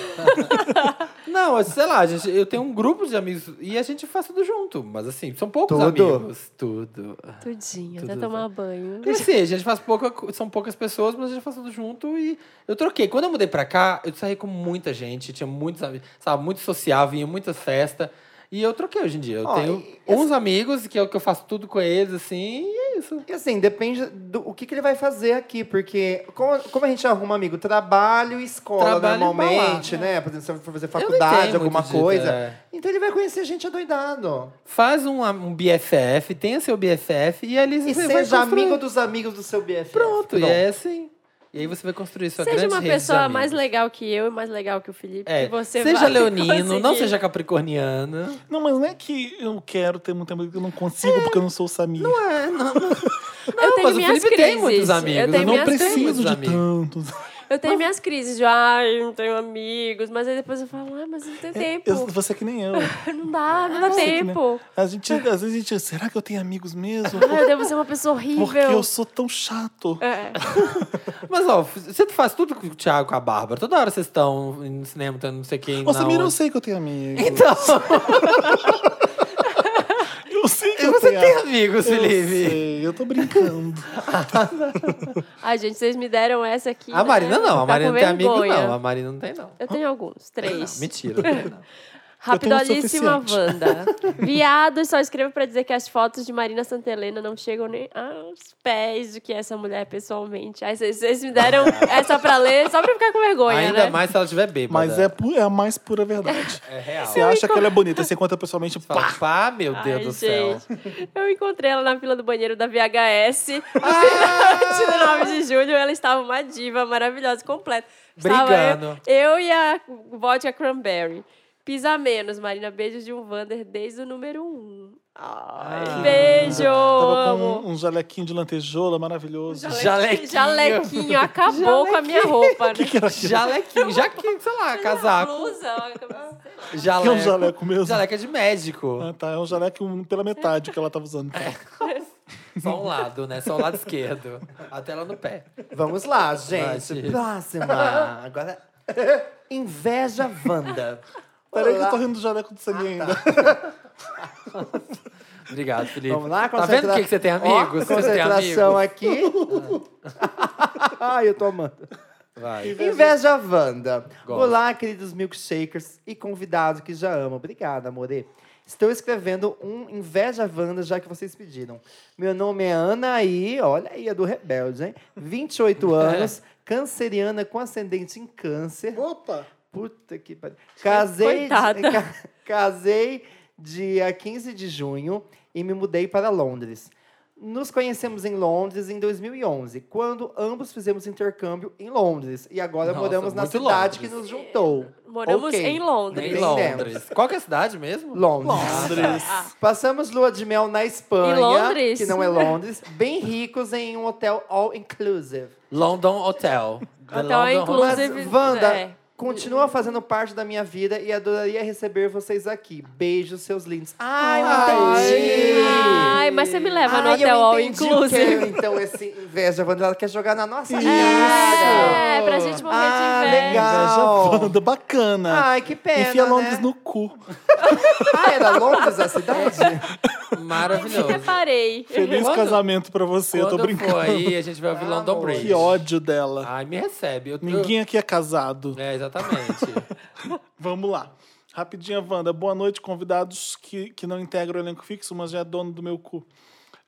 Não, sei lá, gente, eu tenho um grupo de amigos e a gente faz tudo junto. Mas assim, são poucos
Tudo.
amigos. Tudo.
Tudinho, até
Tudo,
tomar banho.
E assim, a gente faz pouca, co- são poucas pessoas, mas a gente faz tudo junto e eu troquei. Quando eu mudei pra cá, eu saí com muita gente, tinha muitos amigos, sabe, muito sociável, ia em muita festa. E eu troquei hoje em dia. Eu
Ó,
tenho
e-
uns amigos que eu, que eu faço tudo com eles, assim, e é isso.
E assim, depende do o que, que ele vai fazer aqui, porque como, como a gente arruma amigo, trabalho e escola
Trabalho e
normalmente, né? Por exemplo, se for fazer
não
faculdade,
entendo
alguma
muito disso,
coisa.
é.
Então ele vai conhecer gente adoidado.
Faz um, am- um BFF, tenha seu BFF e ali
E
você vai
seja
construir.
amigo dos amigos do seu BFF.
Pronto, e
Pronto.
é assim. E aí você vai construir sua
Seja
grande
uma
rede de
pessoa
amigos.
mais legal que eu e mais legal que o Felipe.
É,
que você
seja
vai
leonino, não
conseguir.
seja capricorniano.
Não, mas não é que eu quero ter muito amigo, eu não
É.
consigo porque eu não sou o Samir.
eu tenho
mas o
minhas
Felipe tem
crises.
muitos
Eu
amigos,
tenho
eu não
minhas
preciso
crises,
de
amigo.
tantos.
Eu tenho minhas crises de, ai, não tenho amigos. Mas aí depois eu falo, ah, mas não tenho tempo.
Eu, você é que nem eu.
Não dá, não dá
Você que nem-
tempo.
A gente, às vezes a gente, será que eu tenho amigos mesmo?
Ai, eu devo ser é uma pessoa horrível.
Porque eu sou tão chato.
É.
Mas, ó, você faz tudo com o Thiago, com a Bárbara. Toda hora vocês estão no cinema, tendo não sei quem.
Ô, Samir, eu
não
sei que eu tenho amigos.
Então,
Eu sei que eu
você
tenho
tem amigos,
amigos. é. Eu
Felipe.
sei, eu tô brincando.
Ai, gente, vocês me deram essa aqui.
A Marina não, a
Tá
Marina
com
não tem amigo,
vergonha.
não. A Marina não tem, não.
Eu tenho alguns, três.
Não, mentira, não tem, não.
Rapidolíssima
Eu tenho
Wanda. Viado, só escrevo pra dizer que as fotos de Marina Santelena não chegam nem aos pés do que é essa mulher pessoalmente. Aí vocês- vocês me deram essa pra ler só pra ficar com vergonha,
Ainda
né?
mais se ela estiver bêbada.
Mas é, pu- é a mais pura verdade.
É real.
Você acha que ela é bonita, você encontra pessoalmente,
Você fala,
pá!
pá, meu
Ai,
Deus do céu.
gente, Eu encontrei ela na fila do banheiro da VHS no final de 19 de julho. Ela estava uma diva maravilhosa, completa. Estava
Brigando.
Eu, eu e a vodka cranberry. Pisa menos, Marina. Beijos de um Vander desde o número 1. Um. Ai,
Ah.
beijo!
Tava
amo.
com um, um jalequinho de lantejoula maravilhoso.
Jalequinho.
Jalequinho. Jalequinho. Acabou com a minha roupa, né?
que é era aquilo?
Jalequinho, jaquinho, sei lá, casaco.
Blusa, uma camisa. assim.
Jaleco.
Que é um jaleco mesmo?
Jaleco é de médico.
Ah, tá. É um jaleco pela metade que ela tava usando.
É.
Só um lado, né? Só o lado esquerdo. Até lá no pé.
Vamos lá,
Vai,
gente.
Chico.
Próxima. Agora. Inveja Wanda.
Peraí que eu tô rindo do jaleco do
Ah,
Samir ainda.
tá.
Obrigado, Felipe.
Vamos lá,
Tá vendo
concentra-
por que que você tem amigos?
Ó,
Você tem amigos.
concentração
Ah.
aqui. Ai, eu tô amando.
Vai.
Inveja Wanda.
Gosto.
Olá, queridos milkshakers e convidado que já amo. Obrigada, amore. Estou escrevendo um Inveja Wanda, já que vocês pediram. Meu nome é Anaí, olha aí, é do Rebelde, hein? 28 anos, canceriana com ascendente em câncer.
Opa!
Puta que pariu. Casei,
Coitada.
de- ca- casei dia 15 de junho e me mudei para Londres. Nos conhecemos em Londres em 2011, quando ambos fizemos intercâmbio em Londres. E agora
Nossa,
moramos na
muito
cidade
Londres.
que nos juntou.
Moramos
Ok.
em
Em
Londres.
Entendemos.
Londres. Qual que é a cidade mesmo?
Londres.
Andres.
Passamos lua de mel na Espanha,
Em Londres?
que não é Londres, bem ricos em um hotel all-inclusive.
London Hotel. The
Hotel
London
incluso.
Mas,
Inclusive,
Wanda,
é.
continua fazendo parte da minha vida e adoraria receber vocês aqui. Beijos, seus lindos. Ai,
Ai,
entendi!
Ai, mas você me leva no
Ai, eu
hotel all
entendi o que é,
inclusive.
então, esse inveja, Wanda, ela quer jogar na nossa
Isso.
cara.
É, pra gente morrer
Ah,
de inveja.
legal.
Inveja Wanda, bacana.
Ai, que pena,
Enfia Londres
né?
no cu.
Ah, era Londres a cidade?
Hotel. Maravilhoso.
Separei.
Feliz
Quando-
casamento pra você, eu tô
Quando for
brincando.
aí, a gente vai ouvir
Ah,
London
amor.
Bridge.
Que ódio dela.
Ai, me recebe. Eu,
Ninguém aqui é casado.
É, exatamente.
Vamos lá. Rapidinha, Wanda. Boa noite, convidados que, que não integram o elenco fixo, mas já é dono do meu cu.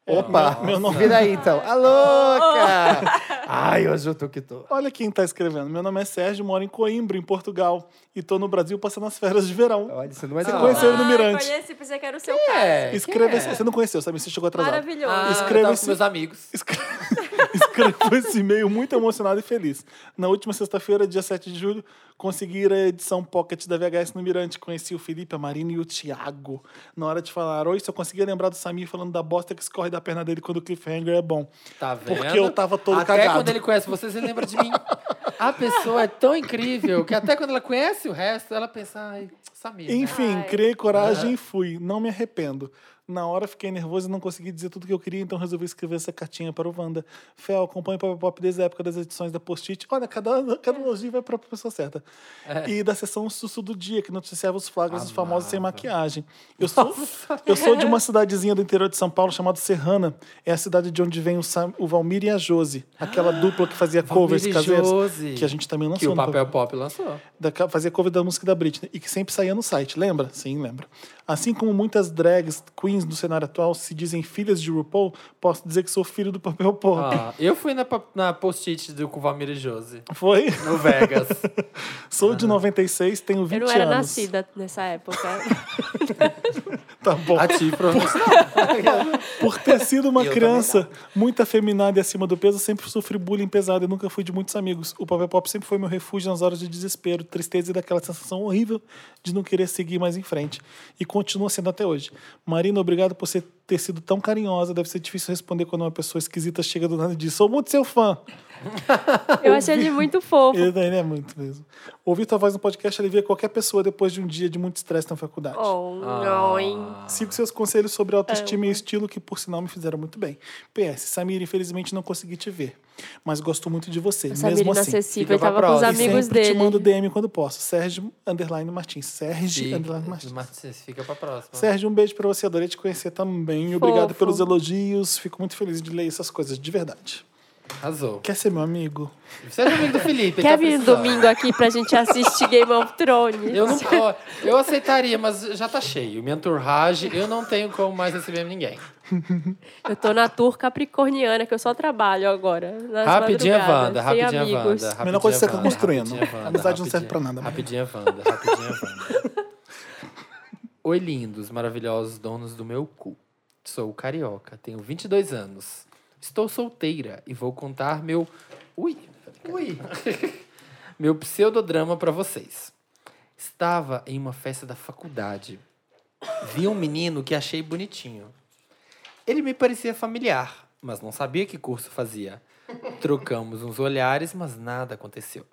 É,
Opa,
Meu nome-
vira aí, então. A louca! Ai, hoje eu tô que tô.
Olha quem tá escrevendo. Meu nome é Sérgio, moro em Coimbra, em Portugal. E tô no Brasil passando as férias de verão.
Olha, você não é
Você
de
conheceu
Conheceu ele no
Ai,
Mirante.
Conheci, pensei que era o seu caso.
É,
Escreva
que
esse... Você não conheceu, sabe? Você chegou atrasado.
Maravilhoso.
Ah,
Escreva
eu tava
esse-
com meus amigos.
Escre- Escrevo esse e-mail muito emocionado e feliz. Na última sexta-feira, dia 7 de julho, consegui ir à edição Pocket da VHS no Mirante. Conheci o Felipe, a Marina e o Thiago. Na hora de falar, oi, só conseguia lembrar do Samir falando da bosta que escorre da perna dele quando o cliffhanger é bom.
Tá vendo?
Porque eu tava todo
até
cagado.
quando ele conhece você, você lembra de mim. A pessoa é tão incrível que até quando ela conhece o resto, ela pensa, ai, Samir. né?"
Enfim,
Ai.
criei coragem e fui. Não me arrependo. Na hora fiquei nervoso e não consegui dizer tudo que eu queria, então resolvi escrever essa cartinha para o Wanda. Fel, acompanho o Pop Pop desde a época das edições da Post-it. Olha, cada, cada elogio vai para a pessoa certa.
É.
E da sessão Sussu do Dia, que noticiava os flagras dos famosos sem maquiagem. Eu sou,
né?"
eu sou de uma cidadezinha do interior de São Paulo chamada Serrana. É a cidade de onde vem o, Sam, o Valmir e a Josi, aquela dupla que fazia covers
Valmir e
caseiros.
Josi.
Que a gente também lançou né?
Que o
no
papel pop lançou.
da, ca- fazia cover da música da Britney e que sempre saía no site, lembra? Sim, lembra. Assim como muitas drags queens do cenário atual se dizem filhas de RuPaul, posso dizer que sou filho do papel pop.
Ah, eu fui na, pa- na post-it do com Valmir e Josi.
Foi?
No Vegas.
Sou de 96, tenho 20
Eu não
anos.
era nascida nessa época.
Tá bom.
a ti, provavelmente.
Por ter sido uma
Eu
criança muito afeminada e acima do peso, sempre sofri bullying pesado e nunca fui de muitos amigos. O papel pop sempre foi meu refúgio nas horas de desespero, tristeza e daquela sensação horrível de não querer seguir mais em frente. E continua sendo até hoje. Marina, obrigado por você ter sido tão carinhosa. Deve ser difícil responder quando uma pessoa esquisita chega do nada e diz: Sou muito seu fã.
Eu achei ele muito fofo.
Ele, ele é muito mesmo. Ouvir tua voz no podcast alivia qualquer pessoa depois de um dia de muito estresse na faculdade.
Oh, não, hein?
Sigo seus conselhos sobre
É,
autoestima e estilo, que por sinal me fizeram muito bem. PS, Samir, infelizmente não consegui te ver, mas gosto muito de você,
Samir
mesmo assim.
inacessível, ele
fica pra
tava com os
E
próxima.
amigos
sempre
dele.
te mando DM quando posso. Sérgio Underline Martins. Sérgio Underline Martins.
Martins, fica pra próxima.
Sérgio, um beijo pra você. Adorei te conhecer também. Obrigado
Fofo.
pelos elogios. Fico muito feliz de ler essas coisas, de verdade.
Arrasou.
Quer ser meu amigo?
Seja amigo do Felipe. ele
Quer
tá
vir
precisando.
domingo aqui pra gente assistir Game of Thrones?
Eu não ó, Eu aceitaria, mas já tá cheio. Minha entourage, eu não tenho como mais receber ninguém.
Eu tô na tour capricorniana, que eu só trabalho agora. nas
Rapidinha
madrugadas,
Wanda,
sem
rapidinha
amigos.
Wanda.
Melhor coisa que você
rapidinha
tá
Wanda,
construindo.
rapidinha Wanda,
Amizade não
rapidinha-
serve pra nada, né? mas-
Rapidinha Wanda, rapidinha Wanda. Oi, lindos, maravilhosos donos do meu cu. Sou carioca, tenho 22 anos. Estou solteira e vou contar meu... Ui! Ui! meu pseudodrama pra vocês. Estava em uma festa da faculdade. Vi um menino que achei bonitinho. Ele me parecia familiar, mas não sabia que curso fazia. Trocamos uns olhares, mas nada aconteceu.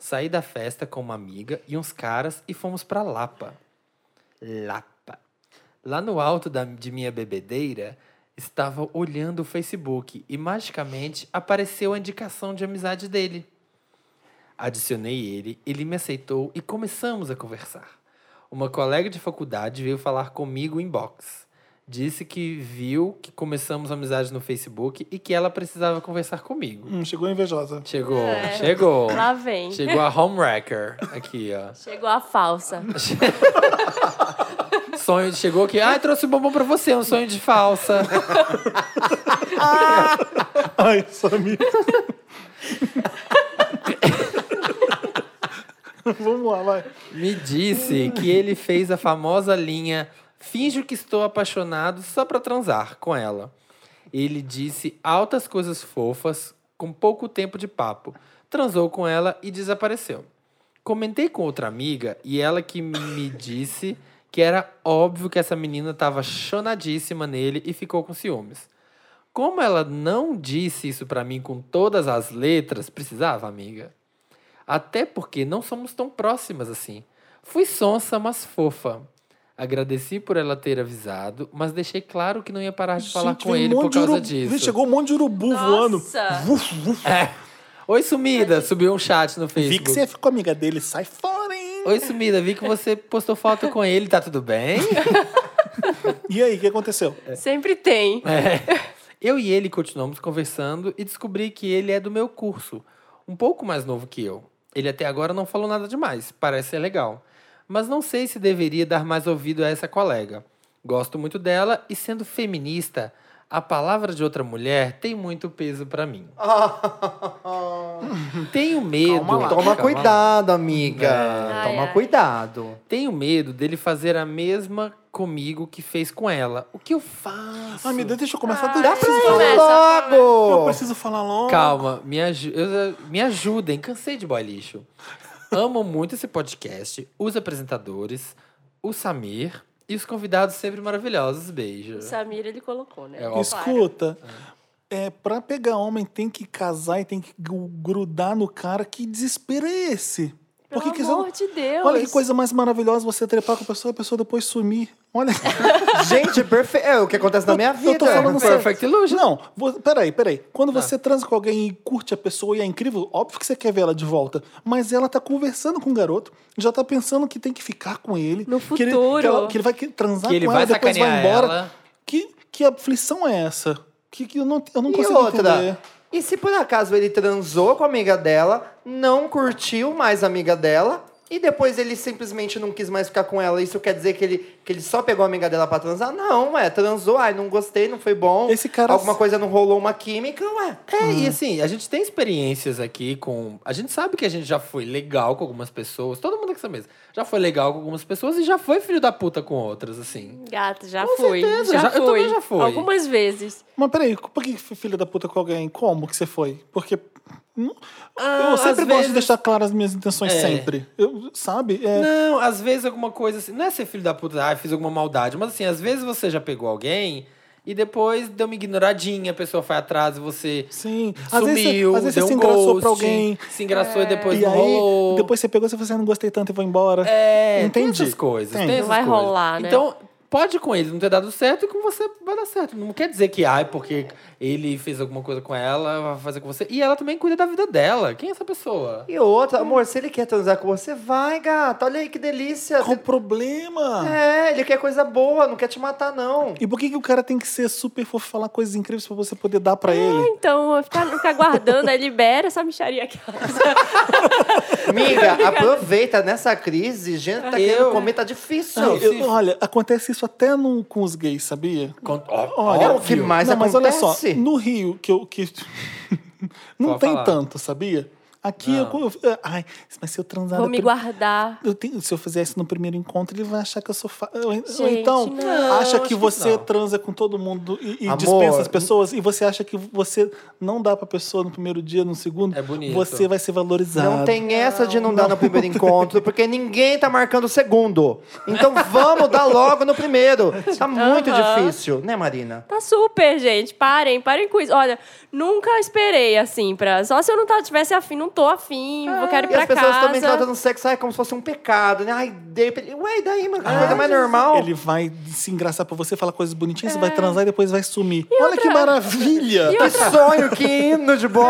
Saí da festa com uma amiga e uns caras e fomos pra Lapa. Lapa. Lá no alto da- de minha bebedeira, estava olhando o Facebook e magicamente apareceu a indicação de amizade dele. Adicionei ele, ele me aceitou e começamos a conversar. Uma colega de faculdade veio falar comigo em box. disse que viu que começamos a amizade no Facebook e que ela precisava conversar comigo.
Hum, chegou invejosa.
Chegou,
É.
chegou.
Lá vem.
Chegou a Homewrecker aqui, ó.
Chegou a falsa.
Sonho de chegou aqui. Ah, trouxe um bombom pra você, um sonho de falsa.
Ai, Samir. Vamos lá, vai.
Me disse que ele fez a famosa linha Finjo que estou apaixonado só pra transar com ela. Ele disse altas coisas fofas com pouco tempo de papo. Transou com ela e desapareceu. Comentei com outra amiga e ela que me disse que era óbvio que essa menina estava chonadíssima nele e ficou com ciúmes. Como ela não disse isso pra mim com todas as letras, precisava, amiga. Até porque não somos tão próximas assim. Fui sonsa, mas fofa. Agradeci por ela ter avisado, mas deixei claro que não ia parar de falar
Gente,
com
veio um
ele
monte
por
de
causa
urubu-
disso.
Gente, chegou um monte de urubu
Nossa.
voando. Vuf, vuf.
Oi, sumida! Subiu um chat no
Vi que
Facebook.
você ficou amiga dele. Sai fora, hein?
Oi, sumida, vi que você postou foto com ele, tá tudo bem?
E aí, o que aconteceu?
Sempre tem.
É. Eu e ele continuamos conversando e descobri que ele é do meu curso, um pouco mais novo que eu. Ele até agora não falou nada demais, parece ser legal. Mas não sei se deveria dar mais ouvido a essa colega. Gosto muito dela e, sendo feminista, a palavra de outra mulher tem muito peso pra mim. Tenho medo.
Calma lá.
Toma
Calma lá.
cuidado, amiga.
Ai,
Toma
ai.
cuidado.
Tenho medo dele fazer a mesma comigo que fez com ela. O que eu faço?
Ai, meu Deus, Ah, deixa eu começar.
Dá
Eu
pra
preciso
ir
falar.
conversa,
Eu
logo!
preciso falar logo.
Calma, me, aju eu- me ajudem. Cansei de boy lixo. Amo muito esse podcast, os apresentadores, o Samir e os convidados sempre maravilhosos. Beijo.
O Samir, ele colocou, né?
É
Claro.
óbvio.
Escuta, é, pra pegar homem tem que casar e tem que gru- grudar no cara. Que desespero é esse?
Pelo
Porque que você não-
amor de Deus.
Olha que coisa mais maravilhosa você trepar com a pessoa e a pessoa depois sumir. Olha.
Gente, perfeito. É o que acontece na minha
eu
vida.
tô falando com você.
Perfect Illusion.
Não, vo- peraí, peraí. Quando
Ah.
você transa com alguém e curte a pessoa e é incrível, óbvio que você quer ver ela de volta. Mas ela tá conversando com o garoto, já tá pensando que tem que ficar com ele.
No
que ele- Que,
futuro.
ela- que ele vai que- transar
Que ele
com
vai
ela, depois vai
sacanear
embora.
ela.
Que, que aflição é essa? Que, que eu não, eu não
E
consigo
outra,
entender.
e se por acaso ele transou com a amiga dela, não curtiu mais a amiga dela, e depois ele simplesmente não quis mais ficar com ela, isso quer dizer que ele, que ele só pegou a amiga dela pra transar? Não, ué, transou, ai, não gostei, não foi bom.
Esse cara-
Alguma coisa não rolou uma química, ué.
É, e assim, a gente tem experiências aqui com. A gente sabe que a gente já foi legal com algumas pessoas, todo mundo é aqui nessa mesa, já foi legal com algumas pessoas e já foi filho da puta com outras, assim.
Gato, já
Com
fui.
certeza,
já
já- eu
fui.
também já fui.
Algumas vezes.
Mas peraí, por que f- filha da puta com alguém? Como que você foi? Porque. não-
Ah,
eu sempre
às
gosto de
vezes-
deixar claras as minhas intenções
É.
sempre. Eu, sabe? É,
Não, às vezes alguma coisa assim. Não é ser filho da puta, ah, fiz alguma maldade. Mas assim, às vezes você já pegou alguém e depois deu uma ignoradinha, a pessoa foi atrás e você.
Sim. Às vezes, você-
Sumiu,
às vezes
deu
você se
um
engraçou
ghost,
pra alguém. É.
Se engraçou e depois
e
não
aí,
rolou.
depois você pegou e você falou assim, não gostei tanto e vou embora.
É,
Entendi.
tem essas coisas.
Tem.
tem essas
Não vai
coisas.
rolar, né?
Então, pode com ele não ter dado certo e com você vai dar certo. Não quer dizer que, ai, porque ele fez alguma coisa com ela, vai fazer com você. E ela também cuida da vida dela. Quem é essa pessoa?
E outra, amor, se ele quer transar com você, vai, gata, olha aí que delícia.
Qual é o problema?
É, ele quer coisa boa, não quer te matar, não.
E por que, que o cara tem que ser super fofo, falar coisas incríveis pra você poder dar
É,
pra ele?
Então, ficar ficar guardando, aí libera essa micharia aqui.
Amiga, aproveita nessa crise, gente tá querendo
Eu-
comer, tá difícil.
Ai, eu-
então, se-
olha, acontece isso até no- com os gays, sabia?
Con- ó-
Olha,
o que mais
não, mas olha só,
acontece?
no Rio, que eu. Que... não
Pode
tem
falar. Ah.
tanto, sabia? Aqui eu, eu- Ai, mas se eu transar.
Vou
no
me
prim-
guardar.
eu tenho- se eu fizer isso no primeiro encontro, ele vai achar que eu sou. Fa... Ou en- ou
Gente,
então,
não.
acha
Não, acho
que
que
você
não.
transa com todo mundo e, e
Amor,
dispensa as
n-
pessoas, e você acha que você não dá pra pessoa no primeiro dia, no segundo.
É bonito.
Você vai ser valorizado.
Não tem essa de não, dar no primeiro encontro, porque ninguém tá marcando o segundo. Então vamos dar logo no primeiro. Tá muito
Aham.
difícil, né, Marina?
Tá super, gente. Parem, parem com isso. Olha, nunca esperei assim pra. Só se eu não tá- tivesse afim. Não tô afim, vou quero ir
E
pra
as pessoas
casa.
também tratam sexo ai, como se fosse um pecado, né? Ai, de repente. Ué, e daí, mano? Que coisa mais normal.
Ele vai se engraçar pra você, falar coisas bonitinhas, você vai transar e depois vai sumir. Olha
outra-
que maravilha!
E
Que
outra,
sonho, que hino de boy.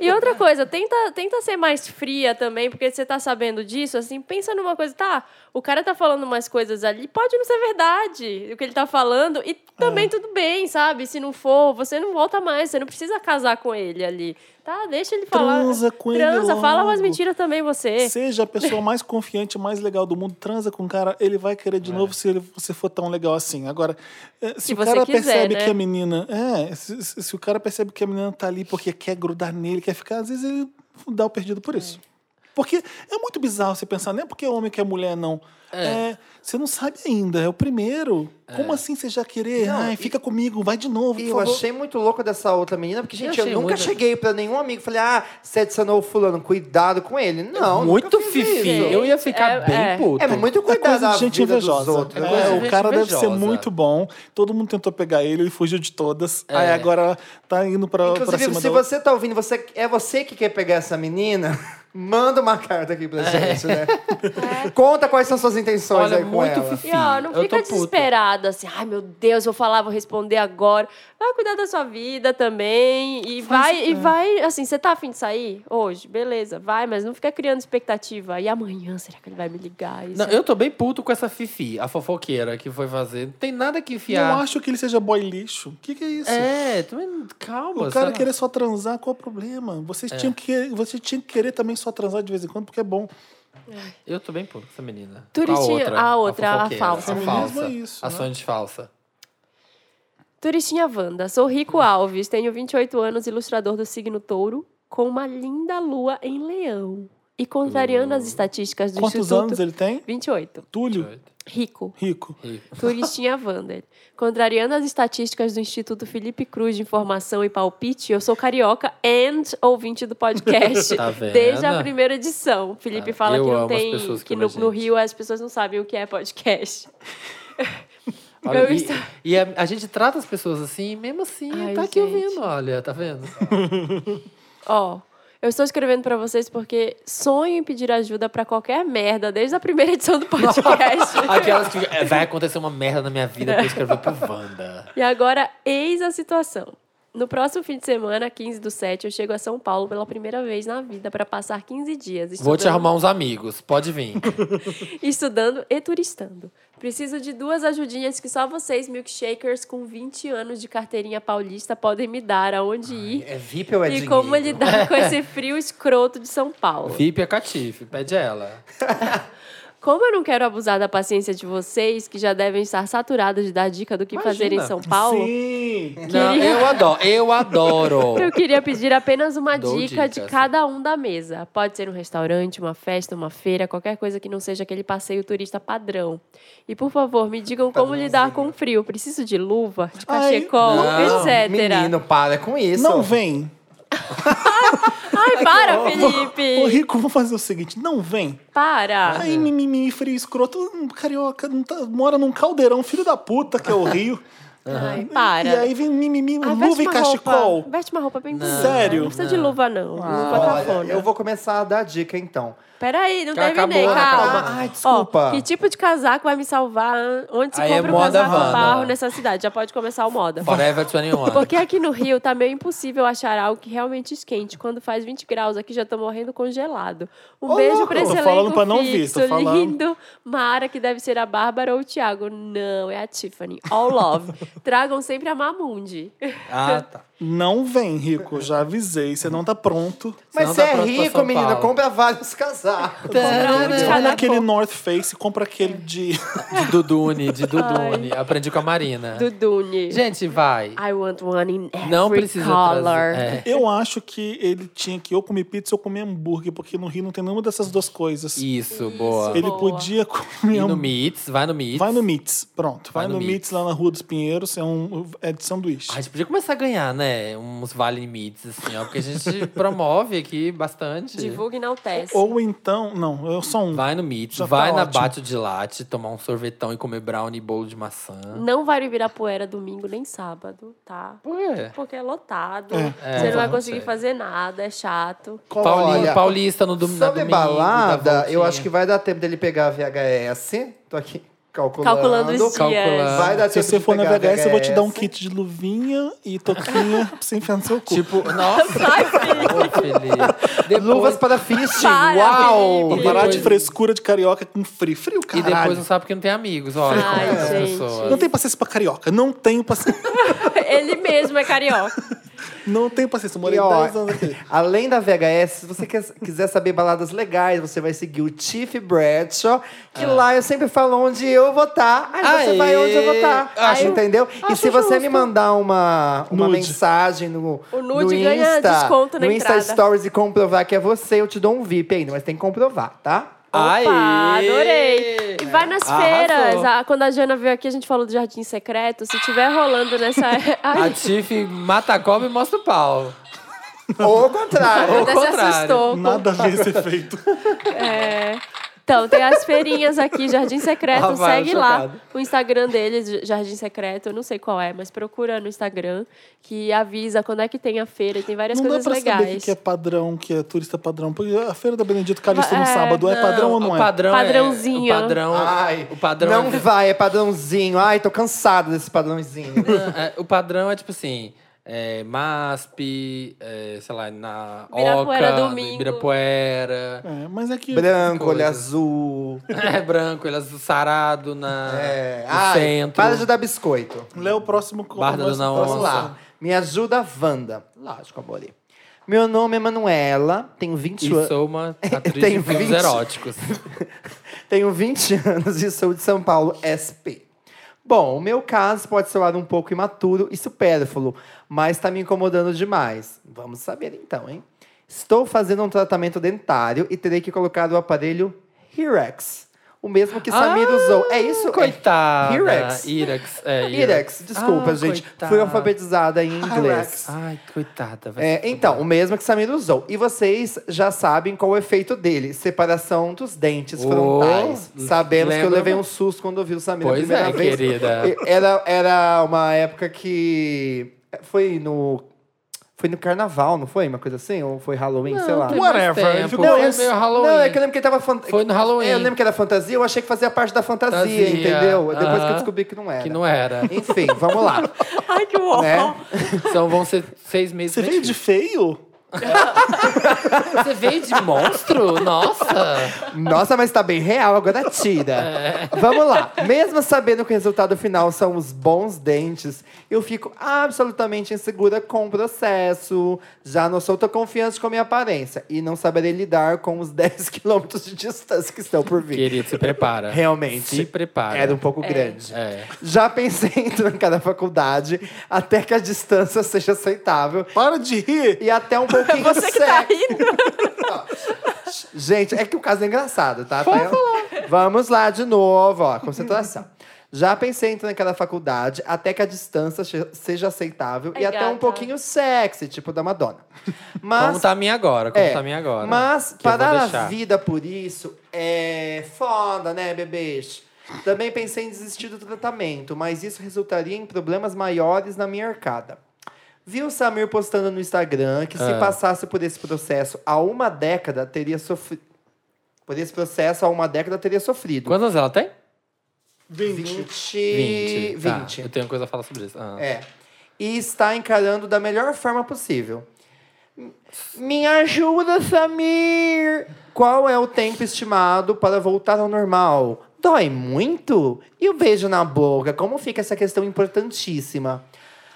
E outra coisa, tenta, tenta ser mais fria também, porque você tá sabendo disso, assim, pensa numa coisa, tá, o cara tá falando umas coisas ali, pode não ser verdade o que ele tá falando, e
É.
também tudo bem, sabe? Se não for, você não volta mais, você não precisa casar com ele ali, tá? Deixa ele falar.
Transa com ele
Transa, fala
logo.
umas mentiras também você.
Seja a pessoa mais confiante, mais legal do mundo, transa com o cara, ele vai querer de novo se ele você for tão legal assim. Agora, eh, se,
Se
o
você
cara
quiser,
percebe
né?
que a menina. É, se, se- se o cara percebe que a menina tá ali porque quer grudar nele, quer ficar, às vezes ele dá o perdido por isso. Porque é muito bizarro você pensar, não é porque é homem que é mulher, não. É, você não sabe ainda, é o primeiro. Como assim você já querer?
Não,
Ai, fica comigo, vai de novo.
E
por
eu
favor.
achei muito louco dessa outra menina, porque, gente, eu,
achei
nunca
muito.
cheguei pra nenhum amigo e falei, ah, você adicionou o fulano, cuidado com ele. Não,
Muito
nunca fiz
fifi.
isso.
Eu ia ficar
É,
bem
é.
puto.
É, mas muito
É
cuidado
coisa
da
de gente
vida dos
invejosa.
outros.
É,
né?
coisa de gente
o cara deve ser
invejosa.
muito bom. Todo mundo tentou pegar ele, ele fugiu de todas. Aí agora tá indo pra, pra
Inclusive,
cima
se
da
você tá ouvindo, você, é você que quer pegar essa menina, manda uma carta aqui pra
É.
gente, né?
É.
Conta quais são suas intenções
Olha,
aí com
muito
ela.
fifi.
E ó, Ah, não
Eu
fica
tô puto.
desesperado assim, ai meu Deus, vou falar, vou responder agora. Vai cuidar da sua vida também. E vai, e vai, assim, você tá afim de sair hoje? Beleza, vai, mas não fica criando expectativa. E amanhã, será que ele vai me ligar? Isso- é
Não, eu tô bem puto com essa Fifi, a fofoqueira que foi fazer. Não tem nada que enfiar.
Não acho que ele seja boy lixo. O que, que é isso?
É, também, calma.
O cara
sei lá.
querer só transar, qual é o problema? Vocês tinham que, você tinha que querer também só transar de vez em quando, porque é bom.
Eu tô bem puto com essa menina. Tá
Turitinho- a outra, a
fofoqueira,
falsa.
A
Feminismo
falsa.
é isso,
a
né?
Sandy falsa.
Turistinha Wanda, sou Rico Alves, tenho 28 anos, ilustrador do signo touro, com uma linda lua em leão. E contrariando as estatísticas do
Quantos
Instituto...
anos ele tem?
28.
Túlio?
Rico.
Rico.
Turistinha é Wander. Contrariando as estatísticas do Instituto Felipe Cruz de Informação e Palpite, eu sou carioca and ouvinte do podcast.
Tá vendo?
Desde a primeira edição. Felipe
Cara,
fala
eu
que não
amo as
tem.
pessoas
que
como
no,
a gente.
no Rio as pessoas não sabem o que é podcast.
Olha,
Eu
e
estou-
e a, a gente trata as pessoas assim, e mesmo assim,
Ai,
tá aqui
gente.
ouvindo, olha, tá vendo?
Ó. eu estou escrevendo pra vocês porque sonho em pedir ajuda pra qualquer merda desde a primeira edição do podcast.
Aquelas que é, vai acontecer uma merda na minha vida pra eu escrever pro Wanda.
E agora, eis a situação. No próximo fim de semana, 15 do 7, eu chego a São Paulo pela primeira vez na vida para passar 15 dias estudando,
Vou te arrumar uns amigos, pode vir.
estudando e turistando. Preciso de duas ajudinhas que só vocês, milkshakers com 20 anos de carteirinha paulista, podem me dar aonde ir
É VIP ou é
e
dinheiro?
como lidar com esse frio escroto de São Paulo.
VIP é catife, pede ela.
Como eu não quero abusar da paciência de vocês, que já devem estar saturados de dar dica do que fazer em
Imagina.
São Paulo,
Sim!
Não,
Queria-
eu adoro, eu adoro.
Eu queria pedir apenas uma
Dou
dica de
dicas.
cada um da mesa. Pode ser um restaurante, uma festa, uma feira, qualquer coisa que não seja aquele passeio turista padrão. E por favor, me digam como lidar com o frio. Preciso de luva, de
Ai,
cachecol,
Não,
etc.
menino, para com isso.
Não vem.
Ai, para,
Ô,
Felipe!
Rico, vamos fazer o seguinte: não vem.
Para!
Aí, mimimi, frio, escroto, hum, carioca, não tá- mora num caldeirão, filho da puta, que é o Rio.
Ai,
E
para!
aí vem um mimimi,
Ai,
luva e cachecol.
roupa. Veste uma roupa bem bonita.
Sério?
Não precisa de luva, não. luva
Ah, Olha,
cafona.
eu vou começar a dar dica, então. Tá?
Peraí, não
Cara,
terminei,
acabou,
calma.
acabou.
Ai, desculpa.
Ó, que tipo de casaco vai me salvar? Onde se
Aí é
compra o
moda
um casaco
Havana.
barro nessa cidade? Já pode começar o moda.
Forever 21.
Porque aqui no Rio tá meio impossível achar algo que realmente esquente. Quando faz 20 graus aqui, já tô morrendo congelado. Um
Ô,
beijo
louco!
pra esse
Tô
elenco
falando pra não vir,
fixo,
tô falando.
lindo. Mara, que deve ser a Bárbara ou o Thiago. Não, é a Tiffany. All love. Tragam sempre a Mamundi.
É.
Ah, tá.
Não vem, Rico, já avisei, você não tá pronto.
Mas
não
você
dá
é
pra- pra
rico,
São
menino,
Paulo.
compra vários casacos.
Cada
Olha aquele
cor.
North Face, compra aquele de.
De Dudune, de Dudune. Aprendi com a Marina.
Do Dune.
Gente, vai.
I want one in every
Não precisa
color.
trazer. É.
Eu acho que ele tinha que ou comer pizza ou comer hambúrguer, porque no Rio não tem nenhuma dessas duas coisas.
Isso, boa.
Ele
Boa.
podia
E
comer
no
hambúrguer.
Meets, vai no Meets.
Vai no Mits, pronto. Vai,
Vai
no
no
Mits lá na Rua dos Pinheiros, é, um, é de sanduíche.
A gente podia começar a ganhar, né? É, uns vale mids, assim, ó. Porque a gente promove aqui bastante.
Divulga e enaltece.
Ou então, não, eu só um.
Vai no Meets,
Já tá
vai na
ótimo.
Bate de Latte, tomar um sorvetão e comer brownie e bolo de maçã.
Não vai no Ibirapuera domingo nem sábado, tá?
Ué.
Porque é lotado,
É,
você
é,
não vai
não
conseguir
sei.
fazer nada, é chato.
Pauli-
Olha,
Paulista no dom- na
Sobre
domingo. da
balada,
voltinha.
eu acho que vai dar tempo dele pegar a VHS. Tô aqui calculando.
Calculando os dias.
calculando.
Vai dar
Se
tempo
você
de
for na
pegar a
VHS, eu vou te dar um
VHS.
kit de luvinha e toquinha pra você enfiar no seu cu.
Tipo, nossa,
Vai, Felipe.
ô, Felipe. Depois-
Luvas para fisting.
Para,
Uau!
Felipe.
Parar de
depois-
frescura de carioca com frio. Frio,
E
caralho.
depois não sabe porque não tem amigos, olha. como
Ai,
é essa
gente.
pessoa.
Não tem paciência pra carioca. Não tenho paciência.
Ele mesmo é carioca.
não tenho paciência. Eu
E,
morei
ó,
10 anos aqui.
além da VHS, se você quer- quiser saber baladas legais, você vai seguir o Tiff Bradshaw,
Ah.
que lá eu sempre falo onde eu vou estar, aí você
Aê!
vai onde eu vou estar.
Acho-
entendeu? e se você me mandar uma, uma
Nude.
mensagem no,
O nude
no Insta,
ganha desconto na
no Insta
entrada.
Stories e comprovar que é você, eu te dou um VIP ainda, mas tem que comprovar, tá?
Ah.
Ai,
Opa, adorei. E vai nas
Arrasou.
feiras. Ah, quando a Jana veio aqui, a gente falou do Jardim Secreto. Se tiver rolando nessa...
A
Ai,
Tiff mata a cobra e mostra o pau.
Ou o contrário.
até se
contrário.
assustou.
Nada a ver esse efeito.
É. Então, tem as feirinhas aqui, Jardim Secreto,
Ah, vai,
segue
chocado.
lá. O Instagram deles, J- Jardim Secreto, eu não sei qual é, mas procura no Instagram, que avisa quando é que tem a feira, e tem várias
Não dá
coisas
pra saber o que
legais.
que é padrão, o que é turista padrão. Porque a feira da Benedito Calixto
É,
no sábado é padrão ou não
o
é?
padrão
Padrãozinho.
É, o padrão,
Ai,
o padrão
não
é-
vai, é padrãozinho. Ai, tô cansado desse padrãozinho.
É, o padrão é tipo assim. É, MASP, é, sei lá, na
Ibirapuera,
Oca,
domingo.
no Ibirapuera.
É, mas é que.
Branco, olho
Coisa.
azul.
É branco, ele é sarado na,
É.
no
Ai,
centro.
para de dar biscoito.
Lê o próximo co-
Barra da
nosso
Dona
próximo-
Vamos lá. Me ajuda, Wanda. Lógico, amor. Meu nome é Manuela, tenho 20
E
anos.
sou uma atriz
Tem
de filmes
20.
eróticos.
Tenho 20 anos e sou de São Paulo, SP. Bom, o meu caso pode soar um pouco imaturo e supérfluo, mas tá me incomodando demais. Vamos saber então, hein? Estou fazendo um tratamento dentário e terei que colocar o aparelho Hirex. O mesmo que Samir
Ah,
usou. É isso?
Coitada.
É. Hirex.
Irex. É,
Hirex, desculpa,
Ah,
gente. Fui
coitada.
alfabetizada em inglês.
Ai, coitada. vai
É,
se
então, o
fuder.
mesmo que Samir usou. E vocês já sabem qual é o efeito dele: separação dos dentes
Oh,
frontais. Sabemos que eu
lembra-
levei um susto quando ouvi o Samir a
Pois
primeira
é,
vez.
querida.
Era, era uma época que. Foi no. Foi no carnaval, não foi? Uma coisa assim? Ou foi Halloween, sei lá.
Tem mais
Whatever, ele
um tempo,
ficou-
foi
eu-
meio Halloween.
Não, é que eu lembro que ele tava. fan-
Foi no Halloween.
É, Eu lembro que era fantasia, eu achei que fazia parte da fantasia,
Fantasia,
entendeu? Depois que eu
aham.
descobri que não era.
Que não era.
Enfim, vamos lá.
Ai, que horror.
né?
Então vão ser seis meses.
Você veio de feio?
Você veio de monstro? Nossa!
Nossa, mas tá bem real, agora tira.
É.
Vamos lá. Mesmo sabendo que o resultado final são os bons dentes, eu fico absolutamente insegura com o processo. Já não sou tão confiante com a minha aparência e não saberei lidar com os 10 quilômetros de distância que estão por vir.
Querido, se prepara.
Realmente.
Se prepara.
Era um pouco grande.
É.
Já pensei em trancar a faculdade até que a distância seja aceitável
Para de rir!
e até um pouquinho
Você que tá
sério.
rindo.
Gente, é que o caso é engraçado, tá? Vamos lá de novo, ó, concentração. Já pensei em trancar na faculdade até que a distância che- seja aceitável
Ai,
e até um
gata.
pouquinho sexy, tipo da Madonna. Mas,
Como tá a minha agora? Como
é,
tá a minha agora?
Mas
Que eu vou
parar a
deixar.
vida por isso é foda, né, bebês? Também pensei em desistir do tratamento, mas isso resultaria em problemas maiores na minha arcada. Vi o Samir postando no Instagram que se
Ah.
passasse por esse processo há uma década, teria sofrido. Por esse processo há uma década, teria sofrido.
Quantos anos ela tem?
20.
20. 20.
Tá, eu tenho coisa a falar sobre isso. Ah.
É. E está encarando da melhor forma possível. M- Me ajuda, Samir! Qual é o tempo estimado para voltar ao normal? Dói muito? E o beijo na boca? Como fica essa questão importantíssima?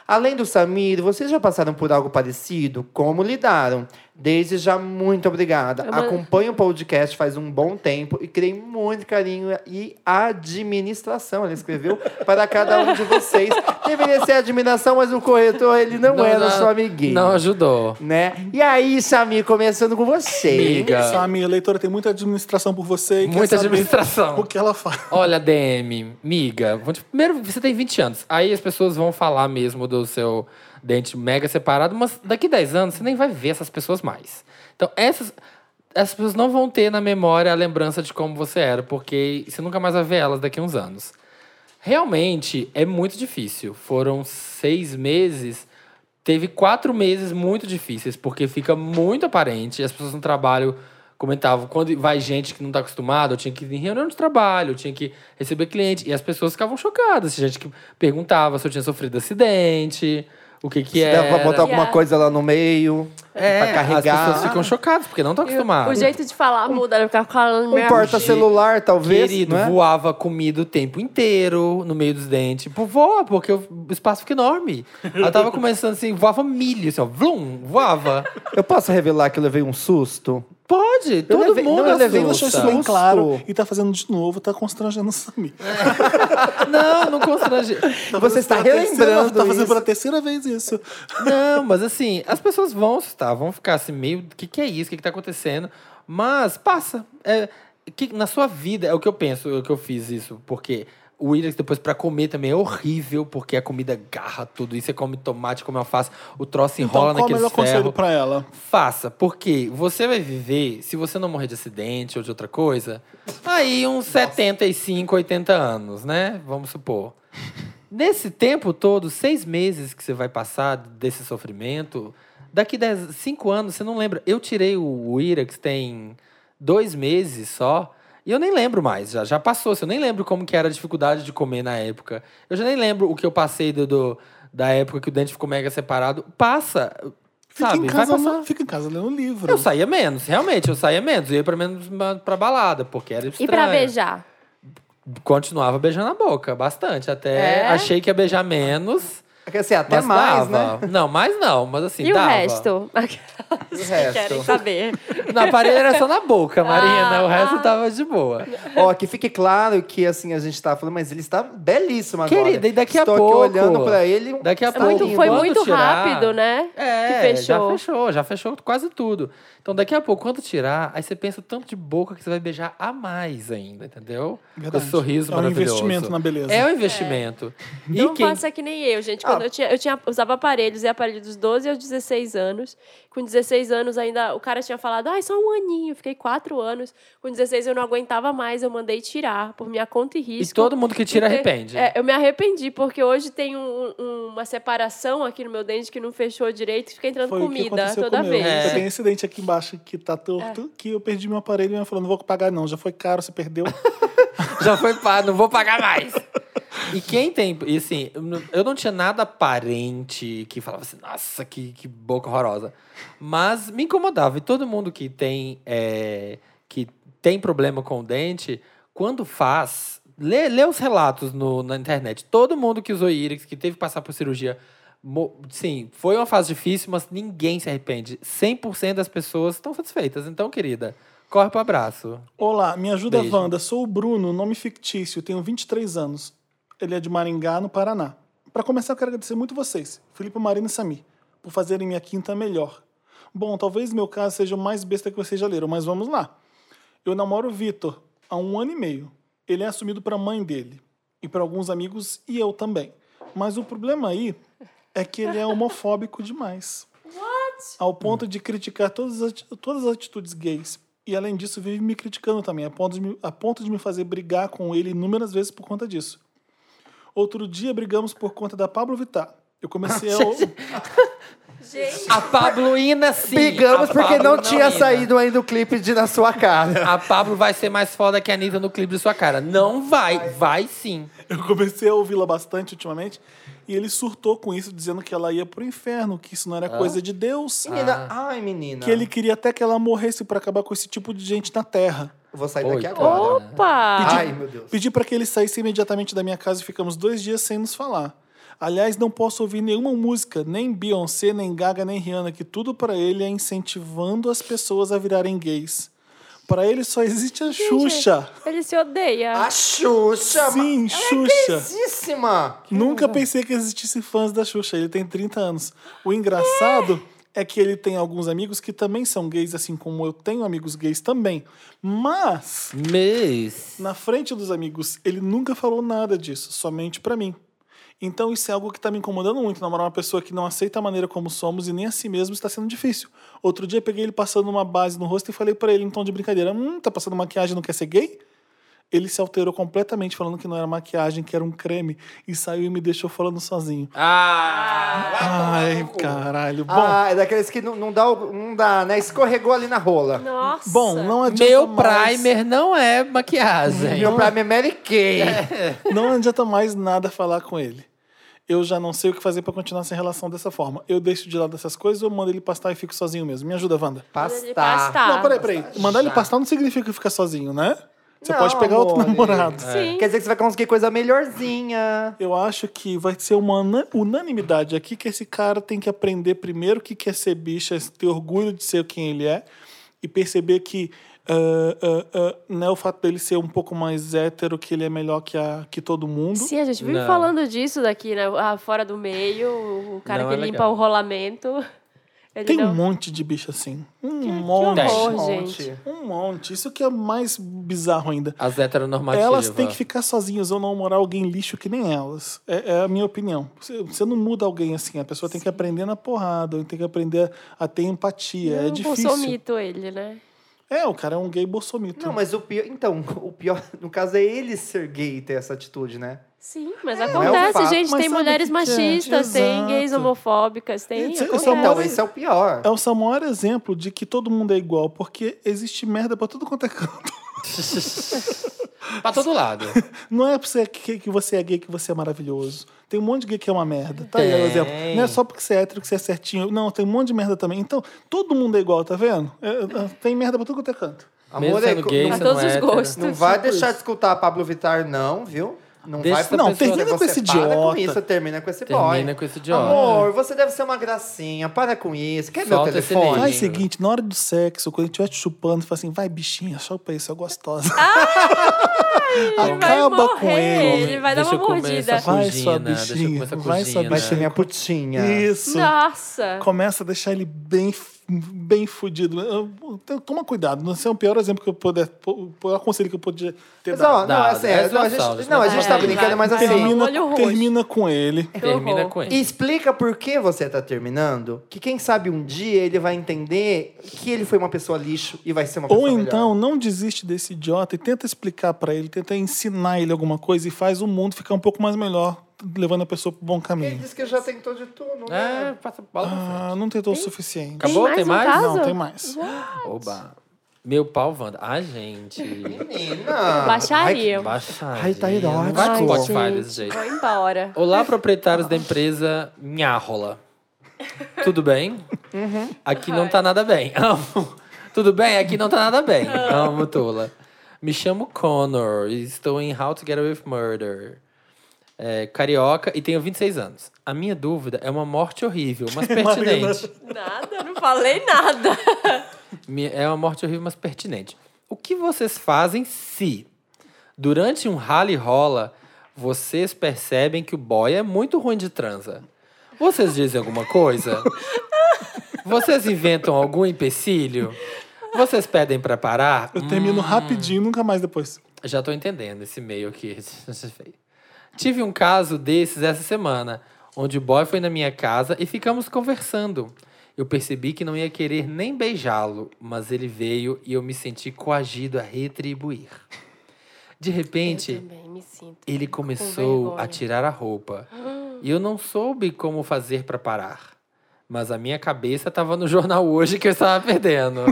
Além do Samir, vocês já passaram por algo parecido? Como lidaram? Desde já, muito obrigada.
É uma-
Acompanho o podcast faz um bom tempo e criei muito carinho e administração, ela escreveu, para cada um de vocês. Deveria ser admiração, mas o corretor, ele não, era
não,
seu amiguinho.
Não ajudou.
Né? E aí, Samir, começando com você.
Amiga.
Só a minha leitora tem muita administração por você. E quer
Muita
saber
administração.
O que ela faz?
Olha, DM, miga, vou te- primeiro você tem 20 anos. Aí as pessoas vão falar mesmo do seu dente mega separado, mas daqui 10 anos você nem vai ver essas pessoas mais. Então, essas, essas pessoas não vão ter na memória a lembrança de como você era, porque você nunca mais vai ver elas daqui a uns anos. Realmente é muito difícil. Foram seis meses, teve quatro meses muito difíceis, porque fica muito aparente. As pessoas no trabalho comentavam quando vai gente que não está acostumada, eu tinha que ir em reunião de trabalho, eu tinha que receber cliente. E as pessoas ficavam chocadas. Tinha gente que perguntava se eu tinha sofrido acidente, o que que
Se
era.
der pra botar alguma
Yeah.
coisa lá no meio,
É,
pra carregar.
As pessoas ficam chocadas, porque não estão
O
acostumadas.
jeito de falar muda, né? Ficar falando
um
mesmo.
porta-celular, talvez,
Querido,
não é?
voava comida o tempo inteiro no meio dos dentes. Pô, voa, porque o espaço fica enorme. Ela tava começando assim, voava milho, assim, ó, vlum, voava.
Eu posso revelar que eu levei um susto?
Pode, todo
levei-
mundo
não, eu levei um
Deixa
assusta.
isso bem
Susto.
claro. E tá fazendo de novo, tá constrangendo o Samir.
Não, não constrange.
Você está
Pela terceira-
relembrando
Tá fazendo
isso.
pela terceira vez isso.
Não, mas assim, as pessoas vão assustar, vão ficar assim, meio, o que, que é isso? O que, que tá acontecendo? Mas passa. É, que, na sua vida, é o que eu penso, é o que eu fiz isso, porque o Willis depois pra comer também é horrível, porque a comida garra tudo, e você come tomate, come alface, o troço enrola
então, qual o
naqueles
melhor
ferro.
conselho pra ela?
Faça, porque você vai viver, se você não morrer de acidente ou de outra coisa, aí uns 75, 80 anos, né? Vamos supor. Nesse tempo todo, seis meses que você vai passar desse sofrimento, daqui 10, 5 anos, você não lembra. Eu tirei o, o Irax tem dois meses só, e eu nem lembro mais, já, já passou. assim, Eu nem lembro como que era a dificuldade de comer na época. Eu já nem lembro o que eu passei do, do- da época que o dente ficou mega separado. Passa,
Fica
sabe?
em
Vai
casa,
passar.
lendo- fica em casa lendo um livro.
Eu saía menos, realmente, eu saía menos. Eu ia pra menos ma- pra balada, porque era
E
estranho.
pra beijar?
Continuava beijando a boca, bastante. Até
É?
achei que ia beijar menos.
Quer dizer, até
Mas
mais, né?
dava. Não, mais não, mas assim,
E o
dava.
resto? Aquelas
E o
que querem
resto.
saber.
Na parede era só na boca, Marina.
Ah,
o resto
ah.
tava de boa.
Ó, que fique claro que assim a gente tá falando, mas ele está belíssimo agora.
Querida, e daqui a
Estou
pouco-
aqui olhando pra ele. um
Daqui a
está
É muito-
pouco,
foi
quando
muito
tirar-
rápido, né?
É,
Que
já
fechou.
fechou, já fechou quase tudo. Então daqui a pouco, quando tirar, aí você pensa o tanto de boca que você vai beijar a mais ainda, entendeu?
Verdade.
Com o sorriso
É um
maravilhoso.
investimento na beleza.
É um investimento. E
É. Não
quem
faça que nem eu, gente. Quando
Ah.
eu tinha, eu tinha usava aparelhos, e aparelho dos 12 aos 16 anos. Com 16 anos ainda, o cara tinha falado, ai, só um aninho. Fiquei quatro anos. Com 16 eu não aguentava mais, eu mandei tirar, por minha conta e
E
risco.
todo mundo que tira
Ente-
arrepende.
É, eu me arrependi, porque hoje tem um- um- uma separação aqui no meu dente que não fechou direito e fica entrando
Foi o que
comida
aconteceu
toda
com o meu.
vez. É.
É.
Eu tenho esse dente aqui embaixo que tá torto, que eu perdi meu aparelho e ela falou, não vou pagar não, já foi caro, você perdeu.
Já foi pago, não vou pagar mais. E quem tem. E assim, eu não- eu não tinha nada aparente que falava assim, nossa, que, que boca horrorosa. Mas me incomodava. E todo mundo que tem, é, que tem problema com o dente, quando faz, lê, lê os relatos no- na internet. Todo mundo que usou Irix, que teve que passar por cirurgia. mo- Sim, foi uma fase difícil, mas ninguém se arrepende. 100% das pessoas estão satisfeitas. Então, querida, corre pro abraço.
Olá, me ajuda,
Beijo.
Wanda. Sou o Bruno, nome fictício, tenho 23 anos. Ele é de Maringá, no Paraná. Pra começar, eu quero agradecer muito vocês, Filipe, Marina e Samir, por fazerem minha quinta melhor. Bom, talvez meu caso seja o mais besta que vocês já leram, mas vamos lá. Eu namoro o Vitor há um ano e meio. Ele é assumido pra mãe dele e pra alguns amigos e eu também. Mas o problema aí é que ele é homofóbico demais ao ponto de criticar todas as, ati- todas as atitudes gays. E além disso, vive me criticando também, a ponto, de me, a ponto de me fazer brigar com ele inúmeras vezes por conta disso. Outro dia brigamos por conta da Pablo Vittar. Eu comecei a. ou-
Gente,
A Pabloína sim.
Brigamos
A
porque
Pablo
não tinha
ina.
saído ainda o clipe de Na Sua Cara.
A Pablo vai ser mais foda que a Anitta no clipe de sua cara. Não vai, vai sim.
Eu comecei a ouvi-la bastante ultimamente. E ele surtou com isso, dizendo que ela ia pro inferno, que isso não era coisa de Deus.
Ah.
Menina, ai, menina.
Que ele queria até que ela morresse pra acabar com esse tipo de gente na Terra.
Eu Vou sair
Oi,
daqui agora.
cara.
opa!
Ai, meu Deus.
Pedi pra que ele saísse imediatamente da minha casa e ficamos dois dias sem nos falar. Aliás, não posso ouvir nenhuma música, nem Beyoncé, nem Gaga, nem Rihanna, que tudo pra ele é incentivando as pessoas a virarem gays. Pra ele só existe a Xuxa.
Ele se odeia.
A Xuxa. é
Sim,
ma-
Xuxa.
Gaysíssima.
Nunca pensei que existisse fãs da Xuxa. Ele tem 30 anos. O engraçado é que ele tem alguns amigos que também são gays, assim como eu tenho amigos gays também. Mas
Mas.
Na frente dos amigos, ele nunca falou nada disso, somente pra mim. Então isso é algo que tá me incomodando muito. Namorar uma pessoa que não aceita a maneira como somos e nem a si mesmo está sendo difícil. Outro dia peguei ele passando uma base no rosto e falei pra ele em tom de brincadeira: Hum, tá passando maquiagem, não quer ser gay? Ele se alterou completamente, falando que não era maquiagem, que era um creme, e saiu e me deixou falando sozinho.
Ah!
Ai, caralho. Bom,
Ah, é daqueles que não, não dá, o- não dá, né? Escorregou ali na rola.
Nossa.
bom, não tipo, adianta
Meu
mais-
primer não é maquiagem.
Meu prime é Mary Kay.
É. Não adianta mais nada falar com ele. Eu já não sei o que fazer pra continuar essa relação dessa forma. Eu deixo de lado essas coisas ou mando ele pastar e fico sozinho mesmo? Me ajuda, Wanda.
Ele pastar.
Pastar.
não, peraí, peraí. Mandar ele
já.
pastar não significa ficar sozinho, né? Você
Não,
pode pegar outro
amor.
namorado.
Sim.
Quer dizer que você vai conseguir coisa melhorzinha.
Eu acho que vai ser uma una- unanimidade aqui que esse cara tem que aprender primeiro o que quer ser bicha, ter orgulho de ser quem ele é e perceber que ah, ah, ah, não é o fato dele ser um pouco mais hétero que ele é melhor que, a, que todo mundo.
Sim, a gente vive
Não.
falando disso daqui, né? Ah, fora do meio, o- o cara
Não,
que
é
limpa
legal.
o rolamento. Ele
Tem um
não...
monte de bicha assim. Um
Que
monte.
horror,
Um
gente.
monte.
Um monte. Isso que é mais bizarro ainda.
As heteronormativas.
Elas têm que ficar sozinhas ou não morar alguém lixo que nem elas. É, é a minha opinião. Você, você não muda alguém assim. A pessoa tem que aprender na porrada, ou tem que aprender a ter empatia. é
não
difícil.
consomito ele, né?
É, o cara é um gay bolsomito.
Não, mas o pior. Então, o pior, no caso, é ele ser gay e ter essa atitude, né?
Sim, mas
não é um
acontece,
fato.
gente.
Mas
Tem
sabe
mulheres
que que é?
machistas, tem gays
Exato.
homofóbicas, tem.
Gente, eu
acontece.
sou
Então,
mas-
esse é o pior.
É o seu maior exemplo de que todo mundo é igual, porque existe merda pra tudo quanto é canto.
Pra todo lado.
Não é porque você é que que você é gay que você é maravilhoso. Tem um monte de gay que é uma merda. Tá aí, é um
Tem.
exemplo. Não é só porque você é hétero que você é certinho. Não, tem um monte de merda também. Então, todo mundo é igual, tá vendo? É, é, tem merda pra tudo quanto é canto.
Mesmo sendo
co-
gay,
não,
você não
todos
é
os
hétero.
gostos.
não vai
tipo
deixar
isso.
de escutar a Pablo Vittar, não, viu? Não
Deixa
vai
essa
pra
Não,
pessoa-
termina com
você
esse
para com
idiota.
isso, termina com esse boy.
Termina com esse idiota.
Amor, você deve ser uma gracinha, para com isso. Quer meu
Solta esse
telefone?
Faz o
livro.
seguinte, na hora do sexo, quando ele estiver te chupando, fala assim, vai bichinha, chupa isso, é gostosa.
Ah! Ele vai
Acaba
morrer,
com ele.
ele vai
Deixa
dar
eu
uma
comer
mordida.
essa
Vai, sua
cugina, deixa eu
bichinha,
comer essa
vai, sua
cugina.
Vai ser minha putinha.
Isso.
Nossa!
Começa a deixar ele bem, f- bem fudido. Eu- eu- Toma cuidado, não sei o pior exemplo que eu puder, o pior conselho que eu podia ter
Mas,
dado.
ó, não,
Dá,
assim,
dá
é, não, a
zoação,
gente,
dá
não, a gente tá
zoação.
brincando, mas
Vai,
assim,
vai.
termina,
olho roxo.
termina com ele.
Que
Termina
horror.
com ele.
Explica por que você tá terminando, que quem sabe um dia ele vai entender que ele foi uma pessoa lixo e vai ser uma pessoa
Ou
tá melhor.
então, não desiste desse idiota e tenta explicar pra ele, tenta ensinar ele alguma coisa e faz o mundo ficar um pouco mais melhor, levando a pessoa pro bom
Ele
caminho.
disse que já tentou de tudo,
É,
né?
passa a bola pra
Ah, não tentou o suficiente.
Acabou? Tem mais?
Um caso?
Não, tem mais.
frente. Oba. Meu pau, Wanda. Ah, gente.
Menina!
Baixaria.
Baixadinha.
Ai, tá
Não vai
erótico.
pro Spotify
gente,
desse jeito.
Vou embora.
Olá, proprietários da empresa Minharrola. Tudo bem? Aqui não tá nada bem. Amo. Tudo bem? Aqui não tá nada bem. Amo, Tula. Me chamo Connor e estou em How to Get Away with Murder. É, carioca e tenho 26 anos. A minha dúvida é uma morte horrível, mas pertinente.
Nada, eu não falei nada.
Me- É uma morte horrível, mas pertinente. O que vocês fazem se, durante um rally rola, vocês percebem que o boy é muito ruim de transa? Vocês dizem alguma coisa? Vocês inventam algum empecilho? Vocês pedem pra parar? Hum.
Eu termino rapidinho, nunca mais depois.
Já tô entendendo esse e-mail que você fez. Tive um caso desses essa semana, onde o boy foi na minha casa e ficamos conversando. Eu percebi que não ia querer nem beijá-lo, mas ele veio e eu me senti coagido a retribuir. De
Eu
repente,
também me sinto.
ele começou a
vergonha.
tirar a roupa. E eu não soube como fazer pra parar. Mas a minha cabeça tava no jornal hoje que eu estava perdendo.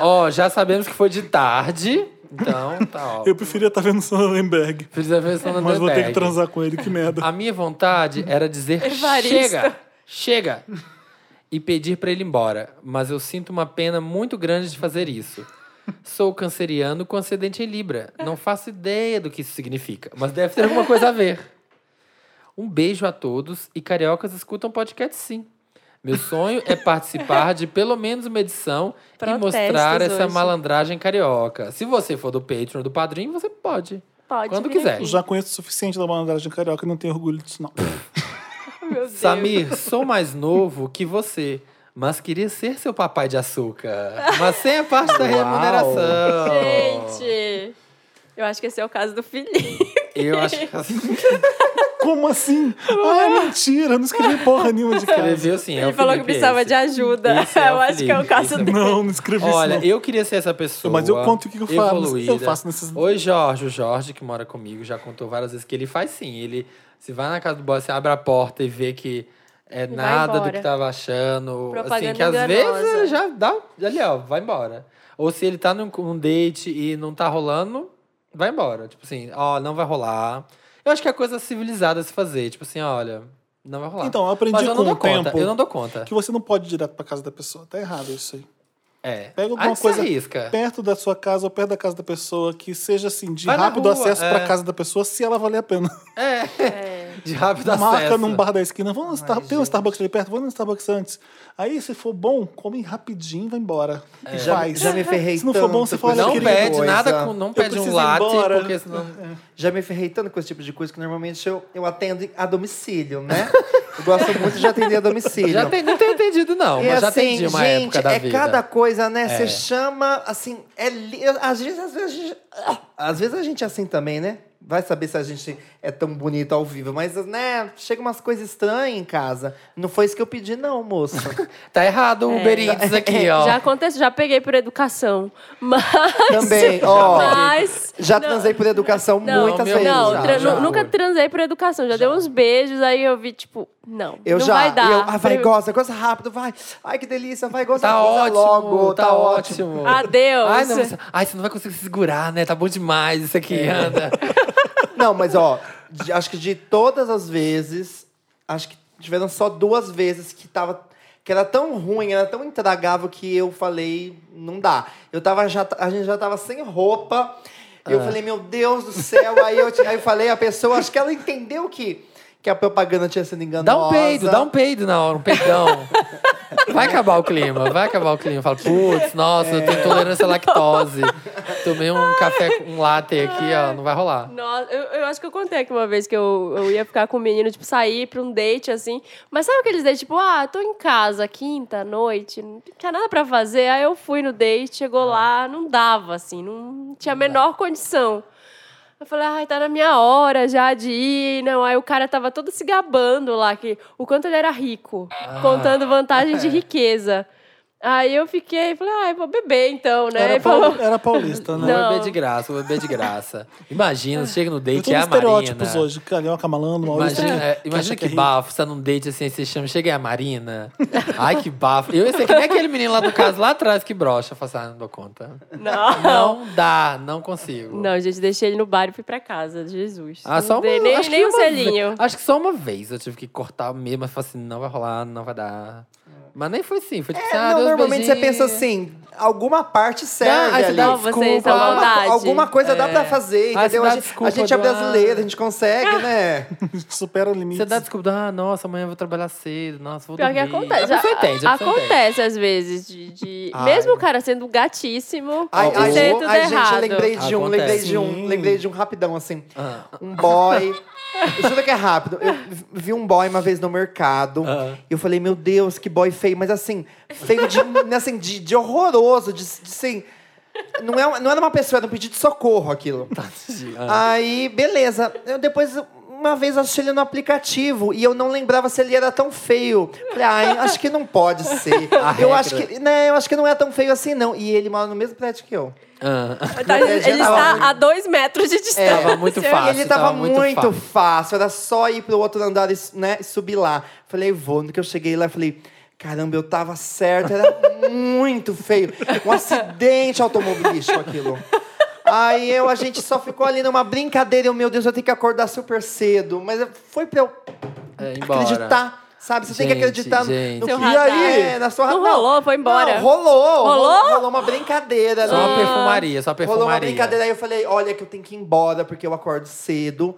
Ó, já sabemos que foi de tarde. Então, tá ó.
Eu preferia estar vendo Sonnenberg.
Precisa ver se
Mas vou ter que transar com ele, que merda.
A minha vontade era dizer
Evaristo.
chega, chega e pedir pra ele ir embora, mas eu sinto uma pena muito grande de fazer isso. Sou canceriano com ascendente em Libra. Não faço ideia do que isso significa, mas deve ter alguma coisa a ver. Um beijo a todos e cariocas escutam podcast sim. Meu sonho é participar de pelo menos uma edição e
Protestos
mostrar essa
hoje.
malandragem carioca. Se você for do Patreon ou do Padrinho, você pode.
Pode
Quando
vir
quiser.
aqui.
Eu já conheço o suficiente da malandragem carioca e não tenho orgulho disso, não.
Meu Deus.
Samir, sou mais novo que você, mas queria ser seu papai de açúcar. Mas sem a parte da
Uau.
remuneração.
Gente, eu acho que esse é o caso do Felipe.
Eu acho que ela
Como assim? Ah, é mentira, eu não escrevi porra nenhuma de casa.
escreveu sim. é o
Ele falou que
Felipe
precisava
esse.
de ajuda.
Esse é o
eu acho que é o
Felipe,
caso
esse é o
dele.
Não, não escrevi
Olha,
isso.
eu queria ser essa pessoa.
Mas eu conto o que eu faço,
evoluída.
eu faço nesses-
Oi, Jorge. O Jorge, que mora comigo, já contou várias vezes que ele faz sim. Ele se vai na casa do boy, você abre a porta e vê que é
vai
nada do
embora.
que tava achando. assim,
Propaganda
que às
enganosa.
vezes já dá. Ali, ó, vai embora. Ou se ele tá num, num date e não tá rolando, vai embora. Tipo assim, ó, não vai rolar. Eu acho que é coisa civilizada a se fazer. Tipo assim, olha, não vai rolar.
Então, eu aprendi
Mas eu não
com
dou
o
conta.
tempo
Eu não dou conta.
Que você não pode ir direto pra casa da pessoa. Tá errado isso aí.
É.
Pega
Aí
alguma
você
coisa
arrisca.
perto da sua casa ou perto da casa da pessoa que seja assim, de
Vai na
rápido
rua,
acesso
é.
pra casa da pessoa, se ela valer a pena.
É.
É.
De rápido
Marca
acesso.
num bar da esquina, vamos no Star... tem um
gente.
Starbucks ali perto, vamos no Starbucks antes. Aí, se for bom, come rapidinho e vai embora.
É.
E
Já,
faz.
É,
já me ferrei
Se não for bom,
tanto
você
com
fala,
esse
Não
Olha,
tipo
queria é.
de
pede
coisa.
nada, com, não pede
preciso
um
ir
latte,
embora.
porque senão...
Já me ferrei tanto com esse tipo de coisa que normalmente eu, eu atendo a domicílio, né? Eu gosto muito de atender a domicílio.
Já tem, não tenho entendido, não,
E
mas já
assim,
atendi uma
gente,
época da
é
vida.
cada coisa, né? Você
É.
chama, assim, é li... eu- às vezes, às vezes, a gente... ah, às vezes a gente é assim também, né? Vai saber se a gente é tão bonito ao vivo, mas, né, chega umas coisas estranhas em casa. Não foi isso que eu pedi, não, moço.
Tá errado o Uber Eats aqui, ó.
É,
Tá
Já aconteceu, já peguei por educação. Mas.
Também, ó.
Mas.
Já
não,
transei por educação
não,
muitas
meu,
vezes.
Não,
já,
tran-
já.
nunca transei por educação. Já, dei uns beijos, aí eu vi, tipo, não.
Eu
não
já.
vai dar.
Eu, ah, vai,
Prime-
gosta, gosta rápido, vai. Ai, que delícia, vai, gosta
Tá
goza
ótimo,
logo.
tá, ótimo.
Adeus.
Ai, não, você... Ai, você não vai conseguir segurar, né? Tá bom demais isso aqui, Ana.
Não, mas ó, de- acho que de todas as vezes, acho que tiveram só duas vezes que tava. Que era tão ruim, era tão intragável que eu falei, não dá. Eu tava já, a gente já tava sem roupa. Eu
Ah.
falei, meu Deus do céu, aí eu, aí eu falei, a pessoa, acho que ela entendeu que, que a propaganda tinha sido enganosa.
Dá um peido, dá um peido na hora, um peidão. Vai acabar o clima, vai acabar o clima. Fala, putz, nossa, eu tenho intolerância à lactose. Tomei um café, um latte aqui, ó, não vai rolar.
Nossa, eu, eu acho que eu contei aqui uma vez que eu, eu ia ficar com um menino, tipo, sair pra um date, assim. Mas sabe aqueles dates, tipo, ah, tô em casa, quinta, à noite, não tinha nada pra fazer. Aí eu fui no date, chegou lá, não dava, assim, não tinha a menor condição. Eu falei, ai, tá na minha hora já de ir. Não, aí o cara tava todo se gabando lá, que o quanto ele era rico, contando vantagem de riqueza. Aí eu fiquei, falei, ai, vou beber então, né?
Era,
Ele
paul-
falou,
era paulista, né?
Não.
Vou beber é de graça, vou beber de graça. Imagina, você chega no
Eu
date
tô
e é
nos
a Marina.
estereótipos hoje. Carioca malandro, Maurício.
Imagina, é,
que
imagina
acha
que,
é rico.
bafo, você tá num date assim, aí você chama, chega aí a Marina. Ai, que bafo. Eu ia ser que nem aquele menino lá do caso, lá atrás, que brocha. Eu falo assim, ah, não dou conta. Não dá, não consigo.
Não, gente, deixei ele no bar e fui pra casa. Jesus.
Ah, só
não
uma,
dei nem,
acho que
nem um
uma
selinho.
vez- acho que só uma vez eu tive que cortar mesmo. Eu falei assim, não vai rolar, não vai dar. Mas nem foi assim, foi tipo assim,
É,
ah,
não,
deu uns
normalmente você
beijinhos.
pensa assim, alguma parte serve
aí você
ali.
dá
Não, vocês, a
Desculpa,
Alguma-
maldade.
Alguma coisa dá pra fazer,
Ah,
entendeu?
você
A
dá
gente,
desculpa
a gente é
do, ah.
brasileiro, a gente consegue, né?
Supera o limite.
Você dá desculpa, ah, nossa, amanhã eu vou trabalhar cedo, nossa, vou
Pior que
dormir.
acontece.
A pessoa entende, a pessoa entende.
acontece às vezes. De, de- Mesmo o cara sendo gatíssimo,
Ai,
de
ai,
ser
gente,
tudo
Ah, ai, gente,
errado.
eu lembrei de um,
Acontece.
lembrei de um,
Sim.
lembrei de um rapidão, assim.
Ah.
Um boy. Juro que é rápido. Eu vi um boy uma vez no mercado.
Ah.
E eu falei, meu Deus, que boy feio. Mas assim, feio de, né, assim, de, de horroroso, de, de assim. Não, é, não era uma pessoa, era um pedido de socorro aquilo.
Ah.
Aí, beleza. Eu depois, uma vez, achei ele no aplicativo e eu não lembrava se ele era tão feio. Falei, ai, acho que não pode ser.
A
eu
regra.
acho que. Né, eu acho que não é tão feio assim, não. E ele mora no mesmo prédio que eu.
Ah.
Tá,
Não
ele
adianta muito.
está a dois metros de distância.
Tava muito
E
fácil.
ele tava,
tava muito
muito,
fácil.
fácil. era só ir pro outro andar e né, e subir lá. Falei, vou, no que eu cheguei lá, falei, caramba, eu tava certo, era muito feio. Um acidente automobilístico aquilo. Aí eu, a gente só ficou ali numa brincadeira, eu, meu Deus, eu tenho que acordar super cedo. Mas foi pra eu
É, embora.
Ah, acreditar. Sabe, você tem que
Gente,
acreditar
gente.
no
Seu
que. E
radar.
aí, é, na sua
Não
ra-
rolou, foi embora.
Não, rolou, rolou.
Rolou?
Rolou uma brincadeira.
Só uma
né?
perfumaria, só uma perfumaria.
Rolou uma brincadeira, aí eu falei, olha que eu tenho que ir embora, porque eu acordo cedo.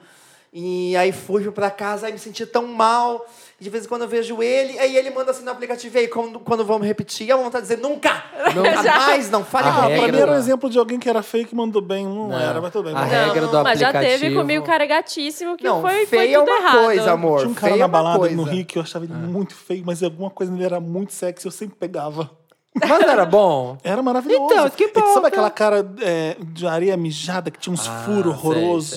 E aí fui pra casa, aí me senti tão mal. De vez em quando eu vejo ele, aí ele manda assim no aplicativo, e aí quando, quando vamos repetir, eu vou vontade de dizer, tá nunca! Nunca mais, não fale
A
comigo.
Pra
regra
mim era um
do-
exemplo de alguém que era feio que mandou bem. Não, era, mas tudo bem.
A
Mas-
regra do
mas já teve
aplicativo.
comigo cara gatíssimo que
Não,
foi, foi
feio é
tudo
uma
errado.
coisa, amor.
Tinha um cara
feio
na
é uma
balada
coisa.
no Rio que eu achava ele muito feio, mas alguma coisa nele era muito sexy, eu sempre pegava.
Mas era bom.
Era maravilhoso.
Então, que
E tu
bom,
Sabe
cara.
aquela cara é, de areia mijada que tinha uns
Ah,
furos horroroso?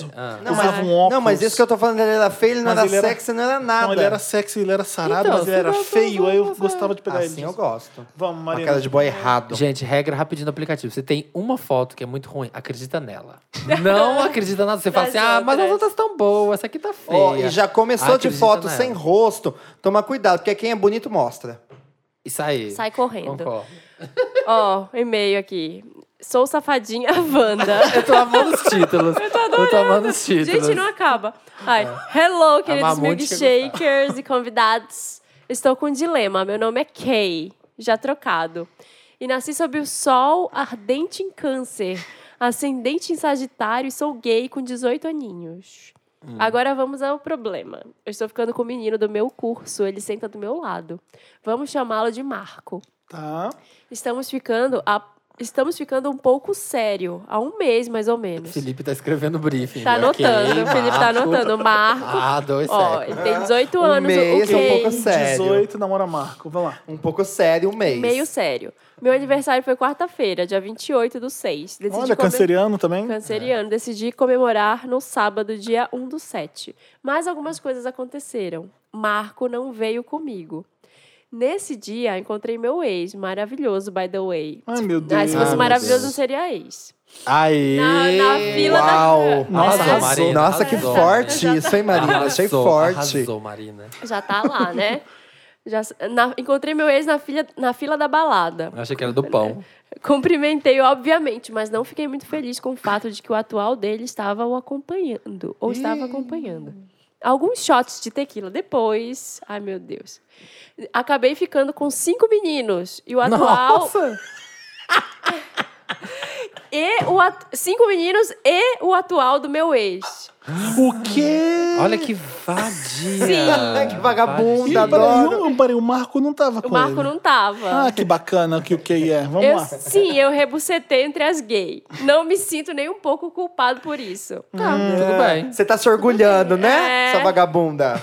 sei, sei. Ah.
Não,
Usava
mas,
um óculos.
não, mas isso que eu tô falando, ele era feio, ele não
Mas
era
ele era-
sexy, ele não era nada.
Não, ele era sexy, ele era sarado,
Então,
mas ele era
você
feio,
gostou,
aí eu
você-
gostava de pegar
Assim
ele.
eu gosto.
Vamos,
Uma
Marina.
cara de boy errado.
Gente, regra rapidinho no aplicativo. Você tem uma foto que é muito ruim, acredita nela. Não acredita nada. Você fala
Nas
assim, ah, mas as
outras.
outras estão boas, essa aqui tá feia.
Ó, e já começou de
Acredita
foto
nela.
sem rosto. Toma cuidado, porque quem é bonito mostra.
Isso aí.
Sai correndo.
Concordo.
Ó, um e-mail aqui. Sou safadinha Wanda.
Eu tô amando os títulos. Eu tô, amando os títulos.
Gente, não é acaba. Ai, hello, queridos
Mamute
milkshakers e convidados. Estou com um dilema. Meu nome é Kay, já trocado. E nasci sob o sol ardente em câncer, ascendente em sagitário e sou gay com 18 aninhos. Agora vamos ao problema. Eu estou ficando com o menino do meu curso, ele senta do meu lado. Vamos chamá-lo de Marco.
Tá.
Estamos ficando a- Estamos ficando um pouco sério, há um mês mais ou menos.
Felipe tá escrevendo o briefing.
Tá
Ok,
anotando, o Felipe tá
Marco.
anotando. O Marco,
Ah, dois
ó,
séculos.
ele tem 18
Um
anos, o
mês é um
Kay,
pouco sério.
18, namora Marco. Vamos lá.
Um pouco sério, um mês.
meio sério. Meu aniversário foi quarta-feira, dia 28 do 6. Decidi
Olha,
comem-
canceriano também.
Canceriano, decidi comemorar no sábado, dia 1 do 7. Mas algumas coisas aconteceram. Marco não veio comigo. Nesse dia, encontrei meu ex, maravilhoso, by the way.
Ai, meu
Ah,
Deus.
se fosse
meu
maravilhoso,
Deus.
não seria ex.
Aí.
Na- na fila da-
Uau!
Nossa,
Arrasou.
Marina,
Nossa, que
arrasou.
forte isso, hein, Marina?
Arrasou,
Achei forte.
Arrasou, Marina.
Já tá lá, né? Já, na- encontrei meu ex na, filha, na fila da balada.
Eu achei que era do pão.
Cumprimentei, obviamente, mas não fiquei muito feliz com o fato de que o atual dele estava o acompanhando, ou estava acompanhando. Alguns shots de tequila depois. Ai, meu Deus. Acabei ficando com cinco meninos. E o atual.
Nossa!
E o at- Cinco meninos e o atual do meu ex.
O quê?
Olha que vadia.
Que vagabunda,
Ih,
da
peraí,
adoro.
o- peraí, o Marco não tava
O
com
Marco
ele.
não tava.
Ah, que bacana que o Kay é. Vamos
Eu,
lá.
sim, eu rebucetei entre as gays. Não me sinto nem um pouco culpado por isso.
Tá, tudo bem.
Você tá se orgulhando, né?
É.
Essa vagabunda.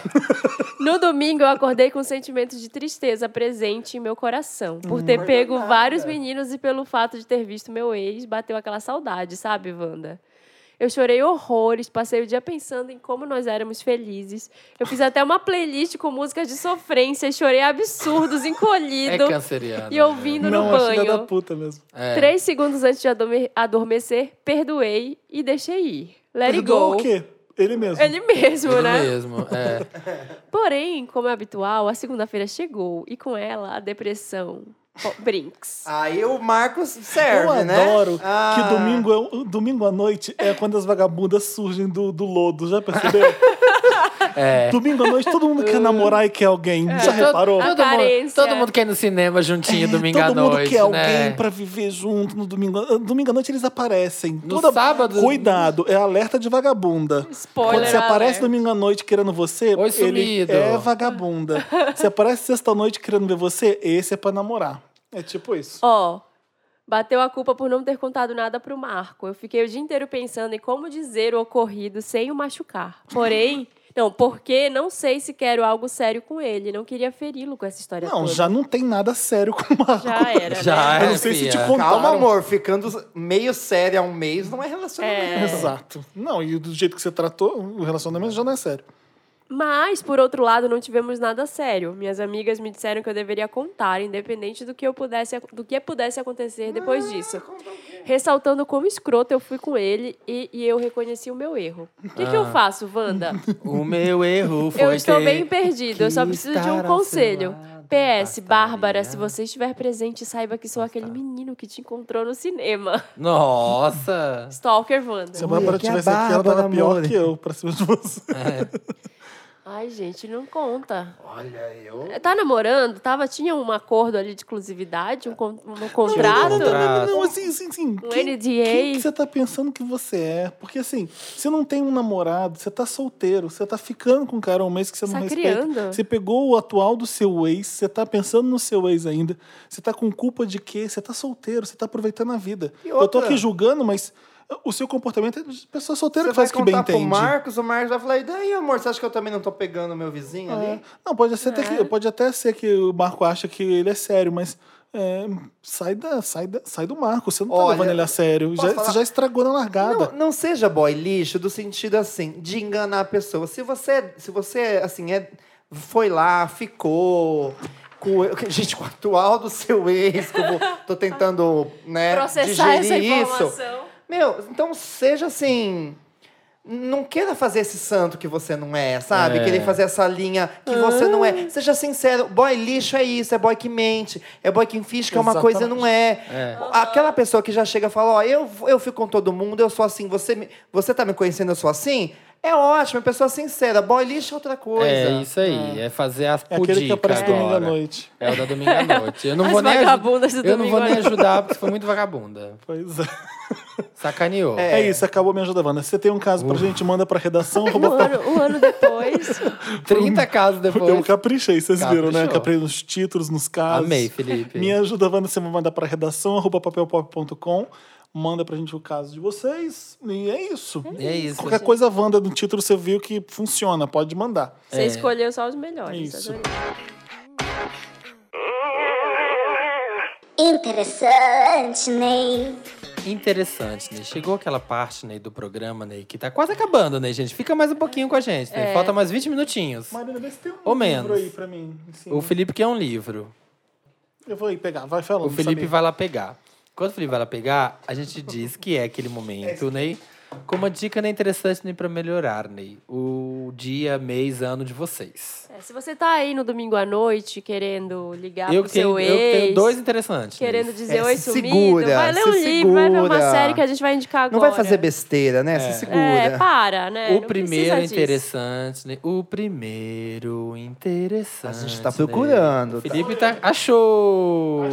No domingo, eu acordei com um sentimento de tristeza presente em meu coração. Por ter
Hum.
pego vários meninos e pelo fato de ter visto meu ex, bateu aquela saudade, sabe, Wanda? Eu chorei horrores, passei o dia pensando em como nós éramos felizes. Eu fiz até uma playlist com músicas de sofrência e chorei absurdos,
É
encolhido
canceriano. né?
e ouvindo
não,
no
é filha da
banho.
puta mesmo.
É.
Três segundos antes de adorme- adormecer, perdoei e deixei ir. Let it
Perdoa
go.
o quê? Ele mesmo.
Ele mesmo,
Ele
né?
mesmo, é.
Porém, como é habitual, a segunda-feira chegou e com ela a depressão. Ó,
Ah,
Brinks.
Aí o Marcos
é
Eu
serve, né?
adoro
Ah.
que domingo, é- domingo à noite é quando as vagabundas surgem do, do lodo, já percebeu?
É.
Domingo à noite todo mundo quer namorar e quer alguém,
É.
já reparou? É,
A
Todo, mundo,
carência.
todo mundo quer ir no cinema juntinho domingo à
Todo mundo
noite,
quer alguém
né?
pra viver junto no domingo. Ah, Domingo à noite eles aparecem.
No sábado-
Cuidado, é alerta de vagabunda.
Spoiler
Quando você aparece
alert.
domingo à noite querendo você,
Oi,
ele
sumido.
é vagabunda. Se aparece sexta à noite querendo ver você, esse é pra namorar. É tipo isso.
Ó, bateu a culpa por não ter contado nada pro Marco. Eu fiquei o dia inteiro pensando em como dizer o ocorrido sem o machucar. Porém, não, porque não sei se quero algo sério com ele. Não queria feri-lo com essa história
Não,
toda.
já não tem nada sério com o Marco.
Já era, né?
Já
Eu não
é,
sei se te
fia.
contaram.
Calma, amor. Ficando meio sério há um mês não é relacionamento.
Exato. Não, e do jeito que você tratou, o relacionamento já não é sério.
Mas, por outro lado, não tivemos nada sério. Minhas amigas me disseram que eu deveria contar, independente do que, eu pudesse, do que pudesse acontecer depois disso. Ressaltando como escroto eu fui com ele e, e eu reconheci o meu erro. O que, que eu faço, Wanda?
O meu erro Ah. foi
eu estou
ter
bem perdido, eu só
que
preciso de
estar
um
ao
conselho.
seu lado,
PS, Bárbara,
bastaria.
se você estiver presente, saiba que sou aquele menino que te encontrou no cinema.
Nossa!
Stalker Wanda.
Se a Bárbara
aqui é a
tivesse aqui, ela
Bárbara,
tava pior
amor.
que eu pra cima de você.
Ai, gente, não conta.
Olha, eu...
Tá namorando? Tava, tinha um acordo ali de exclusividade, um, con- um
Não, não, não,
contrato?
né?
Contrato.
não, não, assim, assim, assim. Um
NDA.
Quem que você tá pensando que você é? Porque assim, você não tem um namorado, você tá solteiro, você tá ficando com um cara há um mês
Tá
que você não
Sacriando.
respeita. Você pegou o atual do seu ex, você tá pensando no seu ex ainda. Você tá com culpa de quê? Você tá solteiro, você tá aproveitando a vida. Eu tô
outra?
aqui julgando, mas o seu comportamento é de pessoa solteira
Você
que faz o
vai
que bem
contar pro
entende.
Marcos, o Marcos vai falar, e daí, amor, você acha que eu também não tô pegando o meu vizinho
É.
ali?
Não, pode, ser até que, pode até ser que o Marco acha que ele é sério, mas é, sai, da, sai, da, sai do marco, você não tá
Olha,
levando ele a sério.
posso
Já,
falar?
Você já estragou na largada.
Não, não seja boy lixo do sentido assim de enganar a pessoa. Se você, se você assim é, foi lá, ficou com, o- gente com o atual do seu ex, que eu vou- tô tentando né
Processar essa
digerir isso.
informação.
Meu, então seja assim. Não queira fazer esse santo que você não é, sabe?
É.
Querer fazer essa linha que você não é. Seja sincero, boy lixo é isso, é boy que mente, é boy que finge que é uma coisa e não é.
É.
Aquela pessoa que já chega e fala, ó, eu, eu fico com todo mundo, eu sou assim, você, me- você tá me conhecendo, eu sou assim? É ótimo, é pessoa sincera, boy lixo é outra coisa.
É isso aí, é fazer as
É aquele que
pudica
aparece domingo à
agora.
noite.
É o da domingo à noite. Eu não
As
vou nem ajudar.
vagabundas do
Eu não vou
domingo à
nem
noite.
ajudar, porque foi muito vagabunda.
Pois é.
Sacaneou.
É, isso, acabou me ajudando, Wanda. Se você tem um caso pra gente, manda pra redação.
Um
arroba-
ano, um ano depois,
30 casos depois.
Eu caprichei, vocês viram, né?
Caprichou.
Caprichei nos títulos, nos casos.
Amei, Felipe.
Me ajuda, Wanda, você vai mandar pra redação, arroba papelpop.com. Manda pra gente o caso de vocês. E é isso.
E é isso.
Qualquer coisa, Wanda, no título você viu que funciona, pode mandar.
você escolheu só os melhores.
Isso.
adorei.
Interessante, Ney.
Interessante, né? Chegou aquela parte né, do programa, né, que tá quase acabando, né, gente? Fica mais um pouquinho com a gente, né?
É.
Falta mais 20 minutinhos.
Marina, vê se tem um
Ou
livro
menos.
aí pra mim. em cima.
O Felipe quer um livro.
Eu vou aí pegar, vai falando.
O Felipe
Samir.
vai lá pegar. Quando o Felipe vai lá pegar, a gente diz que é aquele momento, né? Com uma dica né, interessante né, para melhorar, né? O dia, mês, ano de vocês.
É, se você tá aí no domingo à noite querendo ligar
eu,
pro
tenho, eu
seu ex,
tenho dois interessantes. né?
querendo
nisso.
dizer
É,
oi
se
sumido,
segura,
vai ler um
se
livro, vai ver uma
segura.
série que a gente vai indicar
Não
agora.
vai fazer besteira, né? Se segura.
É, para, né?
O
Não
primeiro é
precisa disso.
interessante, né? O primeiro interessante.
A gente tá
né?
procurando,
O
tá?
Felipe tá. Achou!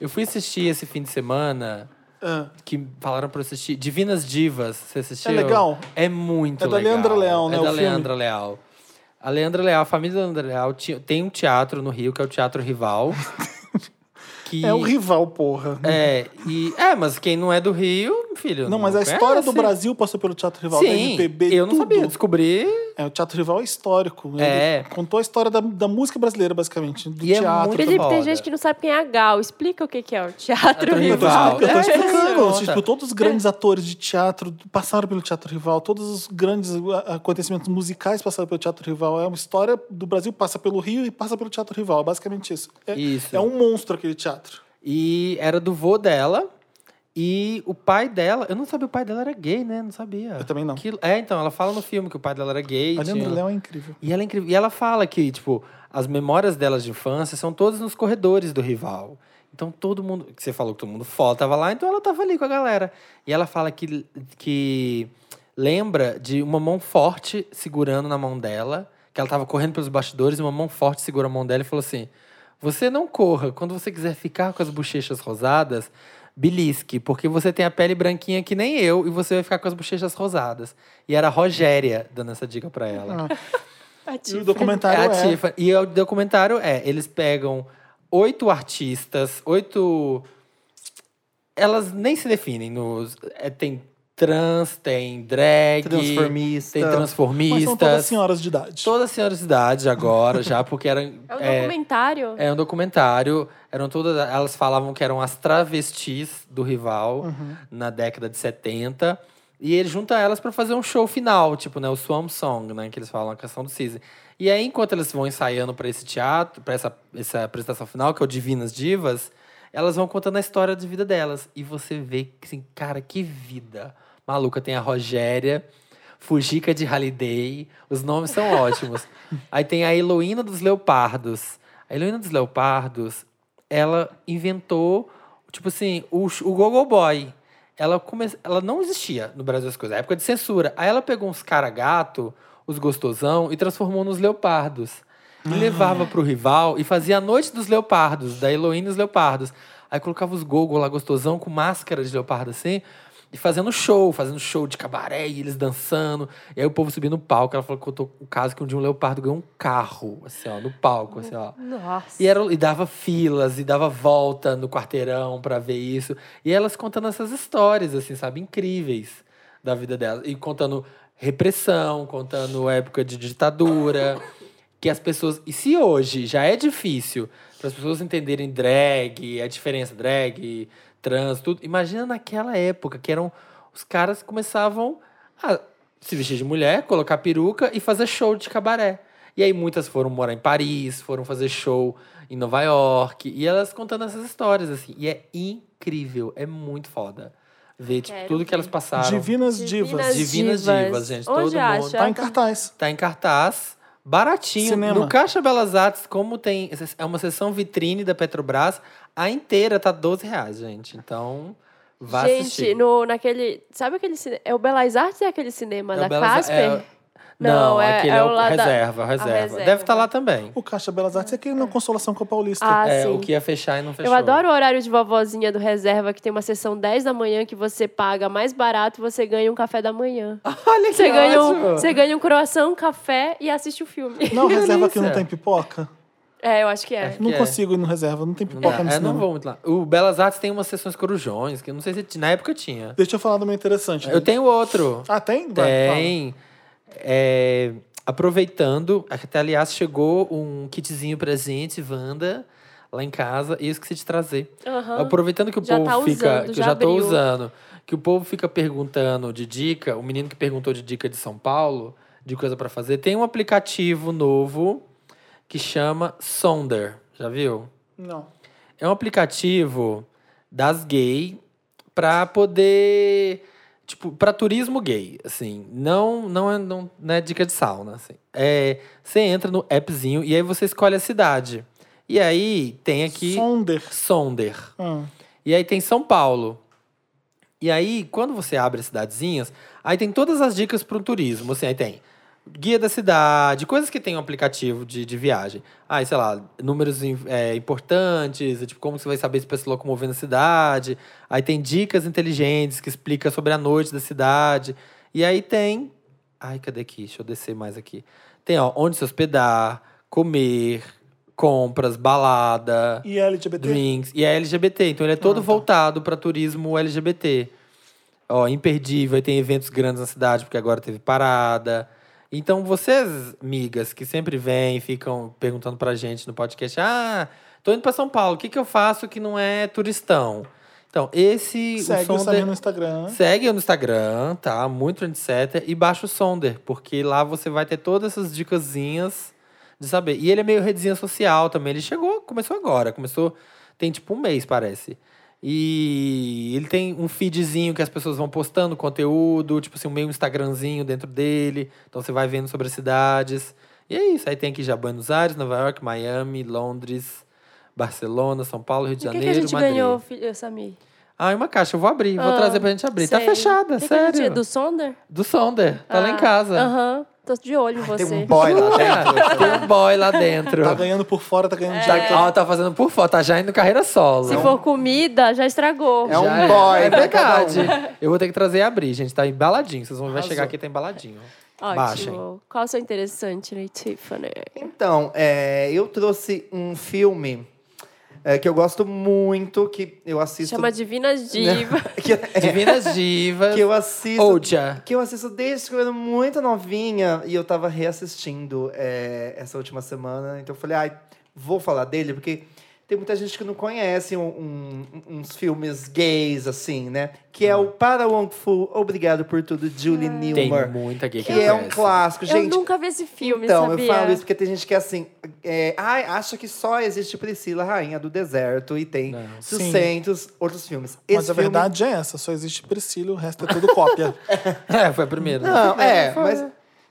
Eu fui assistir esse fim de semana
Ah,
que falaram pra eu assistir Divinas Divas. Você assistiu?
É legal?
É muito
É da
legal.
Leandra Leal, né,
É
o
da
filme?
Leandra Leal. A Leandra Leal, a família da Leandra Leal ti- tem um teatro no Rio, que é o Teatro Rival. que
É o rival, porra.
É, e, é, mas quem não é do Rio, filho.
Não, mas a história
conhece.
do Brasil passou pelo Teatro Rival, da
Sim,
MPB,
eu não
tudo.
sabia. Descobri.
É, o Teatro Rival é histórico. Ele
É.
Contou a história da, da música brasileira, basicamente. Do
E é
teatro.
muito-
Felipe, tem
Foda.
gente que não sabe quem é a Gal. Explica o que que é o teatro.
Teatro
Eu tô
Rival.
explicando, eu tô
É,
explicando.
isso.
Tipo, todos os grandes atores de teatro passaram pelo Teatro Rival, todos os grandes a- acontecimentos musicais passaram pelo Teatro Rival. É uma história do Brasil, passa pelo Rio e passa pelo Teatro Rival. É basicamente isso. É,
Isso.
é um monstro aquele teatro.
E era do vô dela. E o pai dela. Eu não sabia, o pai dela era gay, né? Não sabia.
Eu também não.
Que- é, então, ela fala no filme que o pai dela era gay.
A Leandro
tinha-
Léo é incrível.
E ela, é incrível. e ela fala que, tipo, as memórias delas de infância são todas nos corredores do rival. Então todo mundo. que Você falou que todo mundo foda, tava lá, então ela tava ali com a galera. E ela fala que, que lembra de uma mão forte segurando na mão dela, que ela tava correndo pelos bastidores, e uma mão forte segura a mão dela e falou assim: Você não corra. Quando você quiser ficar com as bochechas rosadas, belisque, porque você tem a pele branquinha que nem eu, e você vai ficar com as bochechas rosadas. E era a Rogéria dando essa dica pra ela.
E o documentário
É
é.
a Tiffany. E o documentário é, eles pegam oito artistas, oito. Elas nem se definem nos. é, tem trans, tem drag,
Transformista.
tem transformistas.
Mas são todas senhoras de idade.
Todas senhoras de idade agora, já, porque eram.
É um
é,
documentário?
é um documentário. Eram todas, elas falavam que eram as travestis do rival na década de 70. E ele junta elas pra fazer um show final, tipo, né, o Swan Song, né, que eles falam a canção do Cisne. E aí enquanto eles vão ensaiando pra esse teatro, pra essa essa apresentação final, que é o Divinas Divas, elas vão contando a história de vida delas e você vê que assim, cara, que vida. Maluca tem a Rogéria, Fujica de Halliday, os nomes são ótimos. Aí tem a Heloína dos Leopardos. A Heloína dos Leopardos, ela inventou, tipo assim, o, sh- o Gogo Boy. Ela, come... ela não existia no Brasil as coisas, época de censura. Aí ela pegou uns cara gato, os gostosão, e transformou nos leopardos. E levava pro rival e fazia a noite dos leopardos, da Heloína e os leopardos. Aí colocava os Gogo lá gostosão com máscara de leopardo assim. E fazendo show, fazendo show de cabaré, e eles dançando. E aí o povo subindo no palco. Ela falou que contou o caso que um dia um leopardo ganhou um carro, assim, ó, no palco, assim, ó.
Nossa.
E, era, e dava filas, e dava volta no quarteirão pra ver isso. E elas contando essas histórias, assim, sabe? Incríveis da vida delas. E contando repressão, contando época de ditadura. que as pessoas. E se hoje já é difícil para as pessoas entenderem drag, a diferença drag, trans, tudo. Imagina naquela época que eram. Os caras começavam a se vestir de mulher, colocar peruca e fazer show de cabaré. E aí muitas foram morar em Paris, foram fazer show em Nova York. E elas contando essas histórias, assim. E é incrível, é muito foda. Ver, tipo,
Quero
tudo que elas
ver.
passaram.
Divinas Divas.
Divinas
Divinas
Divas.
Divas, gente,
Onde
todo
acha?
mundo.
Tá em cartaz.
Tá em cartaz, baratinho.
Cinema.
No Caixa Belas Artes, como tem. É uma sessão vitrine da Petrobras, a inteira tá 12 reais, gente. Então, vá
Gente,
assistir.
no, naquele. Sabe aquele cinema? É o Belas Artes é aquele cinema
É o
da
Belas-
Casper?
é- não,
Não, é-
aquele é,
é
o
o lá da-
reserva, o reserva.
reserva.
Deve estar lá também.
O Caixa Belas Artes é aquele na Consolação com a Paulista.
Ah,
é,
sim.
o que ia fechar e não fechou.
Eu adoro o horário de vovozinha do reserva, que tem uma sessão 10 da manhã que você paga mais barato e você ganha um café da manhã.
Olha que
Você ganha, um,
ótimo.
você ganha um croissant, um café e assiste o filme.
Não, reserva que não
delícia.
tem pipoca.
É, eu acho que é.
Não
é.
consigo ir no reserva, não tem
Não
pipoca
dá.
no
É,
cinema.
não vou muito lá. O Belas Artes tem umas sessões corujões, que eu não sei se t- na época tinha.
Deixa eu falar do meu interessante.
Eu tenho outro.
Ah, tem? Vai,
Tem. É, aproveitando, até aliás chegou um kitzinho pra gente, Wanda, lá em casa, e eu esqueci de trazer.
Aham.
Aproveitando que É. o
Já
povo
tá
fica.
usando,
que eu
já
já tô
abriu.
usando. Que o povo fica perguntando de dica, o menino que perguntou de dica de São Paulo, de coisa pra fazer, tem um aplicativo novo que chama Sonder. Já viu?
fala. Não.
É um aplicativo das gay pra poder. Tipo, pra turismo gay, assim. Não, não, é, não, não é dica de sauna, assim. É, você entra no appzinho e aí você escolhe a cidade. E aí tem aqui
Sonder.
Sonder.
Ah,
E aí tem São Paulo. E aí, quando você abre as cidadezinhas, aí tem todas as dicas para o turismo. Assim, aí tem guia da cidade, coisas que tem um aplicativo de, de viagem. Aí, sei lá, números im- é, importantes, tipo, como você vai saber se você se locomover na cidade. Aí tem dicas inteligentes que explica sobre a noite da cidade. E aí tem... Ai, cadê aqui? Deixa eu descer mais aqui. Tem, ó, onde se hospedar, comer, compras, balada
E LGBT?
drinks. E é LGBT, então ele é todo
Ah, tá.
voltado para turismo LGBT. Ó, imperdível, aí tem eventos grandes na cidade, porque agora teve parada. Então, vocês, migas, que sempre vêm, ficam perguntando pra gente no podcast: ah, tô indo pra São Paulo, o que, que eu faço que não é turistão? Então, esse.
Segue o
Sonder-
Samir no Instagram.
Segue eu no Instagram, tá? Muito etc. E baixa o Sonder, porque lá você vai ter todas essas dicasinhas de saber. E ele é meio redezinha social também. Ele chegou, começou agora, começou tem tipo um mês, parece. E ele tem um feedzinho que as pessoas vão postando conteúdo, tipo assim, um meio Instagramzinho dentro dele. Então você vai vendo sobre as cidades. E é isso. Aí tem aqui já Buenos Aires, Nova York, Miami, Londres, Barcelona, São Paulo, Rio de
E o que,
Janeiro,
que a gente
Madrid.
ganhou, filho, Samir?
Ah, é uma caixa, eu vou abrir, vou
Ah,
trazer pra gente abrir. Tá
Sei.
fechada,
O que que a gente
sério.
é do Sonder? Ah,
Do Sonder, tá lá em casa.
Aham, tô de olho em
Tem um
você.
boy lá
É,
dentro.
Tem um boy lá dentro.
Tá ganhando por fora, tá ganhando de
Tá, ó, tá fazendo por foto, tá já indo carreira solo.
Se for comida, já estragou.
É um
Já
boy,
É
pra
verdade.
cada
Eu vou ter que trazer e abrir, gente. Tá embaladinho. Vocês vão ver
Arrasou.
chegar aqui, tá embaladinho.
Ótimo.
Baixem.
Qual o seu interessante, né, Tiffany?
Então, é, eu trouxe um filme é, que eu gosto muito, que eu assisto.
Chama Divinas Divas.
que, é,
Divinas Divas.
que eu assisto.
Ouja.
Que eu assisto desde que eu era muito novinha e eu tava reassistindo é, essa última semana. Então eu falei, ai, vou falar dele, porque tem muita gente que não conhece um- um- uns filmes gays, assim, né? Que é o Para Wong Fu, Obrigado por Tudo, Julie
Tem
Newmar.
muita gay que
Que é um
aparece.
clássico,
Eu
gente.
nunca vi esse filme,
Então,
sabia?
eu falo isso porque tem gente que é assim. É, ai, acha que só existe Priscila, Rainha do Deserto, e tem
Não.
600 outros filmes.
Mas
Esse
a
filme-
verdade é essa, só existe Priscila, o resto é tudo cópia.
É, foi a primeira.
Não, é, mas.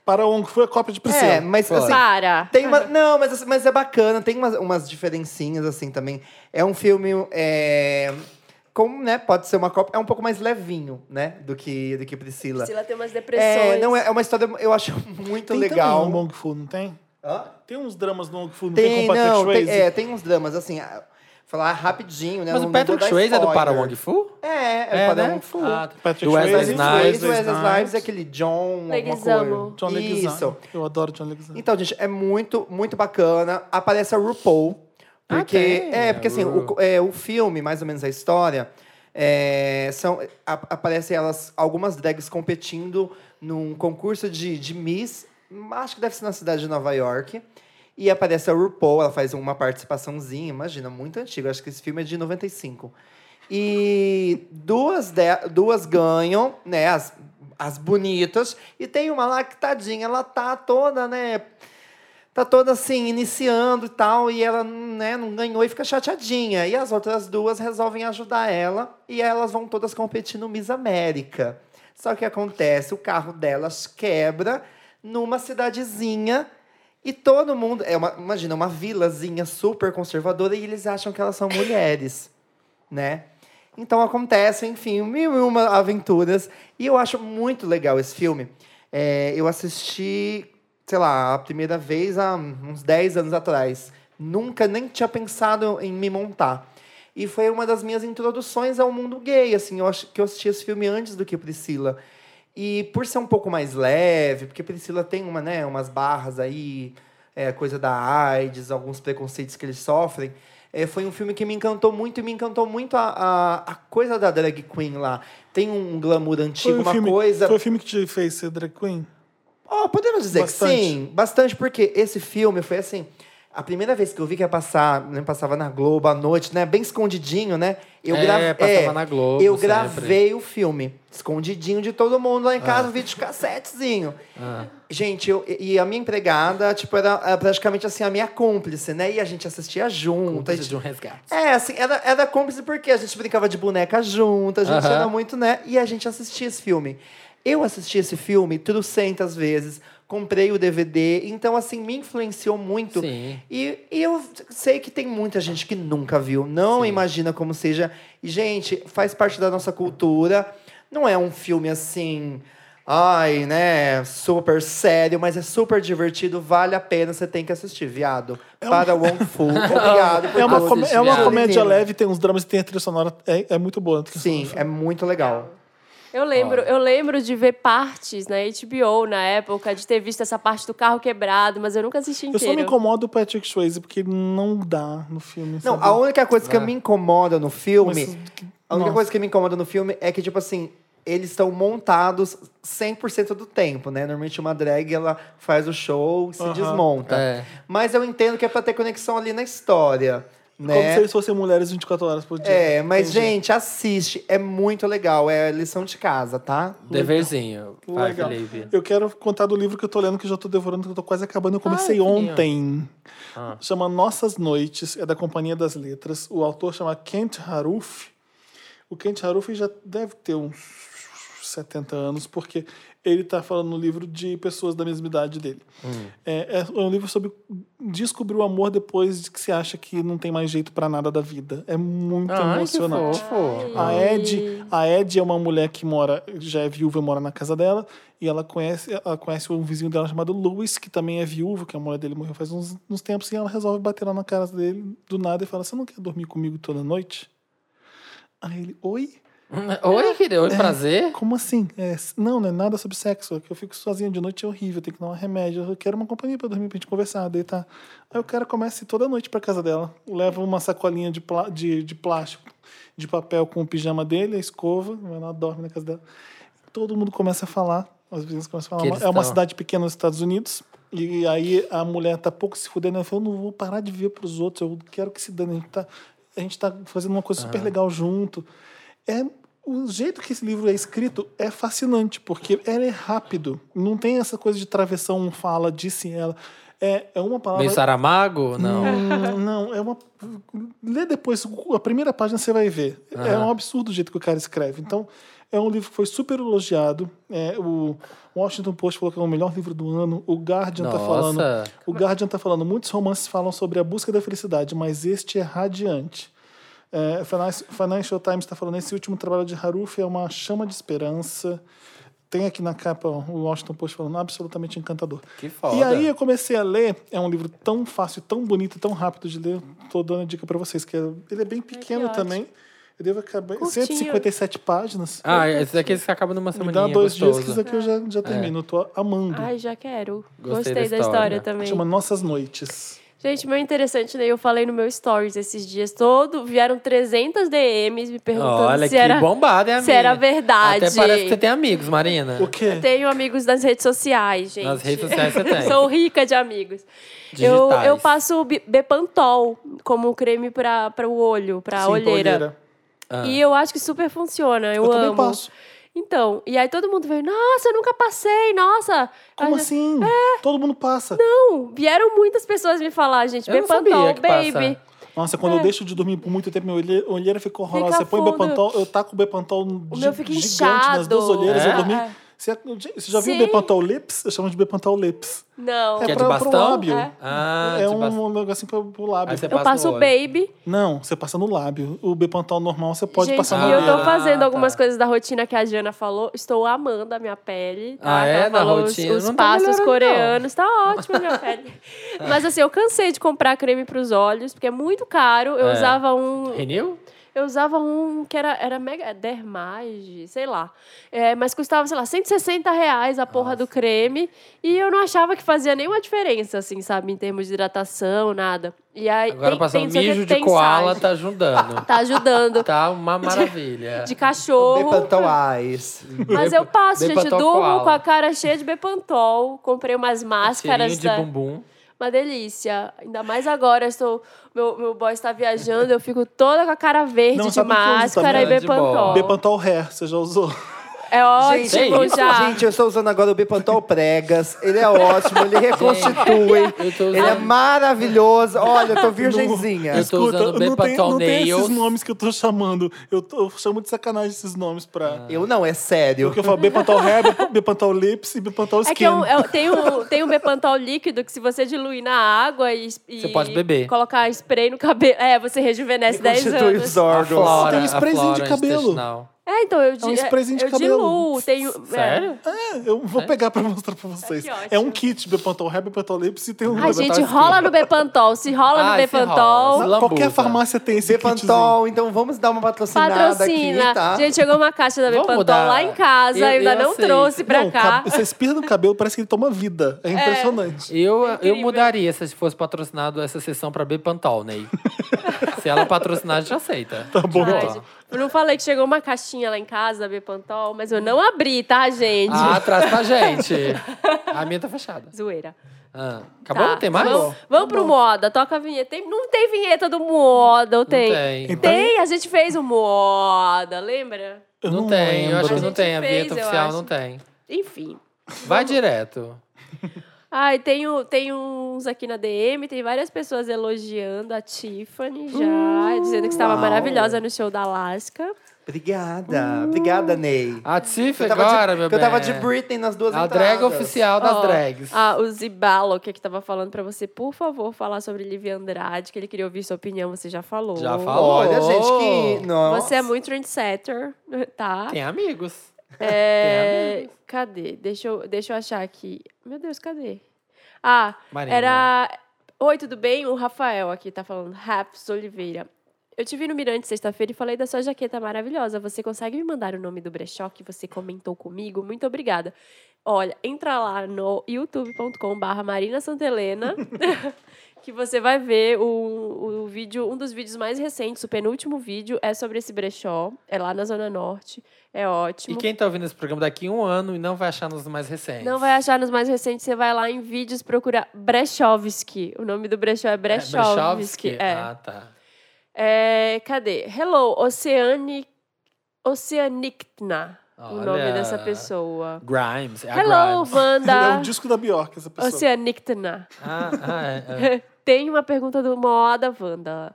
Para o Onk foi a cópia de Priscila.
É, mas assim,
Para.
Tem uma- não, mas, assim, mas é bacana, tem umas, umas diferencinhas assim também. É um filme. É, como, né? Pode ser uma cópia. É um pouco mais levinho, né? Do que, do que Priscila.
Priscila tem umas depressões.
É, não, é, é uma história, eu acho muito
tem
legal.
também um Wong Fu, não tem?
Hã?
Tem uns dramas no Wong Fu, não tem,
Tem,
com o Patrick
não, tem,
Swayze?
é, tem uns dramas, assim, ah, falar rapidinho, né?
Mas
não-
o
não vou
Patrick
dar
Swayze é do
spoiler.
Para Wong Fu?
É, é, do Para
né?
Wong Fu.
Ah, tá.
Patrick
do Wesley
Swayze,
Wesley Snipes,
Snipes.
Wesley
Wesley
Snipes.
Snipes, aquele John, alguma
Leguizamo.
coisa.
John Leguizamo.
Isso.
Eu adoro John Leguizamo.
Então, gente, é muito, muito bacana. Aparece a RuPaul. Porque,
tem.
é, porque assim, o, é, o filme, mais ou menos a história, é, são, a- aparecem elas, algumas drags competindo num concurso de, de Miss, acho que deve ser na cidade de Nova York. E aparece a RuPaul, ela faz uma participaçãozinha, imagina, muito antiga. Acho que esse filme é de 95. E duas, de- duas ganham, né? As, as bonitas. E tem uma lá que, tadinha, ela tá toda, né? tá toda assim, iniciando e tal, e ela né, não ganhou e fica chateadinha. E as outras duas resolvem ajudar ela e elas vão todas competir no Miss América. Só que acontece, o carro delas quebra numa cidadezinha e todo mundo. É uma, imagina, uma vilazinha super conservadora e eles acham que elas são mulheres, né? Então acontece, enfim, mil e uma aventuras. E eu acho muito legal esse filme. É, eu assisti sei lá, a primeira vez há uns 10 anos atrás. Nunca nem tinha pensado em me montar. E foi uma das minhas introduções ao mundo gay, assim, eu acho que eu assisti esse filme antes do que Priscila. E por ser um pouco mais leve, porque Priscila tem uma, né, umas barras aí, é, coisa da AIDS, alguns preconceitos que eles sofrem. É, foi um filme que me encantou muito e me encantou muito a, a, a coisa da drag queen lá. Tem um glamour antigo,
o
uma
filme,
coisa.
foi o filme que te fez ser drag queen?
Oh, podemos dizer
Bastante.
que sim, bastante, porque esse filme foi assim. A primeira vez que eu vi que ia passar, né, passava na Globo à noite, né? Bem escondidinho, né? Eu
É,
grava-
passava na Globo
Eu
sempre. Ah.
gravei o filme, escondidinho de todo mundo lá em casa, um vídeo cassetezinho. Gente, eu, e e a minha empregada, tipo, era era praticamente assim, a minha cúmplice, né? E a gente assistia junto. a
Precisa
gente-
de um resgate.
é, assim, era, era cúmplice porque a gente brincava de boneca junto, a gente
Aham.
era muito, né? E a gente assistia esse filme. Eu assisti esse filme trocentas vezes, comprei o DVD, então, assim, me influenciou muito.
Sim.
E, e eu sei que tem muita gente que nunca viu, não imagina como seja. E, gente, faz parte da nossa cultura. Não é um filme assim. Ai, né? Super sério, mas é super divertido, vale a pena, você tem que assistir, viado. Para Wong Fu. Obrigado. por
um É uma,
todos.
come- é
assisti,
uma
né?
comédia
Inteiro.
leve, tem uns dramas e tem a trilha sonora. É, é muito boa. a trilha
Sim,
sonora.
é muito legal.
Eu lembro, eu lembro de ver partes na HBO na época, de ter visto essa parte do carro quebrado, mas eu nunca assisti
Eu só me
inteiro.
incomodo o Patrick Swayze, porque ele não dá no filme.
Não,
sabe?
a única coisa que me incomoda no filme.
É. Mas que-
A única
nossa.
coisa que me incomoda no filme é que, tipo assim, eles estão montados 100% do tempo, né? Normalmente uma drag, ela faz o show e se
Aham.
desmonta.
É.
Mas eu entendo que é pra ter conexão ali na história,
Como
né?
se eles fossem mulheres 24 horas por dia.
É, mas,
Entendi.
gente, assiste. É muito legal. É lição de casa, tá?
Deverzinho. Vai,
Legal.
Felipe.
Eu quero contar do livro que eu tô lendo, que eu já tô devorando, que eu tô quase acabando. Eu comecei
que lindo.
ontem.
Ah.
Chama Nossas Noites, é da Companhia das Letras. O autor chama Kent Haruf. O Kent Haruf já deve ter uns 70 anos, porque ele tá falando no livro de pessoas da mesma idade dele.
Hum.
É, é um livro sobre descobrir o amor depois de que se acha que não tem mais jeito pra nada da vida. É muito
Ai, que
emocionante.
fofo.
A Ed, a Ed é uma mulher que mora, já é viúva e mora na casa dela, e ela conhece, ela conhece um vizinho dela chamado Louis, que também é viúvo, que a mulher dele morreu faz uns, uns tempos, e ela resolve bater lá na cara dele do nada e fala: Você não quer dormir comigo toda noite? Aí ele, oi?
Ah. Oi, querido. Oi, prazer.
Como assim? É, s- não, não é nada sobre sexo. É que eu fico sozinho de noite, é horrível, tem que dar um remédio. Eu quero uma companhia pra dormir, pra gente conversar, deitar. Aí o cara começa a ir toda noite pra casa dela. Leva uma sacolinha de, plá- de, de plástico, de papel com o pijama dele, a escova, vai lá, dorme na casa dela. Todo mundo começa a falar, as vizinhas começam a
Que
falar.
eles
É uma
tão-
cidade pequena nos Estados Unidos. E aí a mulher tá pouco se fudendo. Ela falou, eu não vou parar de ver pros outros, eu quero que se dane. A gente tá, a gente tá fazendo uma coisa super legal junto é o jeito que esse livro é escrito é fascinante, porque ela é rápido. Não tem essa coisa de travessão, um fala, disse ela. É, é uma palavra.
Meio Saramago? Não.
Hum, não, é uma. Lê depois, a primeira página você vai ver. É um absurdo o jeito que o cara escreve. Então, é um livro que foi super elogiado. É, o Washington Post falou que é o melhor livro do ano. O Guardian tá
Nossa.
falando. O Guardian tá falando, muitos romances falam sobre a busca da felicidade, mas este é radiante. É, Finan- Financial Times está falando, esse último trabalho de Haruf é uma chama de esperança. Tem aqui na capa ó, o Washington Post falando, absolutamente encantador.
Que foda.
E aí eu comecei a ler, é um livro tão fácil, tão bonito, tão rápido de ler. Tô dando a dica para vocês, que é- ele é bem pequeno
ótimo.
também. Eu devo acabar...
Curtinho.
157 páginas.
Ah, esse daqui você acaba numa
Me
semaninha.
dá dois dias que
gostoso.
isso aqui eu já, já termino. Tô amando.
Ah. Ai, já quero.
Gostei
Gostei,
da
da,
história.
história também.
Chama Nossas Noites.
Gente, meu interessante, né? Eu falei no meu stories esses dias todo, vieram 300 DMs me perguntando
Olha
se
que
era
bombada, hein, amiga?
se era verdade.
Até parece que você tem amigos, Marina.
O quê?
Eu tenho amigos nas redes sociais, gente.
Nas redes sociais você tem.
Sou rica de amigos. Eu,
Digitais.
eu passo bi- Bepantol como um creme para o olho, para
Sim,
olheira.
olheira.
Ah.
E eu acho que super funciona. Eu,
Eu também
amo.
passo.
Então, e aí todo mundo veio, nossa, eu nunca passei, nossa.
Como
Aí,
assim? Todo mundo passa.
é. Não, vieram muitas pessoas me falar, gente,
Eu não
Bepantol,
sabia que
baby.
passa.
Nossa, quando eu deixo de dormir por muito tempo, minha olhe- olheira fica horrorosa.
É. Fica
você põe
fundo.
Bepantol, eu taco o Bepantol gi-
meu fica
gigante nas
inchado.
duas olheiras,
É?
eu dormi...
É.
Você, você já viu
Sim.
o Bepantol Lips? Eu chamo de Bepantol Lips.
Não.
Que é de
pra-
bastão?
Pro lábio.
É.
Ah, de
é um,
bastante.
um negocinho pro, pro lábio.
Aí você
Eu
passa no
passo o
olho.
baby.
Não, você passa no lábio. O Bepantol normal você pode
gente,
passar
na
e
no
eu
lábio.
tô
orelha. Ah,
fazendo
tá.
algumas coisas da rotina que a Jana falou. Estou amando a minha pele. Tá?
Ah, é?
Ela
Da
falou
rotina?
Os, os
Não tá
passos
melhorando,
coreanos. Tá ótimo a minha pele. Mas assim, eu cansei de comprar creme pros olhos, porque é muito caro. Eu
É.
usava um.
Renew?
Eu usava um que era, era mega. Dermage, sei lá. É, mas custava, sei lá, 160 reais a porra do creme. E eu não achava que fazia nenhuma diferença, assim, sabe? Em termos de hidratação, nada. E aí,
Agora
tem-
passar um
tem- só que
mijo de
tem
koala
site.
tá ajudando.
Tá ajudando.
tá uma maravilha.
De cachorro.
Bepantol Eyes.
Mas eu passo, gente. Eu
Bepantol
durmo
koala.
com a cara cheia de Bepantol. Comprei umas máscaras.
Cheirinho de
da-
bumbum.
Uma delícia. Ainda mais agora. eu Estou... Meu, meu boy está viajando. Eu fico toda com a cara verde
Não,
de
sabe o que eu uso
máscara
também?
e
É de
Bepantol.
boa.
Bepantol Hair, você já usou?
É ótimo
Gente,
já.
Gente, eu estou usando agora o Bepantol Pregas. Ele é ótimo, ele reconstitui.
Eu tô
Ele é
usando.
maravilhoso. Olha, eu tô virgenzinha.
Eu tô usando
não tem,
Bepantol
não tem esses
Nails.
nomes que eu tô chamando. Eu, tô- eu chamo de sacanagem esses nomes
Ah.
pra...
Eu não, é sério.
Porque eu falo Bepantol Hair, Bep- Bepantol Lips e Bepantol Skin.
É que é um- é um- tem, um, tem um Bepantol líquido que se você diluir na água e, e
Você pode beber.
colocar spray no cabelo, é, você rejuvenesce 10
Reconstitui
anos.
os órgãos.
A flora,
Tem um
a
sprayzinho
flora
de cabelo.
intestinal.
É, então eu, di-
É um sprayzinho de
eu
cabelo.
diluo, tenho, é.
Sério?
É, eu vou pegar pra mostrar pra vocês.
Ai, que ótimo.
é um kit Bepantol Hair, Bepantol Lips e tem um...
A gente
Bepantol
rola
skin.
no Bepantol, se rola
Ah,
no
se
Bepantol,
rola.
Na- Qualquer
Lambuza.
farmácia tem esse kitzinho.
Bepantol, então vamos dar uma patrocinada
patrocina.
aqui, tá?
Gente, chegou uma caixa da
Vamos
Bepantol
mudar.
lá em casa, eu,
Eu-
ainda
eu
não
aceito.
trouxe pra
Não,
cá.
cab- você espirra no cabelo, parece que ele toma vida. É impressionante.
Eu, eu
incrível.
mudaria se fosse patrocinado essa sessão pra Bepantol, Ney. se ela patrocinar, a gente aceita.
Tá bom.
então.
Ai, gente, Eu não falei que chegou uma caixinha lá em casa da Bepantol, mas eu não abri, tá, gente?
Ah, traz pra gente. A minha tá fechada.
Zoeira.
Ah, acabou?
Tá,
Tem mais?
Vamos, vamos pro moda, toca a vinheta. Tem- não tem vinheta do moda, ou tem?
tem.
Tem, a gente fez o moda, lembra?
Eu
Não, tem, eu acho
lembro.
que não
gente
tem. A
fez,
vinheta
eu
oficial
acho.
não tem.
Enfim.
Vai direto.
Ai, tem, o- tem uns aqui na DM, tem várias pessoas elogiando a Tiffany já,
Hum,
dizendo que estava
uau.
maravilhosa no show da Alaska.
Obrigada.
Uh.
Obrigada, Ney.
A Tiff
Eu tava de-
agora, meu
que Eu tava
bem.
de Britney nas duas
A
entradas.
drag oficial das
Ó,
drags.
Ah, o Zibalo, que é que tava falando pra você, por favor, falar sobre Livi Andrade, que ele queria ouvir sua opinião, você já falou.
Já falou.
Olha, gente, que... Nossa.
Você é muito trendsetter, tá?
Tem amigos.
É, cadê? Deixa eu, deixa eu achar aqui. Meu Deus, cadê? Ah,
Marina.
era. Oi, tudo bem? O Rafael aqui tá falando. Raps Oliveira. Eu te vi no Mirante sexta-feira e falei da sua jaqueta maravilhosa. Você consegue me mandar o nome do brechó que você comentou comigo? Muito obrigada. Olha, entra lá no youtube.com/barra Marina Santelena. que você vai ver o, o vídeo, um dos vídeos mais recentes, o penúltimo vídeo, é sobre esse brechó. É lá na Zona Norte. É
E
ótimo.
quem tá ouvindo esse programa daqui a um ano e não vai achar nos mais recentes.
Não vai achar nos mais recentes, você vai lá em vídeos procurar Brechovski. O nome do brechó é Brechovski. É.
Ah, tá.
É, cadê? Hello, Oceanic, Oceanictna. O nome
Olha.
dessa pessoa.
Grimes. É a
Hello,
Grimes.
É
Wanda.
o disco da Bjork, essa pessoa.
Oceanictna.
Ah, ah, é, é.
Tem uma pergunta do Moda Wanda.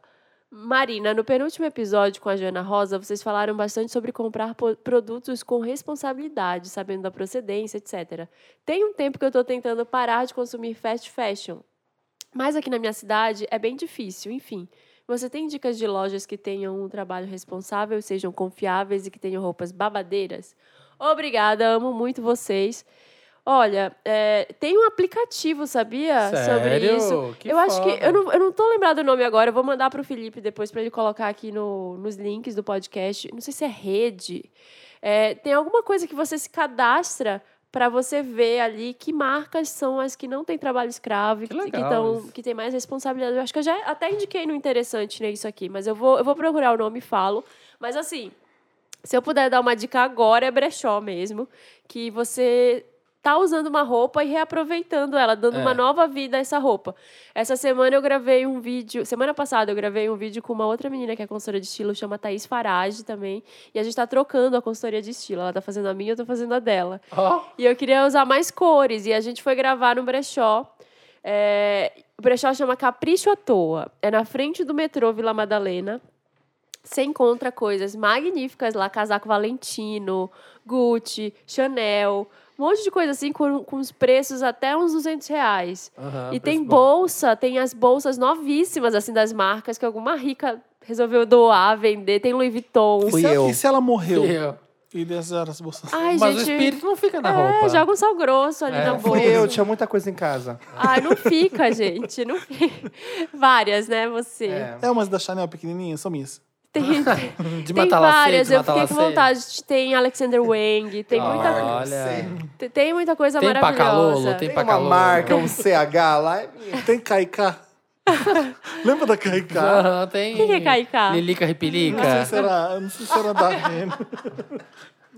Marina, no penúltimo episódio com a Joana Rosa, vocês falaram bastante sobre comprar po- produtos com responsabilidade, sabendo da procedência, etc. Tem um tempo que eu estou tentando parar de consumir fast fashion, mas aqui na minha cidade é bem difícil, enfim. Você tem dicas de lojas que tenham um trabalho responsável, sejam confiáveis e que tenham roupas babadeiras? Obrigada, amo muito vocês. Olha, é, tem um aplicativo, sabia? É, Sobre
Sério?
isso.
Que
eu acho que.
foda.
Eu não, eu não tô lembrada do nome agora. Eu vou mandar pro Felipe depois para ele colocar aqui no, nos links do podcast. Não sei se é rede. É, tem alguma coisa que você se cadastra para você ver ali que marcas são as que não têm trabalho escravo, e
Que
que, que,
legal
tão-
isso.
que tem mais responsabilidade. Eu acho que eu já até indiquei no interessante né, isso aqui, mas eu vou, eu vou procurar o nome e falo. Mas assim, se eu puder dar uma dica agora, é brechó mesmo, que você tá usando uma roupa e reaproveitando ela, dando
É.
uma nova vida a essa roupa. Essa semana eu gravei um vídeo, semana passada eu gravei um vídeo com uma outra menina que é consultora de estilo, chama Thaís Farage também, e a gente tá trocando a consultoria de estilo, ela tá fazendo a minha, eu tô fazendo a dela.
Ó,
E eu queria usar mais cores. E a gente foi gravar no brechó. É, o brechó chama Capricho à Toa. É na frente do metrô Vila Madalena. Você encontra coisas magníficas lá. Casaco Valentino, Gucci, Chanel. Um monte de coisa assim com, com os preços até uns 200 reais.
aham,
E
preço
tem
bom.
bolsa, tem as bolsas novíssimas, assim, das marcas que alguma rica resolveu doar, vender. Tem Louis Vuitton.
E
Fui
se, ela,
eu.
e se ela morreu?
Eu.
E desejaram as bolsas.
Ai,
Mas o
gente.
espírito não fica na
é,
roupa.
joga um sal grosso ali
É,
na
fui
bolsa.
Fui eu, tinha muita coisa em casa.
Ai, Ah, não fica, gente. Não fica. Várias, né, você?
É.
É umas da Chanel pequenininha, são minhas.
Tem,
De
tem
matar
várias,
lacete,
eu
matar
fiquei com
lacete.
vontade. Tem Alexander Wang, tem muita,
Ah, Olha.
tem- tem muita coisa
Tem
maravilhosa.
Pacalolo, tem
Tem uma
Pacalolo.
marca, um CH lá.
Tem Kaiká? Lembra da Kaiká?
Aham, tem.
Quem que é Kaiká?
Lilica
Não sei
Ripilica.
se era, não sei se era da Renner.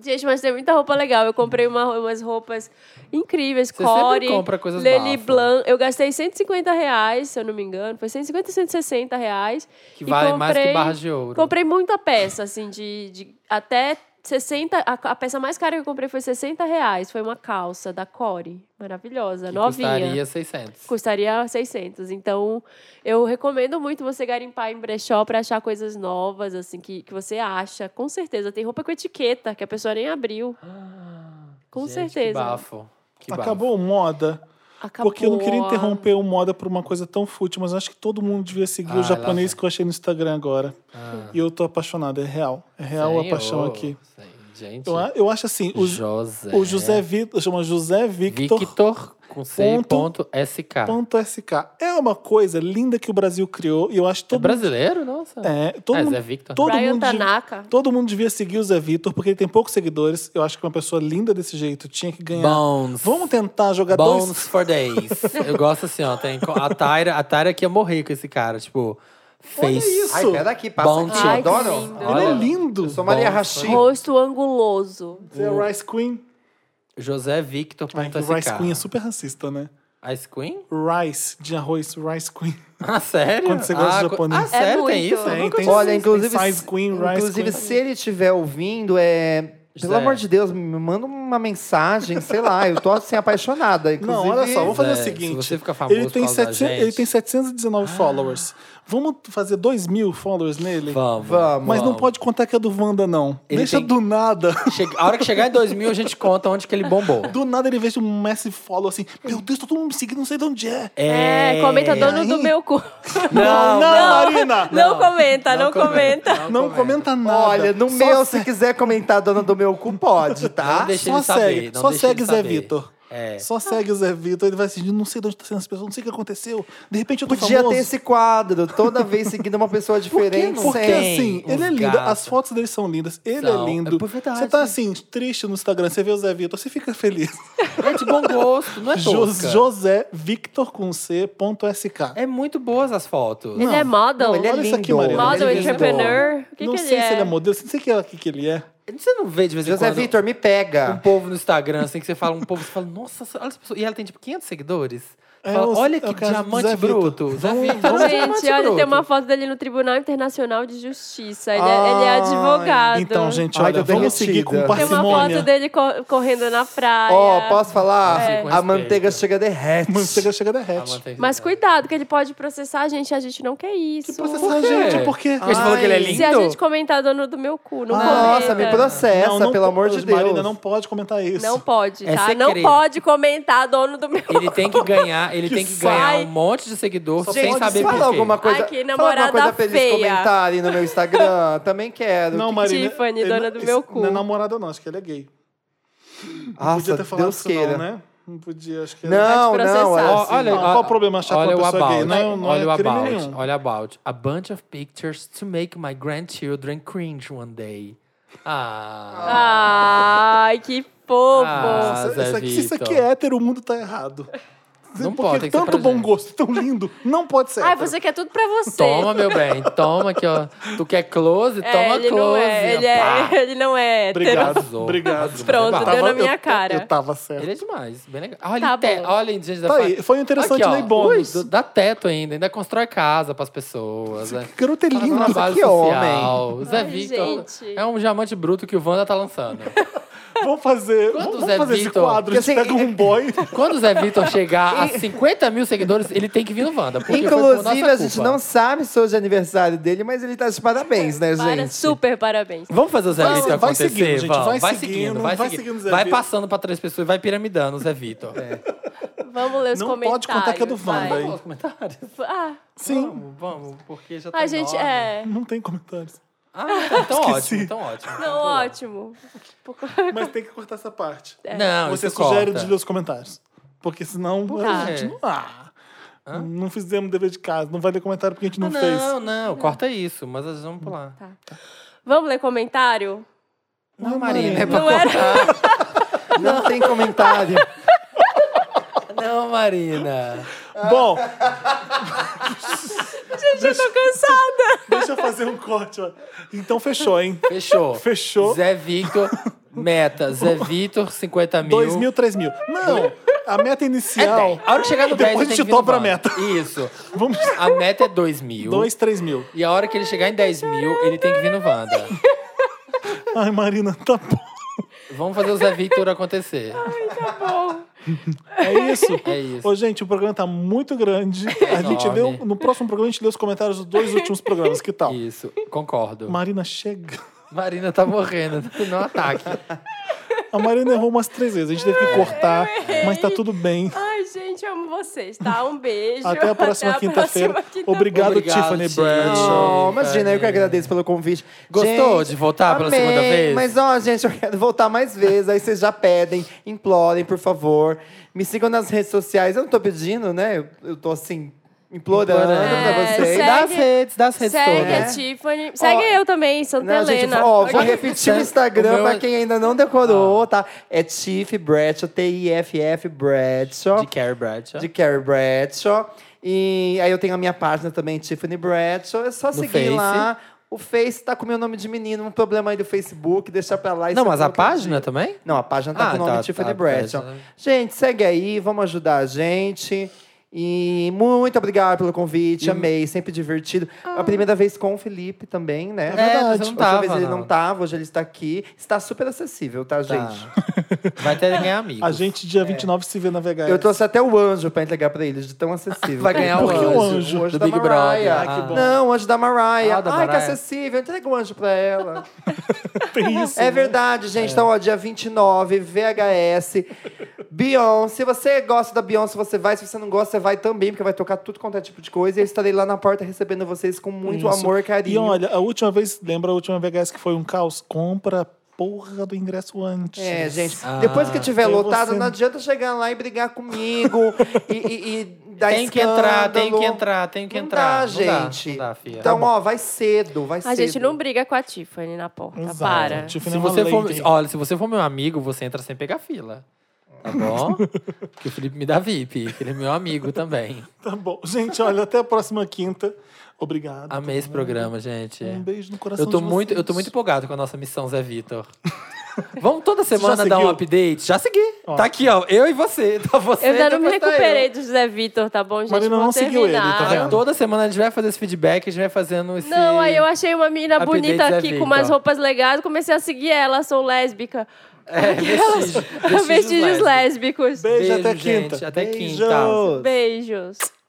Gente, mas tem muita roupa legal. Eu comprei uma- umas roupas incríveis.
Você sempre
Core,
compra coisas
Lely
bafo.
Blanc. Eu gastei 150 reais, se eu não me engano. Foi 150, 160 reais.
Que
E
vale mais que
comprei-
barras de ouro.
Comprei muita peça, assim, de, de até 60. A, a peça mais cara que eu comprei foi 60 reais. Foi uma calça da Core. Maravilhosa,
que
novinha.
Custaria 600.
Custaria 600. Então, eu recomendo muito você garimpar em brechó para achar coisas novas, assim, que, que você acha. Com certeza. Tem roupa com etiqueta, que a pessoa nem abriu. Com
Gente, Que
certeza.
bafo. Que bafo.
Acabou o moda.
Acabou.
Porque eu não queria interromper o moda por uma coisa tão fútil, mas acho que todo mundo devia seguir
Ah,
o japonês que eu achei no Instagram agora.
Ah.
E eu tô apaixonado, é real. É real a
Senhor,
paixão aqui.
sen- Gente.
Eu, a- eu acho assim, o, Ju-
José.
o José Vitor, chama José
Victor,
Victor.
com
ponto-
C.SK.
Ponto SK. É uma coisa linda que o Brasil criou e eu acho
É
todo
brasileiro? Nossa.
É, todo
É,
mundo,
Zé Victor.
todo
Brian
mundo devia-
Tanaka.
Todo mundo devia seguir o Zé Vitor, porque ele tem poucos seguidores. Eu acho que uma pessoa linda desse jeito tinha que ganhar.
Bones.
Vamos tentar jogar
Bones
dois.
for days. Eu gosto assim, ó. Tem co- a Tyra, a Tyra que ia morrer com esse cara, tipo, fez.
isso.
Ai, pera daqui, passa
Bom
aqui.
dia.
Eu adoro.
Ai, que lindo.
Ele é
Olha.
lindo.
Eu sou Maria
Bom,
Rachi.
Rosto anguloso.
Você é Rice Queen.
José Victor.
Ai,
ponto
que Rice
SK.
Queen é super racista, né?
Ice Queen?
Rice, de arroz, Rice Queen.
Ah, sério?
Quando você gosta
ah,
de
co-
japonês. então,
Ah, sério?
É
tem
muito.
isso?
Tem,
Eu nunca
tem.
tinha
Sim,
Olha,
sim,
inclusive,
tem Size
se-
Queen, Rice
inclusive
Queen.
se
é
ele estiver ouvindo, é... pelo
Zé.
amor de Deus, me manda uma mensagem, sei lá. Eu tô assim apaixonada. Inclusive,
Não, olha só, vamos fazer
Zé,
o seguinte.
se você ficar famoso
ele, tem
por causa da
700
gente. Ah.
ele tem 719 followers. Vamos fazer 2 mil followers nele?
Vamos.
Vamos.
Mas não pode contar que é do Wanda, não.
Ele
Deixa
tem-
do nada.
Chega- A hora que chegar em 2000, a gente conta onde que ele bombou.
Do nada ele veja um massive follow assim. Meu Deus, tá todo mundo me seguindo, não sei de onde é.
É, comenta dono do
Aí.
meu cu.
Não, Marina!
Não, comenta, não, comenta.
Não comenta nada.
Olha, no
Só
meu,
se-
se quiser comentar, dona do meu cu, pode,
Não
tá?
deixa
Só
ele saber,
segue,
não
só
deixa
segue
ele
Zé
saber.
Vitor.
É.
Só segue o Zé Vitor, ele vai assim, não sei de onde tá sendo as pessoas, não sei o que aconteceu. De repente eu tô
Podia
famoso.
ter esse quadro, toda vez seguindo uma pessoa diferente.
Porque
sem-
assim,
Tem
ele é
uns
lindo,
gatos.
as fotos dele são lindas, ele
São.
é lindo.
É verdade.
Você tá assim, triste no Instagram, você vê o Zé Vitor, você fica feliz.
É de bom gosto, não é
Jo-
tosca.
José Victor com C ponto SK.
É muito boas as fotos.
Ele é model.
Não, ele é
Olha isso aqui,
lindo.
Mariana.
model,
ele é lindo.
entrepreneur. O que,
não
que
sei
ele é?
se ele é modelo, não sei o que é- o que, que ele é.
Você não vê de vez em
José
quando
Vitor, me
um
Tá.
pega.
povo no Instagram, assim, que você fala um povo, você fala, nossa, olha essa pessoa. E ela tem, tipo, 500 seguidores. Você
É,
fala,
os-
olha
é
que
o caso do
diamante
Zé Vitor.
bruto. Zé Vitor, é um diamante
Gente, olha,
bruto.
tem uma foto dele no Tribunal Internacional de Justiça. Ele,
Ai,
é, ele é advogado.
Então, gente,
Ai,
olha,
tô
vamos seguir
derretida.
com
Tem uma
Tem uma
parcimônia.
foto dele co- correndo na praia.
Ó, posso falar?
É. Com
A
respeito.
manteiga chega derrete.
Manteiga chega
Ah,
derrete.
manteiga.
Mas cuidado, que ele pode processar a gente. A gente não quer isso.
Processar a
quê?
gente, por quê?
Ah,
Porque você falou que ele é lindo?
Se a gente comentar dono do meu cu, não
Nossa,
comenta.
me processa,
Ah, Não, não
pelo amor de
pode,
Deus.
Marina, não pode comentar isso.
Não pode,
É
tá?
segredo.
não pode comentar dono do meu cu.
Ele tem que ganhar, ele tem que ganhar
sai.
um monte de seguidor
Gente,
sem saber por
fala
quê.
alguma coisa,
Ai, que
fala alguma
namorada
coisa pra eles
feia.
comentarem no meu Instagram. Também quero.
Não,
Que-
Marina.
Tiffany,
ele-
dona do
esse
meu cu.
Não é namorada, não, acho que ele é gay.
Nossa,
podia ter falado
Deus
isso,
queira.
não, né? Não podia, acho que era-
Não,
Vai te
não.
processar.
é
Ó,
assim.
olha, ó,
Não, qual o problema achar que
olha
uma
o
pessoa é
about, né?
gay? Não, não é
olha o
crime
about,
nenhum.
olha o about. A bunch of pictures to make my grandchildren cringe one day. Ah,
Ai, que fofo.
Ah.
Isso-
Zé
isso aqui- se isso aqui
Vitor.
é hétero, o mundo tá errado.
Não
Porque
pode, tem que ser
tanto
pra
bom
gente.
gosto, tão lindo, não pode ser.
Ai,
hétero.
você é quer tudo pra você.
Toma, meu bem, toma aqui, ó. Tu quer close?
É,
toma
ele
close.
não é, ele,
Pá.
é, ele não é hétero.
Obrigado,
Arrasou,
obrigado.
arrasou,
Pronto,
arrasou.
deu na
eu-
minha
eu-
cara.
Eu tava certo.
Ele é demais, bem legal. Olha,
Tá
ele te-
bom.
olha gente da
Tá
fa-
aí, foi interessante
Aqui, ó,
lei bônus.
ui, do- dá teto ainda, ainda constrói casa pras pessoas. né?
Que Garota é
Faz uma
linda.
base
que
social. Zé
Ai,
Vitor
gente.
é um diamante bruto que o Wanda tá lançando.
Vamos fazer,
Quando
vamos
o Zé
fazer esse
é, Vitor-
quadro.
Porque,
Eles
assim,
pegam um boy.
Quando o Zé Vitor chegar a 50 mil seguidores, ele tem que vir no Wanda. Porque foi por nossa
Inclusive, a gente
culpa.
não sabe se hoje é aniversário dele, mas ele tá de parabéns, né,
Para-
gente?
super parabéns.
Vamos fazer o Zé
Vai-
Vitor
vai
acontecer?
seguindo, gente,
Vamos.
vai
Vai
seguindo,
seguindo, vai
vai
seguindo.
seguindo o Zé
Vai
Vitor. É.
passando pra três pessoas, vai piramidando o Zé Vitor.
Vamos ler os
Não
comentários.
pode contar que é do Wanda,
vai.
hein?
Os comentários?
Ah,
Sim,
Vamos, vamos, porque já tá
a gente
enorme.
é.
não tem comentários.
Ah, então, então ótimo,
Esqueci.
então ótimo.
Não, ótimo.
Mas tem que cortar essa parte.
Não,
Você
isso
sugere
corta.
de ler os comentários. Porque senão
quê?
a gente não. Ah, não fizemos dever de casa. Não vai ler comentário porque a gente não,
Ah,
fez.
Não, não, corta isso, mas nós vamos pular.
Vamos ler comentário?
Não, Marina, é pra
Não era.
Não tem comentário.
Não, Marina.
Bom,
Gente, eu tô cansada.
deixa eu fazer um corte. Ó. Então fechou, hein?
Fechou.
Fechou.
Zé Victor, meta. Zé Victor, 50 mil.
2 mil, 3 mil. Não, a meta
É
inicial.
10. A hora que chegar no 10,
Depois
tem que
a gente
vir no
dobra a
Wanda.
meta.
Isso.
Vamos.
A meta é 2 mil.
2, 3 mil.
E a hora que ele chegar em 10 mil, ele tem que vir no Wanda.
Ai, Marina, tá bom.
Vamos fazer o Zé Victor acontecer.
É isso?
É isso. É
Ô, gente, o programa tá muito grande. A gente leu.
enorme.
No próximo programa, a gente lê os comentários dos dois últimos programas. Que tal?
Isso, concordo.
Marina chega.
Marina tá morrendo, não ataque.
A Marina errou umas três vezes. A gente teve que cortar, mas tá tudo bem.
Ai, gente, eu amo vocês, tá? Um beijo.
Até a próxima
Até a
quinta-feira.
próxima quinta-
Obrigado,
Obrigado,
Tiffany
Tiffany.
Bradshaw.
Oh, imagina, eu que agradeço pelo convite.
Gostou de voltar pela
amei,
segunda vez?
Mas, ó, gente, eu quero voltar mais vezes. Aí vocês já pedem, implorem, por favor. Me sigam nas redes sociais. Eu não tô pedindo, né? Eu, eu tô, assim, implorando pra
É,
vocês.
segue-
das redes, das redes
Segue
todas.
a Tiffany. Segue eu também, Santa
Não, gente,
é né, Helena.
ó, vou
Ok?
repetir o
Sério?
Instagram
O meu é- Ah.
pra quem ainda não decorou, tá? É Tiff Bradshaw, T-I-F-F Bradshaw.
De Carrie Bradshaw.
de Carrie Bradshaw. E aí eu tenho a minha página também, Tiffany Bradshaw. É só seguir
Face.
lá. O Face tá com o meu nome de menino, um problema aí do Facebook, deixar pra lá. e
Não,
você
mas a
coloca no
página
dia.
também?
Não, a página tá
Ah,
com o nome
tá,
Tiffany
tá,
Bradshaw.
Bradshaw.
Gente, segue aí, vamos ajudar a gente. E muito obrigado pelo convite, amei, sempre divertido. A primeira vez com o Felipe também, né?
Ah. É, mas eu não
Outra vez
tava, né?
ele
não.
não tava, hoje ele está aqui. Está super acessível, tá,
Tá.
gente?
Vai ter que ganhar amigos.
A gente, dia 29, se vê na VHS.
Eu trouxe até o anjo pra entregar pra eles, de tão acessível.
Vai ganhar
Por que
o
o
anjo,
anjo?
do
da
Big Brother.
Mariah.
Ah, que bom.
Não, o anjo da Mariah.
Ah, da
Ai, que
Mariah.
acessível. Entrega o anjo pra ela.
Tem isso. né?
é verdade, gente. Então, ó, dia 29, VHS. Beyoncé. Se você gosta da Beyoncé, você vai. Se você não gosta, você vai também, porque vai tocar tudo quanto é tipo de coisa. E eu estarei lá na porta recebendo vocês com muito
Isso.
amor, carinho.
E olha, a última vez, lembra a última VHS que foi um caos? Compra a porra do ingresso antes.
É, gente.
Ah,
depois que tiver
porque
lotado,
você-
não adianta chegar lá e brigar comigo. e, e, e dar
Tem que entrar, tem
escândalo.
que entrar, tem que
Não
entrar.
dá,
Não dá,
gente.
Não dá, filha. Tá
Então, ó, vai cedo, vai cedo.
A gente não briga com a Tiffany na porta.
Exato.
Tá, Para.
Tiffany
se
é uma
você for,
lady.
olha, se você for meu amigo, você entra sem pegar fila. Tá bom? Porque o Felipe me dá VIP, que ele é meu amigo também.
Tá bom. Gente, olha, até a próxima quinta. Obrigado.
Amei esse programa, gente.
Um beijo no coração
Eu tô,
de
muito, eu tô
vocês.
muito empolgado com a nossa missão, Zé Vitor. Vamos toda
já
semana dar um
seguiu?
update? Já segui. Tá aqui, ó. Eu e você. Tá você
Eu ainda não me
depois tá eu.
recuperei do José Vitor, tá bom, gente?
Marina
Vou
não seguiu ele, tá
terminar.
vendo?
Toda semana a gente vai fazer esse feedback, a gente vai fazendo esse...
Não, aí eu achei uma menina
Update
bonita
Zé
aqui com
Vitor.
umas roupas legais, comecei a seguir ela, sou lésbica.
É, vestígio- vestígios
Vestígios
lésbicos.
lésbicos.
Beijo,
Beijo,
até
gente.
quinta.
Até quinta.
Beijos.
Beijos.